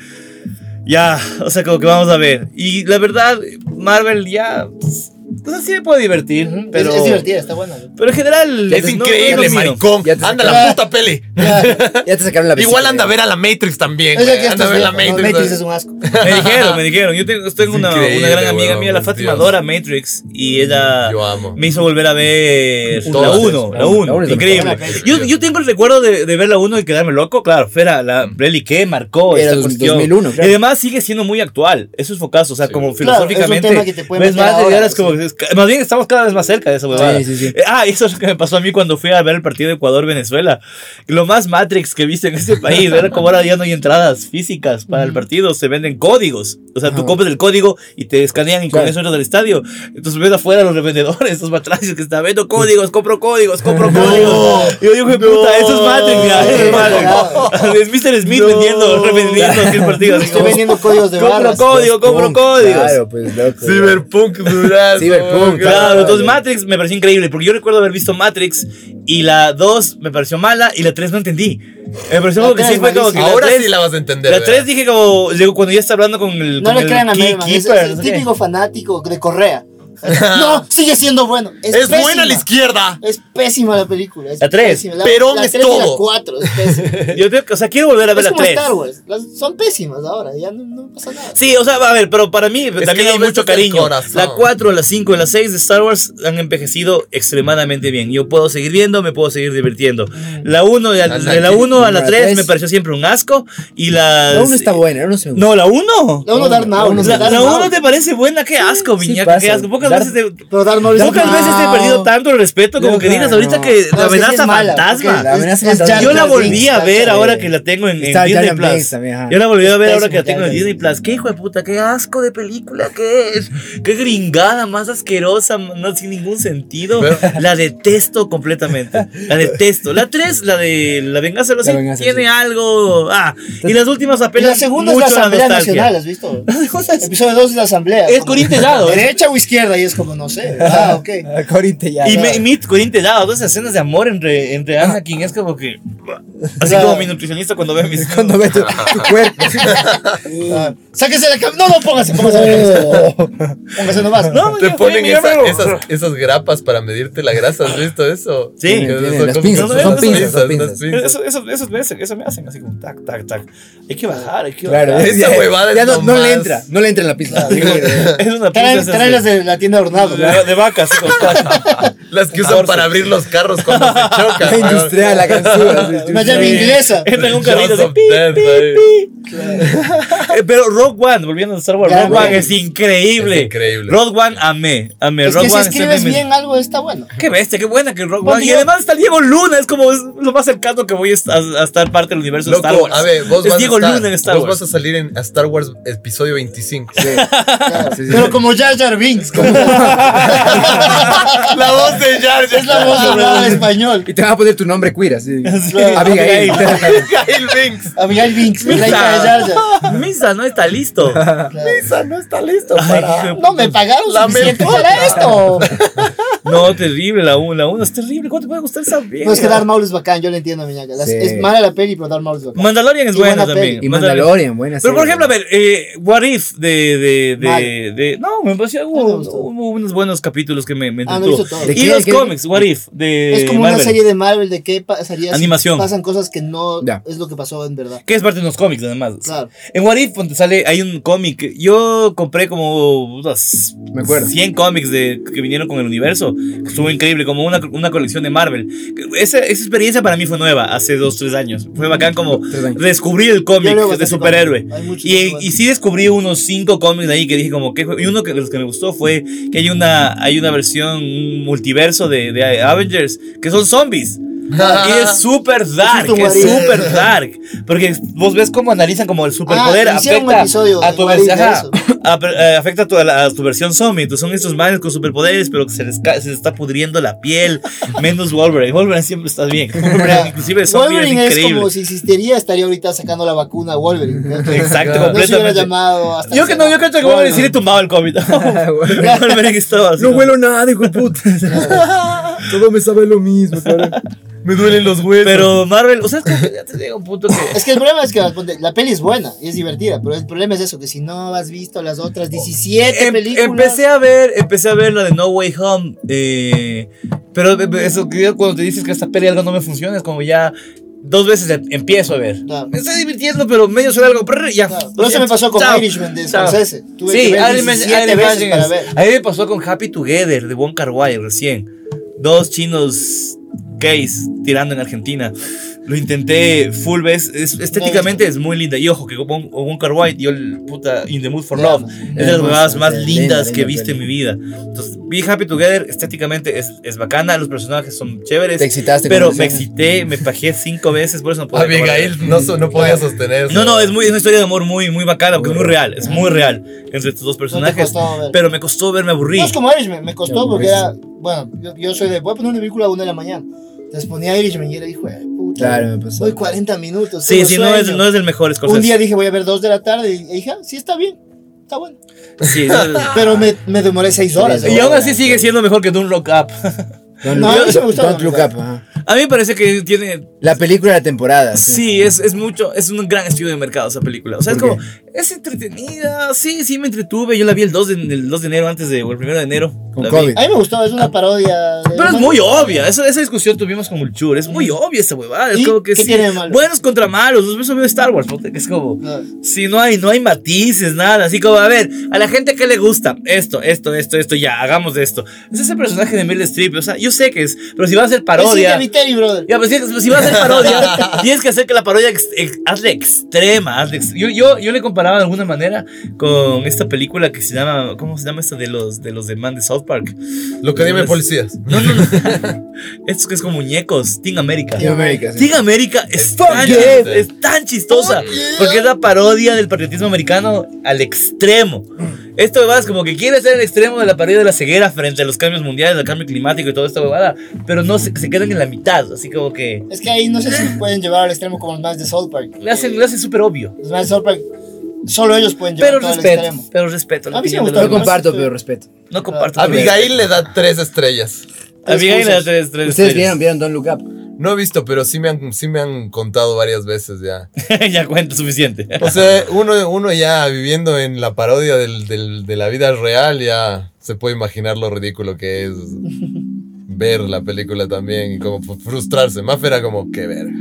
Speaker 3: Ya, o sea, como que vamos a ver. Y la verdad, Marvel ya. Pues, pues así me puede divertir,
Speaker 4: Ujú. Es-
Speaker 3: pero.
Speaker 4: es, divertida, está buena. ¿no?
Speaker 3: Pero en general.
Speaker 2: Es
Speaker 3: no-
Speaker 1: Es
Speaker 3: no- no
Speaker 1: increíble,
Speaker 3: lo miro.
Speaker 1: maricón.
Speaker 2: Ya te
Speaker 1: Anda
Speaker 4: sacaron.
Speaker 1: la puta peli.
Speaker 2: Ya te sacaron la vesícula.
Speaker 1: Igual anda a ver a la Matrix también.
Speaker 4: Es
Speaker 1: güey.
Speaker 4: el que
Speaker 1: Anda
Speaker 4: esto
Speaker 1: a
Speaker 4: es
Speaker 1: ver la
Speaker 4: viejo, ¿no?
Speaker 1: Matrix.
Speaker 4: Matrix
Speaker 1: güey.
Speaker 4: es un asco.
Speaker 3: Me dijeron, me dijeron. Yo tengo, tengo
Speaker 1: Es
Speaker 3: una, una
Speaker 1: increíble,
Speaker 3: gran amiga
Speaker 1: weón,
Speaker 3: mía, la
Speaker 1: por
Speaker 3: Fátima
Speaker 1: Dios.
Speaker 3: Dora Matrix, y ella
Speaker 1: Yo amo.
Speaker 3: me hizo volver a ver la
Speaker 1: Todas.
Speaker 3: 1, la
Speaker 2: La
Speaker 3: 1,
Speaker 2: uno es la
Speaker 3: increíble.
Speaker 4: mejor.
Speaker 3: Yo, yo tengo el recuerdo de, de ver la 1 y quedarme loco, claro, Fera, la peli que marcó
Speaker 2: Era
Speaker 3: esta
Speaker 2: dos-
Speaker 3: cuestión.
Speaker 2: 2001, claro.
Speaker 3: Y además sigue siendo muy actual, eso es focazo, o sea,
Speaker 5: Sí.
Speaker 3: como
Speaker 4: Claro, es un
Speaker 3: filosóficamente.
Speaker 4: tema que te puede
Speaker 3: ves
Speaker 4: meter
Speaker 3: más, de-
Speaker 4: ahora,
Speaker 3: ahora es
Speaker 4: sí.
Speaker 3: como que es- más bien estamos cada vez más cerca de esa huevada.
Speaker 2: Sí, sí, sí.
Speaker 3: Eh, Ah, eso es lo que me pasó a mí cuando fui a ver el partido de Ecuador-Venezuela. Lo más Matrix que viste en este país era como ahora ya no hay entradas físicas para el partido, se venden códigos. O sea, tú
Speaker 2: Ajá.
Speaker 3: compras el código y te escanean y con
Speaker 2: Claro.
Speaker 3: eso entras al estadio. Entonces ves afuera los revendedores, esos matracios que están vendo códigos, compro códigos, compro códigos. Y yo digo, puta, eso es Matrix, ya, eso es Matrix. Es Mr. Smith vendiendo, revendiendo aquí el partido. así
Speaker 4: Estoy
Speaker 3: como,
Speaker 4: vendiendo códigos de
Speaker 3: compro
Speaker 4: barras.
Speaker 3: código, compro
Speaker 2: Punk,
Speaker 3: códigos.
Speaker 2: Claro, pues loco.
Speaker 1: Cyberpunk Duraz.
Speaker 2: Cyberpunk,
Speaker 3: Claro,
Speaker 2: Claro,
Speaker 3: entonces
Speaker 2: ya.
Speaker 3: Matrix me pareció increíble, porque yo recuerdo haber visto Matrix y la 2 me pareció mala y la 3 no entendí. Me pareció
Speaker 4: La
Speaker 3: como que
Speaker 4: tres
Speaker 3: sí fue como que
Speaker 1: Ahora
Speaker 3: la 3,
Speaker 1: sí la vas a entender.
Speaker 3: la
Speaker 1: ¿verdad?
Speaker 3: 3 dije como, llegó cuando ya está hablando con el,
Speaker 4: No
Speaker 3: con
Speaker 4: le
Speaker 3: el
Speaker 4: crean a Merman, es,
Speaker 3: Keykeeper,
Speaker 4: es
Speaker 3: no
Speaker 4: el
Speaker 3: sé qué.
Speaker 4: típico fanático de Correa. No, sigue siendo bueno. Es,
Speaker 1: Es
Speaker 4: pésima.
Speaker 1: buena la izquierda.
Speaker 4: Es pésima la película. Es
Speaker 3: La tres.
Speaker 4: pésima. La,
Speaker 1: Perón
Speaker 4: la
Speaker 1: es
Speaker 4: tres y
Speaker 1: todo.
Speaker 4: La 4 es pésima.
Speaker 3: Yo tengo que- o sea, quiero volver a ver
Speaker 4: es
Speaker 3: la
Speaker 4: como
Speaker 3: 3.
Speaker 4: Star Wars. Las- son pésimas ahora. Ya no, no pasa nada.
Speaker 3: Sí, o sea, a ver, pero para mí también
Speaker 1: lo
Speaker 3: hay
Speaker 1: ves
Speaker 3: mucho
Speaker 1: desde el
Speaker 3: cariño.
Speaker 1: corazón.
Speaker 3: La 4, la 5 y la 6 de Star Wars han envejecido extremadamente bien. Yo puedo seguir viendo, me puedo seguir divirtiendo. La 1, de
Speaker 1: Anda,
Speaker 3: la
Speaker 1: que-
Speaker 3: 1 a la
Speaker 2: la
Speaker 3: 3
Speaker 2: tres.
Speaker 3: me pareció siempre un asco. Y la.
Speaker 2: La uno está buena, la uno se me gusta.
Speaker 3: No, la 1.
Speaker 4: La uno Darth Maul.
Speaker 2: No,
Speaker 3: La,
Speaker 4: Darth
Speaker 3: la
Speaker 4: Maul.
Speaker 3: uno te parece buena, qué asco,
Speaker 2: sí
Speaker 3: viñaca,
Speaker 2: pasa.
Speaker 3: qué asco. Pocas
Speaker 2: Dar-
Speaker 3: veces te, pues,
Speaker 4: Pero Darth Maul es
Speaker 3: pocas
Speaker 4: malo.
Speaker 3: veces te he perdido tanto el respeto como
Speaker 2: No,
Speaker 3: que digas
Speaker 2: no,
Speaker 3: ahorita
Speaker 2: no.
Speaker 3: que
Speaker 4: No,
Speaker 3: la
Speaker 4: sí, sí es
Speaker 3: amenaza
Speaker 4: mala,
Speaker 3: fantasma.
Speaker 4: porque
Speaker 2: La amenaza
Speaker 4: es- es
Speaker 2: fantasma.
Speaker 4: Jar
Speaker 3: Yo la
Speaker 4: Jar
Speaker 3: volví
Speaker 4: Binks,
Speaker 3: a
Speaker 4: Jar
Speaker 3: ver
Speaker 4: Jar
Speaker 3: ahora
Speaker 4: Binks.
Speaker 3: que la tengo en, en
Speaker 2: Está Jar
Speaker 3: Disney
Speaker 2: Jar Binks
Speaker 3: Plus.
Speaker 2: también, ajá.
Speaker 3: Yo la volví a ver
Speaker 4: Es
Speaker 3: ahora que la
Speaker 4: pésimo,
Speaker 3: tengo en
Speaker 4: Jar Jar
Speaker 3: Disney
Speaker 4: Binks.
Speaker 3: Plus. Qué hijo de puta, qué asco de película que es. Qué gringada, más asquerosa, no sin ningún sentido.
Speaker 1: Pero-
Speaker 3: La detesto completamente. La detesto. La 3, la de la venganza de los
Speaker 2: La
Speaker 3: Sith,
Speaker 2: venganza,
Speaker 3: tiene
Speaker 2: sí.
Speaker 3: algo. Ah, y las últimas
Speaker 4: Y
Speaker 3: apelan
Speaker 4: la segunda es
Speaker 3: mucho
Speaker 4: la
Speaker 3: a la
Speaker 4: Asamblea
Speaker 3: nostalgia.
Speaker 4: Nacional, ¿has visto?
Speaker 3: cosa es-
Speaker 4: Episodio 2 es la Asamblea.
Speaker 3: Es
Speaker 4: como-
Speaker 3: corintelado.
Speaker 4: ¿Derecha o izquierda? Y es como, no sé. Ah, ok.
Speaker 2: Ah, Corinthians, ya.
Speaker 3: Y
Speaker 2: no.
Speaker 3: me, Meet Corín te daba dos escenas de amor entre, entre
Speaker 1: Ah.
Speaker 3: Anakin. Es como que. Así
Speaker 4: Claro.
Speaker 3: como mi nutricionista cuando ve mis.
Speaker 2: Cuando ves tu, tu cuerpo.
Speaker 4: Ah, sáquese la cabeza. No, no, póngase, póngase la cabeza. Póngase nomás.
Speaker 3: No,
Speaker 1: Te
Speaker 3: yo
Speaker 1: ponen
Speaker 3: fui, mi
Speaker 1: esa-
Speaker 3: amigo.
Speaker 1: esas, esas grapas para medirte la grasa, ¿has visto eso?
Speaker 3: Sí.
Speaker 1: Que
Speaker 2: Tienen,
Speaker 1: son
Speaker 2: las
Speaker 1: como-
Speaker 2: pinzas,
Speaker 3: son
Speaker 1: unas
Speaker 2: pinzas, son
Speaker 1: unas
Speaker 2: pinzas.
Speaker 3: Eso, eso, eso, me hacen, eso me hacen así como tac, tac, tac. Hay que bajar, hay que
Speaker 2: Claro.
Speaker 3: bajar.
Speaker 1: Esa huevada es
Speaker 2: ya no, no
Speaker 1: nomás.
Speaker 2: le entra, no le entra en la pista.
Speaker 3: Es una
Speaker 4: Trae,
Speaker 3: pinza
Speaker 4: trae las de la tienda de Hornado. ¿no?
Speaker 3: de, de vacas. así como tac.
Speaker 1: Las que usan para abrir los carros cuando se chocan.
Speaker 2: La industrial, la
Speaker 4: Una llave
Speaker 2: canción.
Speaker 4: inglesa.
Speaker 3: Entra en un carrito
Speaker 1: Jaws
Speaker 3: así.
Speaker 1: of
Speaker 3: pi,
Speaker 1: Death,
Speaker 3: pi,
Speaker 1: ahí.
Speaker 3: pi. Eh, Pero Rogue One, volviendo a Star Wars,
Speaker 4: Ya,
Speaker 3: Rogue One
Speaker 4: güey.
Speaker 3: es increíble.
Speaker 1: Es increíble.
Speaker 3: Rogue One amé. Amé.
Speaker 4: Es
Speaker 3: Rogue
Speaker 4: que si
Speaker 3: One es
Speaker 4: escribes
Speaker 3: enorme.
Speaker 4: bien algo está bueno.
Speaker 3: Qué bestia, qué buena que Rock
Speaker 4: Porque
Speaker 3: One. Y
Speaker 4: yo-
Speaker 3: además está Diego Luna, es como es lo más cercano que voy a, a- a estar parte del universo de Star
Speaker 1: Loco,
Speaker 3: Wars.
Speaker 1: a ver, vos,
Speaker 3: es
Speaker 1: vas
Speaker 3: Diego
Speaker 1: a, estar-
Speaker 3: Luna en Star
Speaker 1: vos
Speaker 3: Wars.
Speaker 1: vas a salir en a Star Wars episodio 25.
Speaker 2: Sí.
Speaker 4: Pero como Jar Jar Binks. como-
Speaker 1: la voz
Speaker 5: de Jar Jar.
Speaker 4: Es la voz doblada al español.
Speaker 2: Y te van a poner tu nombre queer, así.
Speaker 4: Claro.
Speaker 2: Abigail.
Speaker 5: Abigail Binks.
Speaker 4: Abigail Binks, la hija de Jar Jar.
Speaker 3: Misa no está listo.
Speaker 4: Claro.
Speaker 1: Misa no está listo
Speaker 3: Ay,
Speaker 1: para.
Speaker 3: hijo de
Speaker 4: No me pagaron suficiente para esto.
Speaker 3: No, terrible la 1. La 1 es terrible. ¿Cómo te puede gustar esa vieja?
Speaker 4: No, es que Darth Maul es bacán, yo lo entiendo, mi ñaca. Las-
Speaker 2: Sí.
Speaker 4: Es mala la peli, pero Darth Maul es bacán.
Speaker 3: Mandalorian es
Speaker 4: Y
Speaker 3: buena
Speaker 4: buena
Speaker 3: también.
Speaker 2: Y Mandalorian, buena
Speaker 3: Pero por
Speaker 2: serie.
Speaker 3: ejemplo, a ver, eh, What If de, de,
Speaker 4: Mal.
Speaker 3: de, de- No, me pareció.
Speaker 4: No me gustó.
Speaker 3: Hubo, hubo unos buenos capítulos que me, me
Speaker 4: Ah, no
Speaker 3: entretuvo.
Speaker 4: hizo todo.
Speaker 2: ¿De
Speaker 3: Y
Speaker 2: qué?
Speaker 3: los
Speaker 2: ¿Qué?
Speaker 3: cómics, What If de.
Speaker 4: Es como una
Speaker 3: Marvel,
Speaker 4: serie de Marvel de qué pasaría si
Speaker 3: Animación.
Speaker 4: pasan cosas que no
Speaker 2: Ya.
Speaker 4: es lo que pasó en verdad.
Speaker 3: Que es parte de unos cómics, además.
Speaker 4: Claro.
Speaker 3: En What If, ponte, sale, hay un cómic. Yo compré como unas
Speaker 2: Me acuerdo.
Speaker 3: 100 cómics de, que vinieron con el universo. que Estuvo increíble, como una, una colección de Marvel. Esa, esa experiencia para mí fue nueva, hace 2, 3 años. Fue bacán como
Speaker 2: Tres años.
Speaker 3: descubrir el
Speaker 4: Yo leo
Speaker 3: cómic de
Speaker 4: bastante
Speaker 3: superhéroe.
Speaker 4: cómics. Hay muchos que
Speaker 3: Y,
Speaker 4: son
Speaker 3: y sí descubrí unos cinco cómics de ahí que dije como que... Y uno que, de los que me gustó fue que hay una, hay una versión un multiverso de, de Avengers que son zombies. Y es súper dark,
Speaker 4: un
Speaker 3: es
Speaker 4: what if.
Speaker 3: súper dark. Porque vos ves cómo analizan como el superpoder
Speaker 4: Ah, hicieron un
Speaker 3: afecta
Speaker 4: episodio
Speaker 3: a
Speaker 4: de
Speaker 3: tu
Speaker 4: what if de
Speaker 3: versión.
Speaker 4: eso.
Speaker 3: afecta a tu, a la- a tu versión zombie. Entonces son estos manes con superpoderes, pero que se les, ca- se les está pudriendo la piel. Menos Wolverine. Wolverine siempre está bien. Wolverine, inclusive zombie
Speaker 4: Wolverine
Speaker 3: es
Speaker 4: es,
Speaker 3: increíble.
Speaker 4: como si existiría, estaría ahorita sacando la vacuna a Wolverine. ¿no?
Speaker 3: Exacto,
Speaker 4: No se hubiera
Speaker 3: completamente.
Speaker 4: llamado hasta
Speaker 3: Yo que no, yo creo que Wolverine sí le tumbaba el COVID. Wolverine estaba así.
Speaker 2: No huelo nada, hijo de puta. Todo me sabe lo mismo, cabrón.
Speaker 3: Me duelen los huesos. Pero Marvel, o sea, es como que ya te llega un punto que.
Speaker 4: Es que el problema es que ponte, la peli es buena y es divertida, pero el problema es eso, que si no has visto las otras 17
Speaker 3: Em-
Speaker 4: películas...
Speaker 3: empecé a ver, empecé a ver la de No Way Home. eh, pero be- be- eso que yo cuando te dices que esta peli algo no me funciona, es como ya dos veces em- empiezo a ver.
Speaker 4: Claro.
Speaker 3: Me estoy divirtiendo, pero medio suena algo. prr, Ya,
Speaker 4: Claro, pero eso me pasó con Irishman de
Speaker 3: chao.
Speaker 4: Scorsese. Tuve
Speaker 3: sí,
Speaker 4: que ver
Speaker 3: Irishman-
Speaker 4: 17
Speaker 3: Irishman
Speaker 4: veces para
Speaker 3: es-
Speaker 4: ver.
Speaker 3: A mí me pasó con Happy Together de Wong Kar Wai recién. Dos chinos gays tirando en Argentina. Lo intenté full vez. Es- estéticamente es muy linda. Y ojo, que Wong, Wong Kar Wai dio el puta In the Mood for Love. Es de las
Speaker 2: Hermosa,
Speaker 3: huevadas más
Speaker 2: linda,
Speaker 3: lindas
Speaker 2: linda
Speaker 3: que he visto en mi
Speaker 2: peli.
Speaker 3: vida. Entonces, vi Happy Together. Estéticamente es, es bacana. Los personajes son
Speaker 2: Te
Speaker 3: chéveres.
Speaker 2: excitaste. con
Speaker 3: Pero
Speaker 2: esa
Speaker 3: me
Speaker 2: escena.
Speaker 3: excité, me pajé cinco veces. Por eso no puedo
Speaker 5: Abigail no, so- no podía sostener eso.
Speaker 3: no, no, es, muy, es una historia de amor muy, muy bacana, porque es muy real, es muy real entre estos dos
Speaker 4: No te
Speaker 3: personajes.
Speaker 4: costó ver.
Speaker 3: pero me costó verme aburrido.
Speaker 4: No es como Irishman, me costó
Speaker 2: Ya,
Speaker 4: porque
Speaker 2: pues.
Speaker 4: era. Bueno, yo, yo soy de. Voy a poner una película a una de la mañana. Entonces ponía Irishman y era, hijo de puta.
Speaker 2: Claro, me pasó.
Speaker 4: Voy 40 minutos.
Speaker 3: Sí,
Speaker 4: tengo
Speaker 3: sí, no
Speaker 4: sueño.
Speaker 3: es, no es el mejor Scorsese.
Speaker 4: Un día dije, voy a ver 2 de la tarde. Y dije, ah, sí, está bien. Está bueno.
Speaker 3: Sí, no-
Speaker 4: Pero me, me demoré 6 horas.
Speaker 3: Ah. y
Speaker 4: ¿no?
Speaker 3: aún así sigue siendo mejor que Don't Look Up.
Speaker 2: Don't
Speaker 4: No,
Speaker 2: Look-
Speaker 4: a mí sí me gustó.
Speaker 2: Don't Look Up, ajá.
Speaker 3: A mí me parece que tiene.
Speaker 2: La película de la temporada.
Speaker 3: Sí, es, es mucho. Es un gran estudio de mercado esa película. O sea, es
Speaker 2: ¿Por
Speaker 3: como. Es entretenida. Sí, sí, me entretuve. Yo la vi el 2 de, el 2 de enero antes de. O el 1 de enero.
Speaker 2: Con
Speaker 3: La vi.
Speaker 2: COVID.
Speaker 4: A mí me gustó, es una parodia. de-
Speaker 3: Ah, Pero es muy obvia. Eso, esa discusión tuvimos con Mulchur. Es muy obvia esa huevada. Es
Speaker 4: ¿Y?
Speaker 3: como que
Speaker 4: ¿Qué
Speaker 3: sí,
Speaker 4: tiene de malo?
Speaker 3: Buenos contra malos. Los besos de Star Wars. ¿no? Que Es como.
Speaker 4: Claro.
Speaker 3: Si no hay, no hay matices, nada. Así como, a ver, a la gente que le gusta esto, esto, esto, esto, ya, hagamos esto. Es ese personaje de Meryl Streep, o sea, yo sé que es, pero si va a ser
Speaker 4: Es
Speaker 3: parodia.
Speaker 4: Cindy Viteri, brother.
Speaker 3: Ya, pues, si- si va a ser parodia, tienes que hacer que la parodia ex- ex- hazle extrema. hazle ex- yo, yo, yo le comparaba de alguna manera con esta película que se llama, ¿cómo se llama esta de los de los de Man de South Park?
Speaker 1: Lo que dime policías.
Speaker 3: No, no, no. Esto que es con muñecos, Team America.
Speaker 2: Team America, sí.
Speaker 3: Team America es tan,
Speaker 1: yeah.
Speaker 3: es tan chistosa. Porque es la parodia del patriotismo americano al extremo. Esto huevada es como que quiere ser el extremo de la parodia de la ceguera frente a los cambios mundiales, al cambio climático y toda esta huevada. Pero no se, se quedan en la mitad. Así como que
Speaker 4: Es que ahí no sé si pueden llevar al extremo como los más de South Park.
Speaker 3: le hacen, le hacen súper obvio.
Speaker 4: Los más de South Park. Solo ellos pueden
Speaker 3: Pero
Speaker 4: llevar todo al
Speaker 3: respeto,
Speaker 4: extremo.
Speaker 3: pero respeto. la
Speaker 4: A mí sí
Speaker 3: opinión de
Speaker 4: me gustó.
Speaker 2: No
Speaker 3: los demás.
Speaker 2: comparto, pero respeto.
Speaker 3: No comparto.
Speaker 1: Abigail le da tres estrellas.
Speaker 3: Abigail le da tres, tres
Speaker 2: Ustedes
Speaker 3: estrellas.
Speaker 2: vieron, vieron Don't Look Up.
Speaker 1: No he visto, pero sí me han, sí me han contado varias veces ya.
Speaker 3: ya cuenta suficiente.
Speaker 1: O sea, uno, uno ya viviendo en la parodia del- del- de la vida real ya se puede imaginar lo ridículo que es ver la película también y como frustrarse. Más era como, qué verga.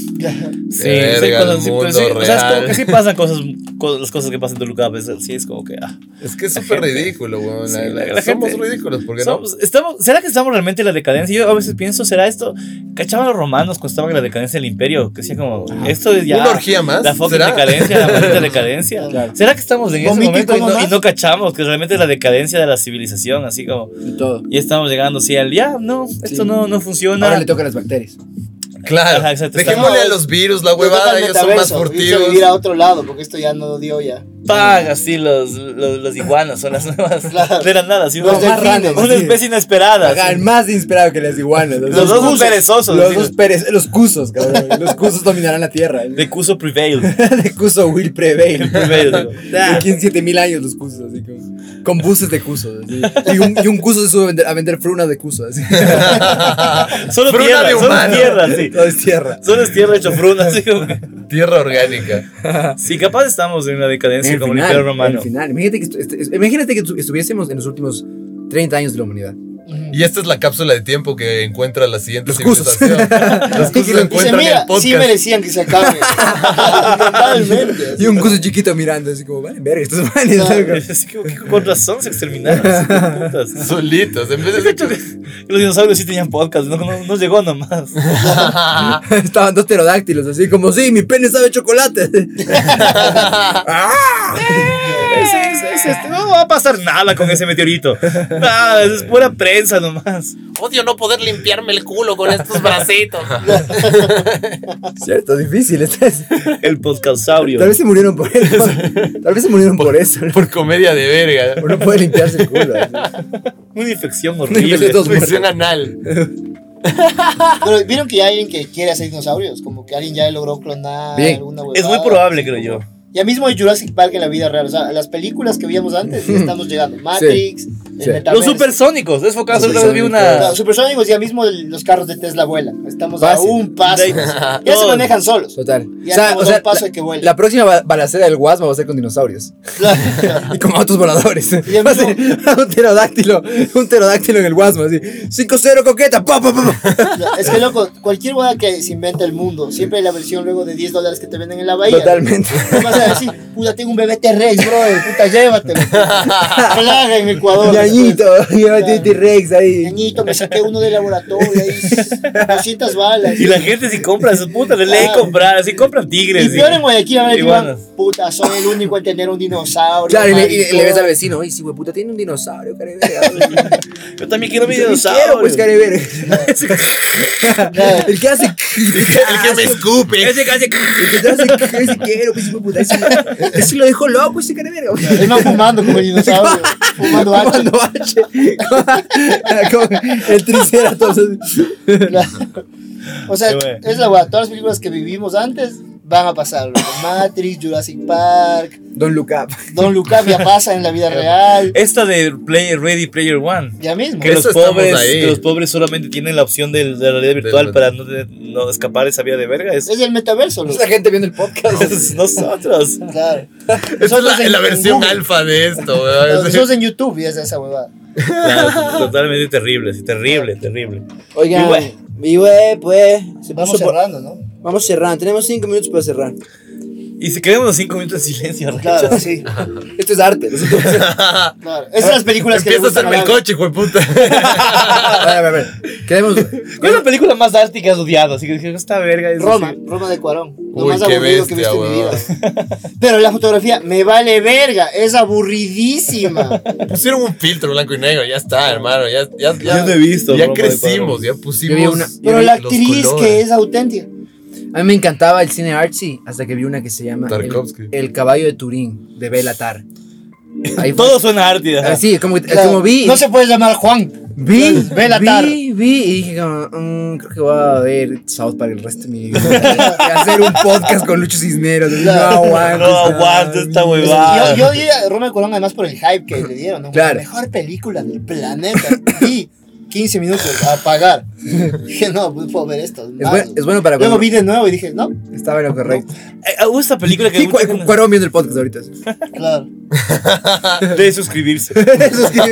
Speaker 3: Sí,
Speaker 1: Verga,
Speaker 3: sí,
Speaker 1: el
Speaker 3: cosas, sí, pero sí,
Speaker 1: mundo
Speaker 3: o sea, es como
Speaker 1: real.
Speaker 3: que sí pasan cosas, co- las cosas que pasan en Toluca, a veces sí es como que, ah.
Speaker 1: Es que es súper
Speaker 3: gente-
Speaker 1: ridículo, weón.
Speaker 3: sí,
Speaker 1: La- la-
Speaker 3: la- la
Speaker 1: somos
Speaker 3: gente-
Speaker 1: ridículos, porque no?
Speaker 3: Somos- pues, estamos, ¿Será que estamos realmente en la decadencia? Yo a veces pienso, ¿será esto? ¿Cachaban los romanos cuando estaban en la decadencia del imperio? Que decía como, esto es ya...
Speaker 1: Ah, ¿Una orgía más?
Speaker 3: La fucking
Speaker 1: ¿Será?
Speaker 3: decadencia, la maldita decadencia.
Speaker 2: Claro.
Speaker 3: ¿Será que estamos en ese
Speaker 4: ¿Vomito y
Speaker 3: momento y
Speaker 4: como
Speaker 3: no, y
Speaker 4: más?
Speaker 3: no cachamos que realmente es la decadencia de la civilización? Así como,
Speaker 2: De todo.
Speaker 3: ya estamos llegando así al, ya, no, esto
Speaker 2: Sí.
Speaker 3: no, no funciona.
Speaker 2: Ahora le toca a las bacterias.
Speaker 1: Claro.
Speaker 3: Ajá, exacto,
Speaker 1: Dejémosle
Speaker 4: estamos-
Speaker 1: a los virus, la
Speaker 4: Yo creo que
Speaker 1: huevada,
Speaker 4: al
Speaker 1: ellos son más
Speaker 4: metaverso, irse a
Speaker 1: furtivos.
Speaker 4: vivir a otro lado, porque esto ya no dio ya.
Speaker 3: ¡Pag! Así los, los, los iguanas son las nuevas. De la nada, así
Speaker 2: Los
Speaker 3: una-
Speaker 2: delfines,
Speaker 3: Una
Speaker 2: sí.
Speaker 3: especie inesperada.
Speaker 2: Ajá,
Speaker 3: así.
Speaker 2: el más inesperado que las iguanas.
Speaker 3: Los dos son
Speaker 2: cuzos.
Speaker 3: perezosos,
Speaker 2: Los
Speaker 3: así.
Speaker 2: dos perez- los cusos, cabrón. Los cusos dominarán la tierra.
Speaker 3: De Cuso Prevail.
Speaker 2: De cuso will prevail.
Speaker 3: Prevail, digo.
Speaker 2: De 15, 7 mil años los cusos, así como. Con buses de cusos. así. Y, un, y un cuso se sube a vender, a vender frunas de cusos. Así.
Speaker 3: Solo
Speaker 1: Fruna
Speaker 3: tierra,
Speaker 1: de
Speaker 3: solo
Speaker 1: humano.
Speaker 3: tierra, sí.
Speaker 2: Todo es tierra.
Speaker 3: Solo es tierra hecho fruna. así como que-
Speaker 1: Tierra orgánica.
Speaker 3: Sí, capaz estamos en una decadencia como el
Speaker 2: final,
Speaker 3: Imperio Romano.
Speaker 2: el final. Imagínate que, estu- est- est- imagínate que tu- estuviésemos en los últimos 30 años de la humanidad.
Speaker 1: Y esta es la cápsula de tiempo que encuentra la siguiente
Speaker 2: Los cusos.
Speaker 1: civilización. Los
Speaker 4: Dice,
Speaker 1: cusos encuentran
Speaker 4: mira,
Speaker 1: el podcast.
Speaker 4: sí merecían que se acabe. Totalmente.
Speaker 2: Y un cuso chiquito mirando, así como, vale, verga, estos manes. loco".
Speaker 3: Así como que con razón se exterminaron. así como putas.
Speaker 1: Solitos, en vez de
Speaker 3: Cacho que- que Los dinosaurios sí tenían podcast, no, no, no llegó nomás.
Speaker 2: Estaban dos pterodáctilos, así como, sí, mi pene sabe a chocolate. ¡Ah!
Speaker 3: Ese- ese- ese- este, no va a pasar nada con ese meteorito. Nada, es pura prensa nomás.
Speaker 6: Odio no poder limpiarme el culo con estos bracitos.
Speaker 2: Cierto, difícil. estás-
Speaker 3: El podcastaurio.
Speaker 2: Tal vez se murieron por eso. Tal vez se murieron por eso. ¿no?
Speaker 1: por comedia de verga.
Speaker 2: Por no poder limpiarse el culo. así.
Speaker 3: Una infección
Speaker 2: Ese
Speaker 3: horrible.
Speaker 2: dos-
Speaker 1: Infección anal.
Speaker 4: Pero vieron que ya hay alguien que quiere hacer dinosaurios, como que alguien ya logró clonar
Speaker 2: Bien.
Speaker 4: alguna
Speaker 3: Es muy
Speaker 4: huevada.
Speaker 3: probable, creo yo.
Speaker 4: Ya mismo hay Jurassic Park en la vida real, o sea, las películas que veíamos antes ya estamos llegando. Matrix, el
Speaker 2: Sí.
Speaker 4: metaverso.
Speaker 3: Los supersónicos, es focado,
Speaker 2: Los
Speaker 3: otra vez vi una.
Speaker 4: Los supersónicos ya mismo el- los carros de Tesla vuelan. Estamos
Speaker 2: Fácil.
Speaker 4: a un paso.
Speaker 3: De-
Speaker 4: ya se manejan solos.
Speaker 2: Total.
Speaker 4: Ya estamos a un paso de que
Speaker 2: la,
Speaker 4: vuele.
Speaker 2: la próxima ba- balacera del Guasma va a ser con dinosaurios. Y con autos voladores.
Speaker 4: el
Speaker 2: Va a ser un pterodáctilo. Un pterodáctilo en el Guasma. Así. 5-0 coqueta. Pa, pa, pa, pa.
Speaker 4: es que loco, cualquier hueá que se inventa el mundo, siempre hay la versión luego de 10 dólares que te venden en la bahía.
Speaker 2: Totalmente.
Speaker 4: No vas a decir, puta, tengo un bebé T-Rex, bro, puta, llévatelo. Plaga en Ecuador.
Speaker 2: Ñañito. Llévate un T-Rex ahí.
Speaker 4: Ñañito, me saqué uno del laboratorio, ahí 200 balas.
Speaker 3: Y la gente si compra sus putas, le leen comprar, así compran tigres.
Speaker 4: Y peor en Guayaquil, a ver,
Speaker 3: Iguanas.
Speaker 4: iban, puta, soy el único en tener un dinosaurio.
Speaker 2: Claro, y le, y le-
Speaker 4: maricón".
Speaker 2: le ves al vecino. Oye, sí, güey, puta, tiene un dinosaurio, careverga.
Speaker 3: Yo también quiero mi
Speaker 2: Quiero,
Speaker 3: dinosaurio.
Speaker 2: pues, careverga.
Speaker 4: Claro.
Speaker 2: El que hace.
Speaker 1: El que me escupe.
Speaker 3: Pues, Ese casi.
Speaker 2: El que te hace. Ese quiero, pues, hijo de puta. Ese, ese lo dejó loco, ese careverga. güey.
Speaker 4: Él no fumando como el dinosaurio, fumando hacha.
Speaker 2: Fumando H. Como el triceratops.
Speaker 4: Claro. O sea,
Speaker 3: Qué bueno.
Speaker 4: es la weá. Todas las películas que vivimos antes van a pasar. loco. Matrix, Jurassic Park,
Speaker 2: Don Look Up.
Speaker 4: Don Luca ya pasa en la vida real.
Speaker 3: Esta de Player Ready Player One.
Speaker 4: Ya mismo.
Speaker 3: Que
Speaker 1: Eso
Speaker 3: los,
Speaker 1: estamos
Speaker 3: pobres,
Speaker 1: ahí.
Speaker 3: que los pobres solamente tienen la opción del- de, la realidad virtual
Speaker 1: Del-
Speaker 3: para no, de- no escapar esa vía de verga. Es,
Speaker 4: Es el metaverso, loco.
Speaker 2: Esa gente viendo el podcast.
Speaker 3: es nosotros.
Speaker 4: Claro.
Speaker 1: Esa es
Speaker 4: Nosotros
Speaker 1: la,
Speaker 4: en-
Speaker 1: la
Speaker 4: en
Speaker 1: versión
Speaker 4: Google.
Speaker 1: alfa de esto, weón.
Speaker 4: Nosotros en YouTube y es esa huevada.
Speaker 3: Claro, totalmente terrible, sí, terrible, terrible.
Speaker 2: Oigan,
Speaker 3: Y güey.
Speaker 2: mi güey, pues. se
Speaker 4: Vamos
Speaker 2: puso por-
Speaker 4: cerrando, ¿no?
Speaker 2: Vamos cerrando. Tenemos cinco minutos para cerrar.
Speaker 3: Y si quedamos los cinco minutos de silencio,
Speaker 4: Claro,
Speaker 3: rachas.
Speaker 4: sí.
Speaker 2: Esto es arte.
Speaker 4: Claro. Esas son las películas que le
Speaker 1: Empieza Ah, a
Speaker 4: gustan
Speaker 1: hacerme
Speaker 4: a
Speaker 1: el
Speaker 4: Gaby.
Speaker 1: coche, hijo de puta.
Speaker 2: a ver, a ver. Queremos.
Speaker 3: ¿Cuál es la película más arte que has odiado? Así que dije, esta verga es.
Speaker 4: Roma, Roma de Cuarón. Lo
Speaker 1: Uy,
Speaker 4: más
Speaker 1: qué
Speaker 4: aburrido que
Speaker 1: bestia,
Speaker 4: viste en mi vida. Pero la fotografía me vale verga. Es aburridísima.
Speaker 1: Pusieron un filtro blanco y negro, ya está, hermano. Ya, ya, ya,
Speaker 3: Yo no he visto
Speaker 1: Ya
Speaker 3: Roma de
Speaker 1: crecimos, ya
Speaker 2: Yo vi
Speaker 1: pusimos.
Speaker 2: una-
Speaker 4: Pero la
Speaker 1: los
Speaker 4: actriz que
Speaker 1: colores.
Speaker 4: es auténtica.
Speaker 2: A mí me encantaba el cine artsy hasta que vi una que se llama El,
Speaker 1: Tarkovsky.
Speaker 2: El caballo de Turín de Belatar. Ahí fue.
Speaker 3: Todo suena arte. ajá.
Speaker 2: Así, como, que-
Speaker 4: Claro,
Speaker 2: como vi.
Speaker 4: No se puede llamar Juan.
Speaker 2: Vi,
Speaker 4: Belatar.
Speaker 2: vi, vi y dije, como, "Mm, creo que voy a ver South Park el resto de mi vida. Y hacer un podcast con Lucho Cisneros. No aguanto.
Speaker 3: No aguanto esta
Speaker 4: Yo,
Speaker 3: huevada.
Speaker 4: yo di a Roma de Colón además por el hype que le dieron. ¿no?
Speaker 2: Claro.
Speaker 4: La mejor película del planeta. Y 15 minutos a pagar. Dije, no, pues, puedo ver esto.
Speaker 2: Es,
Speaker 4: más,
Speaker 2: bueno, es bueno para
Speaker 4: Luego
Speaker 2: cuando
Speaker 4: vi de nuevo y dije, no,
Speaker 2: Estaba en lo correcto.
Speaker 3: Eh, Hubo esta película que.
Speaker 2: Sí,
Speaker 3: mucha
Speaker 2: cu-
Speaker 3: gente-
Speaker 2: Cuarón viendo el podcast ahorita.
Speaker 4: claro.
Speaker 3: de suscribirse.
Speaker 2: Eso es que-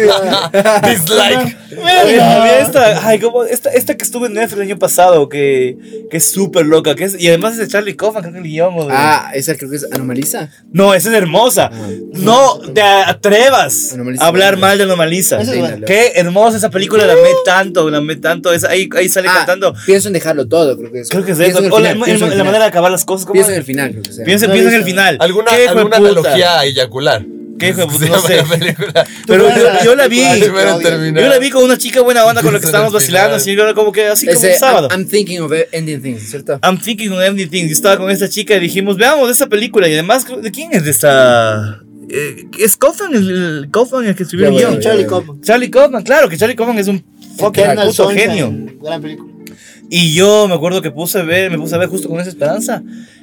Speaker 1: Dislike.
Speaker 3: Había- había esta, ay, como esta, esta que estuve en Netflix el año pasado, que, que es súper loca. Que es, y además es de Charlie Kaufman, creo que el guión. o de-
Speaker 2: Ah, esa creo que es Anomaliza.
Speaker 3: No, esa es hermosa. No te atrevas
Speaker 2: Anomalisa.
Speaker 3: a hablar mal de Anomalisa.
Speaker 4: Eso es bueno.
Speaker 3: Qué hermosa esa película, la amé tanto, la amé tanto. esa- ahí, ahí sale
Speaker 2: Ah,
Speaker 3: cantando.
Speaker 2: Pienso en dejarlo todo, creo que es.
Speaker 3: Creo que es
Speaker 2: Pienso
Speaker 3: eso.
Speaker 2: en el
Speaker 3: O la,
Speaker 2: final,
Speaker 3: la-
Speaker 2: pienso en
Speaker 3: la
Speaker 2: el
Speaker 3: manera
Speaker 2: final.
Speaker 3: de acabar las cosas. ¿cómo
Speaker 2: Pienso en
Speaker 3: es?
Speaker 2: el final, creo que sea.
Speaker 3: Piensa,
Speaker 4: No he
Speaker 3: piensa en el
Speaker 4: visto.
Speaker 3: final.
Speaker 1: ¿Alguna,
Speaker 3: Qué hijo de
Speaker 1: alguna
Speaker 3: puta.
Speaker 1: analogía a eyacular?
Speaker 3: ¿Qué hijo de puta?
Speaker 1: Se
Speaker 3: No
Speaker 1: llama
Speaker 3: sé.
Speaker 1: la película.
Speaker 3: Pero yo, yo la vi.
Speaker 1: Ay, primero
Speaker 4: Claudio.
Speaker 1: terminar.
Speaker 3: Yo la vi con una chica buena onda con la que
Speaker 1: Dulce
Speaker 3: estábamos
Speaker 1: del
Speaker 3: vacilando.
Speaker 1: final.
Speaker 3: Así yo era como que así como
Speaker 2: Ese,
Speaker 3: un sábado. Ah.
Speaker 2: I'm, I'm thinking of ending things, ¿cierto?
Speaker 3: I'm thinking on everything. Yo estaba con esta chica y dijimos, veamos esa película. Y además, ¿de quién es de esta? Eh, es Kaufman el, el- Kaufman el que escribió el
Speaker 2: Ya,
Speaker 3: guión.
Speaker 2: bueno,
Speaker 4: Charlie Kaufman.
Speaker 3: Charlie Kaufman, claro que Charlie Kaufman es un fucking
Speaker 4: Eternal
Speaker 3: puto
Speaker 4: Sunshine,
Speaker 3: genio.
Speaker 4: Gran película.
Speaker 3: Y yo me acuerdo que puse a ver, me puse a ver justo con esa esperanza.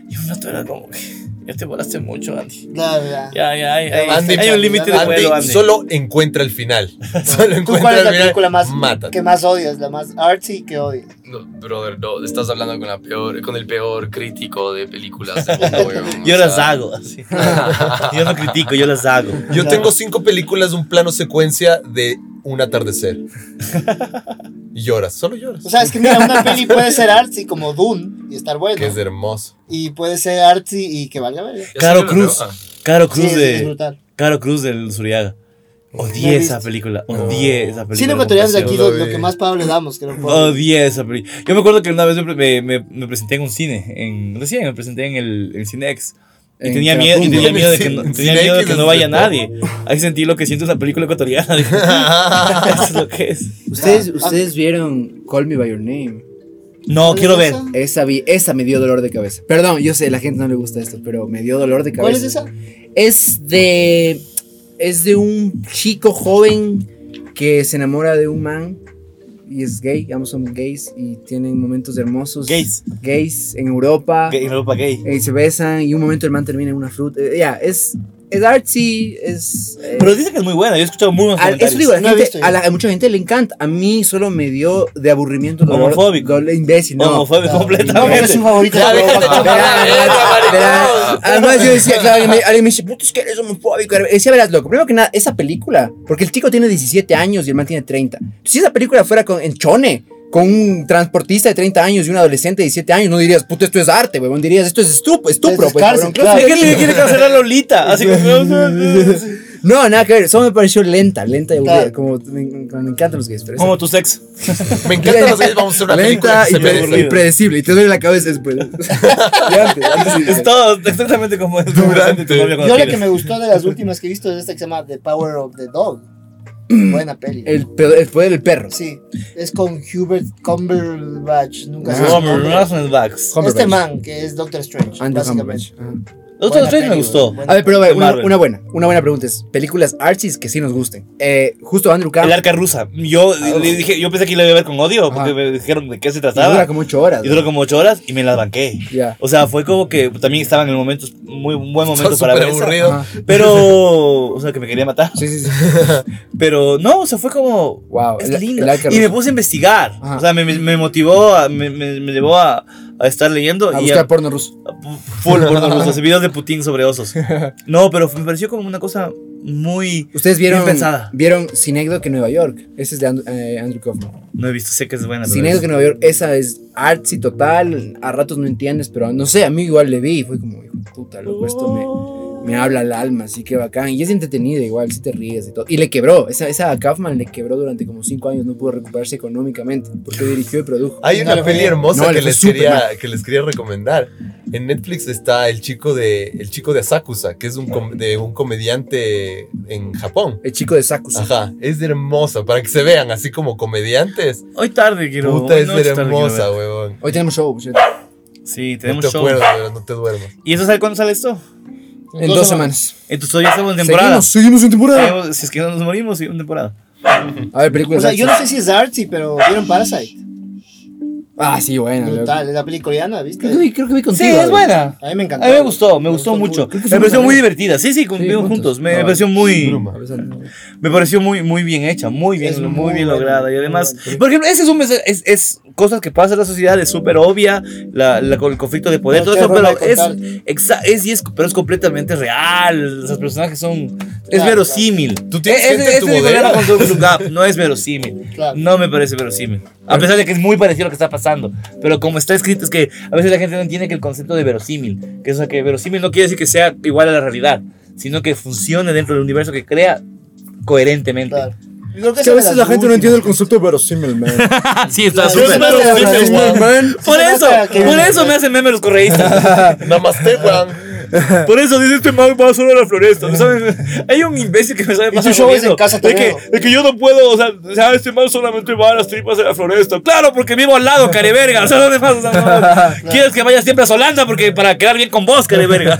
Speaker 3: Y un rato era como que ya te volaste mucho, Andy.
Speaker 4: La verdad.
Speaker 3: Ya, ya, hay, hay-
Speaker 1: Andy,
Speaker 3: hay un límite de
Speaker 1: Andy,
Speaker 3: vuelo, Andy.
Speaker 1: solo encuentra el final. Solo
Speaker 4: ¿Tú cuál
Speaker 1: encuentra
Speaker 4: es
Speaker 1: el
Speaker 4: la
Speaker 1: final.
Speaker 4: película más,
Speaker 1: Mátate.
Speaker 4: que más odias? La más artsy que odias.
Speaker 5: No, brother, no, estás hablando con, la peor, con el peor crítico de películas del mundo, weón.
Speaker 3: Yo
Speaker 5: O sea,
Speaker 3: las hago. así. yo no critico, yo las hago.
Speaker 1: Yo tengo cinco películas, un plano secuencia de un atardecer. Y lloras, solo lloras.
Speaker 4: O sea, es que mira, una peli puede ser artsy como Dune y estar bueno.
Speaker 1: Que es hermoso.
Speaker 4: Y puede ser artsy y que valga ver.
Speaker 5: ya
Speaker 3: Caro
Speaker 5: salió Ah, la
Speaker 3: Cruz.
Speaker 5: nueva.
Speaker 3: Caro
Speaker 4: Sí,
Speaker 3: Cruz
Speaker 4: es, es
Speaker 3: de.
Speaker 4: brutal.
Speaker 3: Caro Cruz del Suriaga.
Speaker 4: No
Speaker 3: Odié
Speaker 4: he
Speaker 3: esa
Speaker 4: visto.
Speaker 3: película. Odié esa película.
Speaker 4: Sí, lo ecuatorianos de aquí
Speaker 1: Yo
Speaker 4: lo,
Speaker 1: lo
Speaker 4: lo
Speaker 1: vi.
Speaker 4: que más pavo le damos, creo. por-
Speaker 3: Odié esa película. Yo me acuerdo que una vez me, pre- me, me- me presenté en un cine. En, recién me presenté en el en Cinex. Y
Speaker 2: En
Speaker 3: tenía miedo, y
Speaker 2: Carapungo.
Speaker 3: tenía miedo de que no,
Speaker 1: Cine-
Speaker 3: tenía miedo de
Speaker 1: Cinex
Speaker 3: que
Speaker 1: es
Speaker 3: no vaya
Speaker 1: de-
Speaker 3: nadie. Ahí sentí lo que siento una película ecuatoriana. Eso es lo que es.
Speaker 2: Ustedes,
Speaker 4: Ah,
Speaker 2: ustedes vieron Call Me By Your Name.
Speaker 3: No,
Speaker 4: ¿Cuál
Speaker 3: quiero
Speaker 4: es
Speaker 3: ver.
Speaker 4: esa?
Speaker 2: Esa, vi, esa me dio dolor de cabeza. Perdón, yo sé, la gente no le gusta esto, pero me dio dolor de cabeza.
Speaker 4: ¿Cuál es esa?
Speaker 2: Es de. Es de un chico joven que se enamora de un man y es gay. Ambos son gays y tienen momentos hermosos.
Speaker 3: Gays.
Speaker 2: Gays en Europa.
Speaker 3: Gay, ropa gay.
Speaker 2: Y se besan y un momento el man termina en una fruta. Eh, ya, es. Es artsy, es. eh,
Speaker 3: Pero dice que es muy buena. Yo he escuchado muy buenos
Speaker 4: Ah,
Speaker 2: al- eso
Speaker 3: comentarios.
Speaker 2: digo, a, la
Speaker 4: No he
Speaker 2: gente-
Speaker 4: visto yo.
Speaker 2: a la- a mucha gente le encanta. A mí solo me dio de aburrimiento. Dolor,
Speaker 3: Homofóbico.
Speaker 2: dolor- imbécil, no.
Speaker 3: Homofóbico
Speaker 4: No, No, pero es
Speaker 3: completamente.
Speaker 4: su favorito.
Speaker 6: Ya,
Speaker 4: pero-
Speaker 6: déjate chupar.
Speaker 2: Verá,
Speaker 6: verga,
Speaker 2: verá.
Speaker 6: maricón.
Speaker 2: Además, yo decía, claro, alguien me, alguien me dice, puto, es que eres homofóbico. Y Decía, verás, loco, primero que nada, esa película, porque el chico tiene 17 años y el man tiene 30. Si esa película fuera con, en Chone, con un transportista de 30 años y un adolescente de 17 años, no dirías, puto, esto es arte, weón. Dirías, esto es estupro, estupro,
Speaker 4: es
Speaker 2: pues,
Speaker 4: cárcel,
Speaker 2: cabrón,
Speaker 4: claro.
Speaker 2: claro.
Speaker 3: Es que le quiere cancelar a Lolita. Así como.
Speaker 2: No, nada que ver, solo me pareció lenta, lenta y aburrida.
Speaker 4: Claro.
Speaker 2: Como me, me encantan los gays, pero esa-
Speaker 3: Como tu sexo.
Speaker 1: Me encantan los gays, vamos a hacer una película
Speaker 2: Lenta
Speaker 1: que
Speaker 2: y,
Speaker 1: se
Speaker 2: pre-
Speaker 1: merece.
Speaker 2: y predecible, y te duele la cabeza después. Y antes, antes sí.
Speaker 3: Es todo exactamente como es.
Speaker 1: Durante.
Speaker 4: Yo la que me gustó de las últimas que he visto es esta que se llama The Power of the Dog. Buena peli.
Speaker 2: Mm. El, pedo- el poder del perro.
Speaker 4: Sí, es con Hubert Cumberbatch. Nunca sé su
Speaker 3: Homer
Speaker 4: nombre.
Speaker 3: Raffensbacks.
Speaker 4: Este
Speaker 2: Cumberbatch.
Speaker 4: man, que es Doctor Strange.
Speaker 2: Andrew
Speaker 4: básicamente.
Speaker 2: Cumberbatch. Ajá.
Speaker 3: Doctor Strange me gustó.
Speaker 2: A ver, pero a ver,
Speaker 3: De
Speaker 2: una,
Speaker 3: Marvel.
Speaker 2: una buena, una buena pregunta es, películas artsys que sí nos gusten. Eh, justo Andrew
Speaker 3: El
Speaker 2: Campbell
Speaker 3: arca rusa. Yo le dije, yo pensé que la iba a ver con odio, porque
Speaker 2: Ah, Ajá.
Speaker 3: me dijeron de qué se
Speaker 2: y dura
Speaker 3: trataba.
Speaker 2: como ocho horas.
Speaker 3: Y duró como ocho horas y me la banqué.
Speaker 2: Ya.
Speaker 3: O sea, fue como que también estaba en el momento, muy un buen
Speaker 1: Está
Speaker 3: momento para ver.
Speaker 1: súper
Speaker 3: esa.
Speaker 1: aburrido.
Speaker 2: Ajá.
Speaker 3: Pero, o sea, que me quería matar.
Speaker 2: Sí, sí, sí.
Speaker 3: Pero no, o sea, fue como.
Speaker 2: Wow,
Speaker 3: Es
Speaker 2: el-
Speaker 3: lindo.
Speaker 2: el arca
Speaker 3: y me
Speaker 2: rusa.
Speaker 3: puse a investigar.
Speaker 2: Ajá.
Speaker 3: O sea, me, me- me motivó, a- me, me- me llevó a, a estar leyendo.
Speaker 2: A
Speaker 3: y
Speaker 2: buscar porno ruso.
Speaker 3: Full porno ruso, así, videos de Putin sobre osos. No, pero me pareció como una cosa muy.
Speaker 2: Ustedes vieron,
Speaker 3: Bien pensada.
Speaker 2: vieron Cinecdoc en Nueva York. Ese es de And- eh, Andrew Kaufman.
Speaker 3: Ah, No he visto, sé que es buena. pero
Speaker 2: Cinecdoc
Speaker 3: es-
Speaker 2: en Nueva York, esa es artsy total. A ratos no entiendes, pero no sé, a mí igual le vi y fue como, hijo de puta, loco, esto me, me habla el alma, así que bacán. Y es entretenida igual, si te ríes y todo. Y le quebró, esa, esa a Kaufman le quebró durante como cinco años, no pudo recuperarse económicamente, porque dirigió y produjo.
Speaker 1: Hay
Speaker 4: No
Speaker 1: una
Speaker 4: le fue
Speaker 1: peli
Speaker 4: bien.
Speaker 1: hermosa
Speaker 2: No, le
Speaker 1: que,
Speaker 2: fue
Speaker 1: les
Speaker 2: súper
Speaker 1: quería, que les quería recomendar. En Netflix está el chico de, el chico de Asakusa, que es un, com- de un comediante en Japón.
Speaker 2: El chico de Sakusa.
Speaker 1: Ajá, es hermosa, para que se vean así como comediantes.
Speaker 3: Hoy tarde quiero.
Speaker 1: Puta,
Speaker 3: hoy
Speaker 1: es
Speaker 3: noche tarde
Speaker 1: hermosa,
Speaker 3: quiero
Speaker 1: huevón.
Speaker 2: Hoy tenemos show, por cierto.
Speaker 3: ver. Sí,
Speaker 1: No
Speaker 3: tenemos
Speaker 1: te
Speaker 3: show.
Speaker 1: acuerdas, pero no te duermas.
Speaker 3: ¿Y eso sabe cuándo sale esto?
Speaker 2: Ah. En dos semanas.
Speaker 3: Entonces hoy ya estamos en temporada.
Speaker 2: Seguimos, seguimos en temporada.
Speaker 3: Seguimos- Si es que no nos morimos, sí, en temporada.
Speaker 2: A ver, películas.
Speaker 4: O sea, yo no
Speaker 2: artsy.
Speaker 4: sé si es artsy, pero vieron Parasite.
Speaker 2: Ah, sí, bueno. loco.
Speaker 4: Brutal, es la peli coreana, ¿viste?
Speaker 2: Creo que vi, creo que vi
Speaker 3: Sí,
Speaker 2: contigo.
Speaker 3: es
Speaker 2: Ale.
Speaker 3: buena.
Speaker 4: A mí me encantó.
Speaker 3: A mí me gustó, me gustó
Speaker 4: gustó
Speaker 3: mucho.
Speaker 4: mucho.
Speaker 2: Creo que
Speaker 3: Me
Speaker 2: fuimos
Speaker 3: pareció
Speaker 2: a
Speaker 3: muy
Speaker 2: ver.
Speaker 3: divertida. Sí, sí, cumplimos
Speaker 2: juntos.
Speaker 3: juntos. Me
Speaker 2: No,
Speaker 3: me pareció muy.
Speaker 1: Bruma.
Speaker 2: A pesar de-
Speaker 3: Me pareció muy, muy bien hecha, muy bien,
Speaker 4: Es
Speaker 3: muy,
Speaker 4: muy
Speaker 3: bien
Speaker 4: buena,
Speaker 3: lograda. Y
Speaker 4: muy
Speaker 3: además,
Speaker 4: buena.
Speaker 3: por ejemplo, ese es un mensaje- es, es cosas que pasan en la sociedad, es súper obvia, la, la- el conflicto de poder,
Speaker 4: No,
Speaker 3: todo
Speaker 4: qué
Speaker 3: eso,
Speaker 4: forma
Speaker 3: pero
Speaker 4: de
Speaker 3: es,
Speaker 4: contar.
Speaker 3: exa- es, y es- pero es completamente real. Los personajes son. Es
Speaker 4: Claro,
Speaker 3: verosímil.
Speaker 1: ¿Tú tienes
Speaker 3: E- ese-
Speaker 1: gente en tu
Speaker 4: este
Speaker 3: ese
Speaker 1: bodega?
Speaker 3: Nicolás con su- su gap no es verosímil.
Speaker 4: Claro.
Speaker 3: No me parece verosímil. A pesar de que es muy parecido a lo que está pasando. Pero como está escrito, es que a veces la gente no entiende que el concepto de verosímil, que es o sea, que verosímil no quiere decir que sea igual a la realidad, sino que funcione dentro del universo que crea coherentemente.
Speaker 4: Claro. Yo creo que
Speaker 2: Es que
Speaker 4: esa
Speaker 2: a
Speaker 4: de
Speaker 2: veces
Speaker 4: las
Speaker 2: la gente no
Speaker 4: últimas.
Speaker 2: entiende el concepto de verosímil, man.
Speaker 3: Ah, sí, está
Speaker 4: Claro.
Speaker 3: súper.
Speaker 4: Pero es
Speaker 3: verosímil,
Speaker 4: verosímil,
Speaker 3: weón.
Speaker 2: man.
Speaker 3: Por
Speaker 4: Sí,
Speaker 3: eso,
Speaker 4: nota que-
Speaker 3: por eso me hacen meme los correístas.
Speaker 1: Namaste, weón.
Speaker 3: Por eso dice este man va solo a la floresta. ¿no sabes? Hay un imbécil que me sabe
Speaker 4: Y
Speaker 3: pasar
Speaker 4: su show es
Speaker 3: jodiendo.
Speaker 4: en casa
Speaker 3: de que,
Speaker 4: también,
Speaker 3: de que yo no puedo, o sea, o sea, este man solamente va a las tripas de la floresta. Claro, porque vivo al lado, careverga. O sea, ¿dónde más? O sea, no, no. Quieres que vaya siempre a Solanda porque para quedar bien con vos, careverga.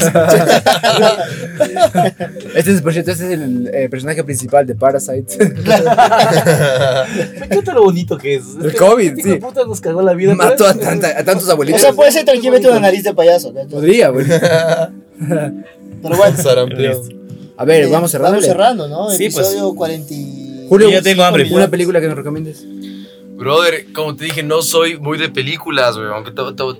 Speaker 2: Este es, por cierto, este es el eh, personaje principal de Parasite.
Speaker 3: Me encanta lo bonito que es.
Speaker 2: El COVID,
Speaker 3: hijo de
Speaker 2: sí.
Speaker 3: puta este nos cagó la vida.
Speaker 2: Mató a, tanta- a tantos
Speaker 4: O
Speaker 2: abuelitos.
Speaker 4: sea,
Speaker 3: pues,
Speaker 4: puede ser tranquilamente una nariz de payaso. ¿no? Entonces,
Speaker 2: Podría, güey.
Speaker 4: Pero bueno.
Speaker 1: Sarampión.
Speaker 2: A ver,
Speaker 4: eh,
Speaker 2: vamos cerrando.
Speaker 4: Vamos cerrando, ¿no?
Speaker 3: Sí, pues.
Speaker 4: Episodio 40. y-
Speaker 2: Julio,
Speaker 3: Yo ya tengo hambre.
Speaker 2: una película que nos recomiendes.
Speaker 5: Brother, como te dije, no soy muy de películas, güey. Aunque todo, todo-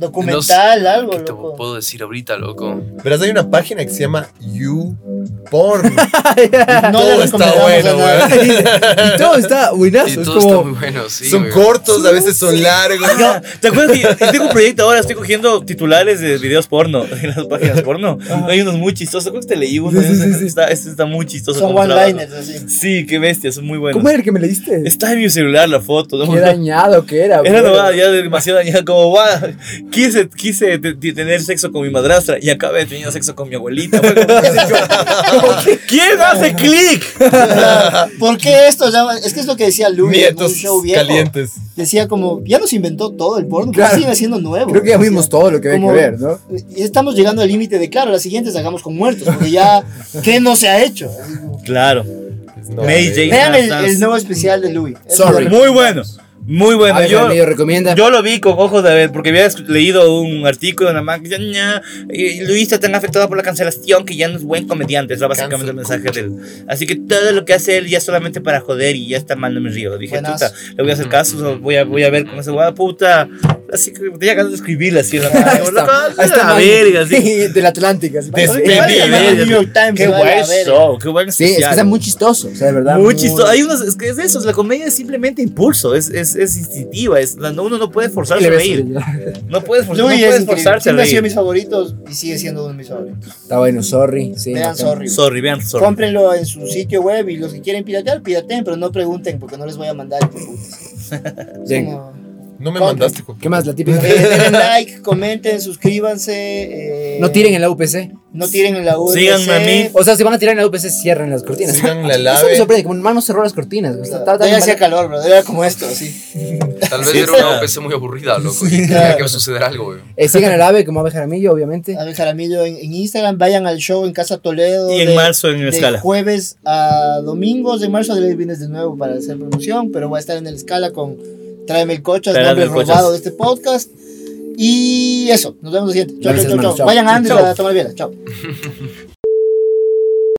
Speaker 4: Documental, algo,
Speaker 5: ¿qué te
Speaker 4: loco.
Speaker 5: puedo decir ahorita, loco?
Speaker 1: Verás, hay una página que se llama YouPorn.
Speaker 4: No le
Speaker 1: Todo está
Speaker 4: recomendamos
Speaker 1: bueno,
Speaker 4: a nadie.
Speaker 1: güey.
Speaker 2: y todo está
Speaker 5: Y
Speaker 2: buenazo. Es
Speaker 5: todo está muy
Speaker 2: como.
Speaker 5: bueno, sí.
Speaker 1: son
Speaker 5: güey.
Speaker 1: cortos, a veces son largos.
Speaker 3: Yo- ¿Te acuerdas que yo tengo un proyecto ahora? Estoy cogiendo titulares de videos porno, de las páginas porno. Hay unos muy chistosos. Creo que te leí uno.
Speaker 2: Sí, sí, sí, sí.
Speaker 3: Está, este está muy chistoso.
Speaker 4: Son
Speaker 3: como trabajo.
Speaker 4: one-liners, así.
Speaker 3: Sí, qué bestia, son muy buenos.
Speaker 2: ¿Cómo era el que me leíste?
Speaker 3: Está en mi celular la foto. ¿no?
Speaker 2: Qué dañado que era.
Speaker 3: Era
Speaker 2: güey.
Speaker 3: nomás ya demasiado dañada, como va, quise, quise te- te- tener sexo con mi madrastra y acabé teniendo sexo con mi abuelita. Fue como- como que, ¿Quién hace clic?
Speaker 4: ¿Por qué esto? Ya va- es que es lo que decía Luis en un
Speaker 1: Nietos
Speaker 4: show viejo.
Speaker 1: calientes.
Speaker 4: Decía como, ya nos inventó todo el porno,
Speaker 2: Claro.
Speaker 4: pero sigue siendo nuevo.
Speaker 2: Creo que ya
Speaker 4: Decía,
Speaker 2: vimos todo lo que había que
Speaker 4: como-
Speaker 2: ver, ¿no?
Speaker 4: y Estamos llegando al límite de, claro, las siguientes hagamos con muertos, porque ya, ¿qué no se ha hecho? Así como-
Speaker 3: Claro,
Speaker 1: No,
Speaker 3: May
Speaker 1: güey.
Speaker 3: J.
Speaker 4: Vean el,
Speaker 3: Last
Speaker 4: el
Speaker 3: Dance.
Speaker 4: nuevo especial de Louis. Es
Speaker 2: Sorry.
Speaker 4: bueno.
Speaker 3: Muy bueno, muy
Speaker 2: A
Speaker 3: bueno.
Speaker 2: ver,
Speaker 3: Yo,
Speaker 2: amigo, recomienda.
Speaker 3: yo lo vi con ojos de ver, porque había esc- leído un artículo de una man que decía, "Ña, eh, Luis está tan afectado por la cancelación que ya no es buen comediante. Es básicamente el mensaje de él. Así que todo lo que hace él ya es solamente para joder y ya está mal, no me río. Dije,
Speaker 4: Buenas.
Speaker 3: puta, le voy a hacer caso, o voy a, voy a ver cómo se va, puta. Así que tenía ganas de escribirle así en la cara.
Speaker 2: Ahí está,
Speaker 3: Loco,
Speaker 2: ahí está,
Speaker 3: la
Speaker 2: man.
Speaker 3: verga, así.
Speaker 2: Del Atlántico. así.
Speaker 1: Des-
Speaker 4: Igual
Speaker 3: Baby,
Speaker 4: llamar al
Speaker 3: baby.
Speaker 4: New York Times.
Speaker 3: Qué
Speaker 4: se va a la
Speaker 3: buen
Speaker 4: verga.
Speaker 3: show, qué buen
Speaker 2: Sí, es que
Speaker 3: especial.
Speaker 2: está muy chistoso, o sea, de verdad.
Speaker 3: Muy chistoso. Hay unos, es que es eso, la comedia es simplemente impulso, es, es, es instintiva, es, no- uno no puede forzarse
Speaker 2: Le
Speaker 3: a
Speaker 2: ves-
Speaker 3: reír. No puedes, for- Pues no
Speaker 4: Louis
Speaker 3: puedes
Speaker 4: es increíble.
Speaker 3: forzarse a
Speaker 4: Siempre ha sido
Speaker 3: reír.
Speaker 4: mis favoritos y sigue siendo uno de mis favoritos.
Speaker 2: Está bueno, sorry. Sí,
Speaker 4: Vean,
Speaker 2: bacán.
Speaker 4: sorry.
Speaker 3: Sorry, vean, sorry.
Speaker 4: Cómprenlo en su sitio web y los que quieren piratear, pirateen, pero no pregunten porque no les voy a mandar. hijo de putas. Es
Speaker 2: Bien.
Speaker 4: como-
Speaker 1: No me
Speaker 4: Con-
Speaker 1: mandaste. hijo.
Speaker 2: ¿Qué más? La típica.
Speaker 4: Eh, denle like, comenten, suscríbanse. eh,
Speaker 2: no tiren en la UPC.
Speaker 4: No tiren en la U.
Speaker 3: Síganme a mí.
Speaker 2: O sea, si van a tirar en la UPC, cierren las cortinas.
Speaker 1: Sigan la
Speaker 2: Eso me
Speaker 1: lave.
Speaker 2: sorprende, como un mano cerró las cortinas. güey. Está- está-
Speaker 4: Ya
Speaker 2: está-
Speaker 4: hacía calor, bro. Era como esto, así.
Speaker 5: Tal vez
Speaker 3: Sí,
Speaker 5: era una
Speaker 3: está.
Speaker 5: OPC muy aburrida, loco. Y tenía que suceder algo, güey.
Speaker 2: Eh, sigan al AVE como Ave Jaramillo, obviamente.
Speaker 4: A ver, Jaramillo en, en Instagram. Vayan al show en Casa Toledo.
Speaker 3: Y en
Speaker 4: de-
Speaker 3: marzo en
Speaker 4: de
Speaker 3: Escala.
Speaker 4: jueves a domingos. De marzo de vienes de nuevo para hacer promoción, pero va a estar en el Escala con Tráeme el Cochas,
Speaker 3: Tráeme
Speaker 4: nombre
Speaker 3: el Cochas.
Speaker 4: robado de este podcast. Y eso, nos vemos la siguiente. Chao,
Speaker 2: Gracias,
Speaker 4: chao, chao,
Speaker 2: hermano,
Speaker 4: chao.
Speaker 2: chao.
Speaker 4: Vayan antes
Speaker 3: Chao.
Speaker 4: a tomar biela. Chao.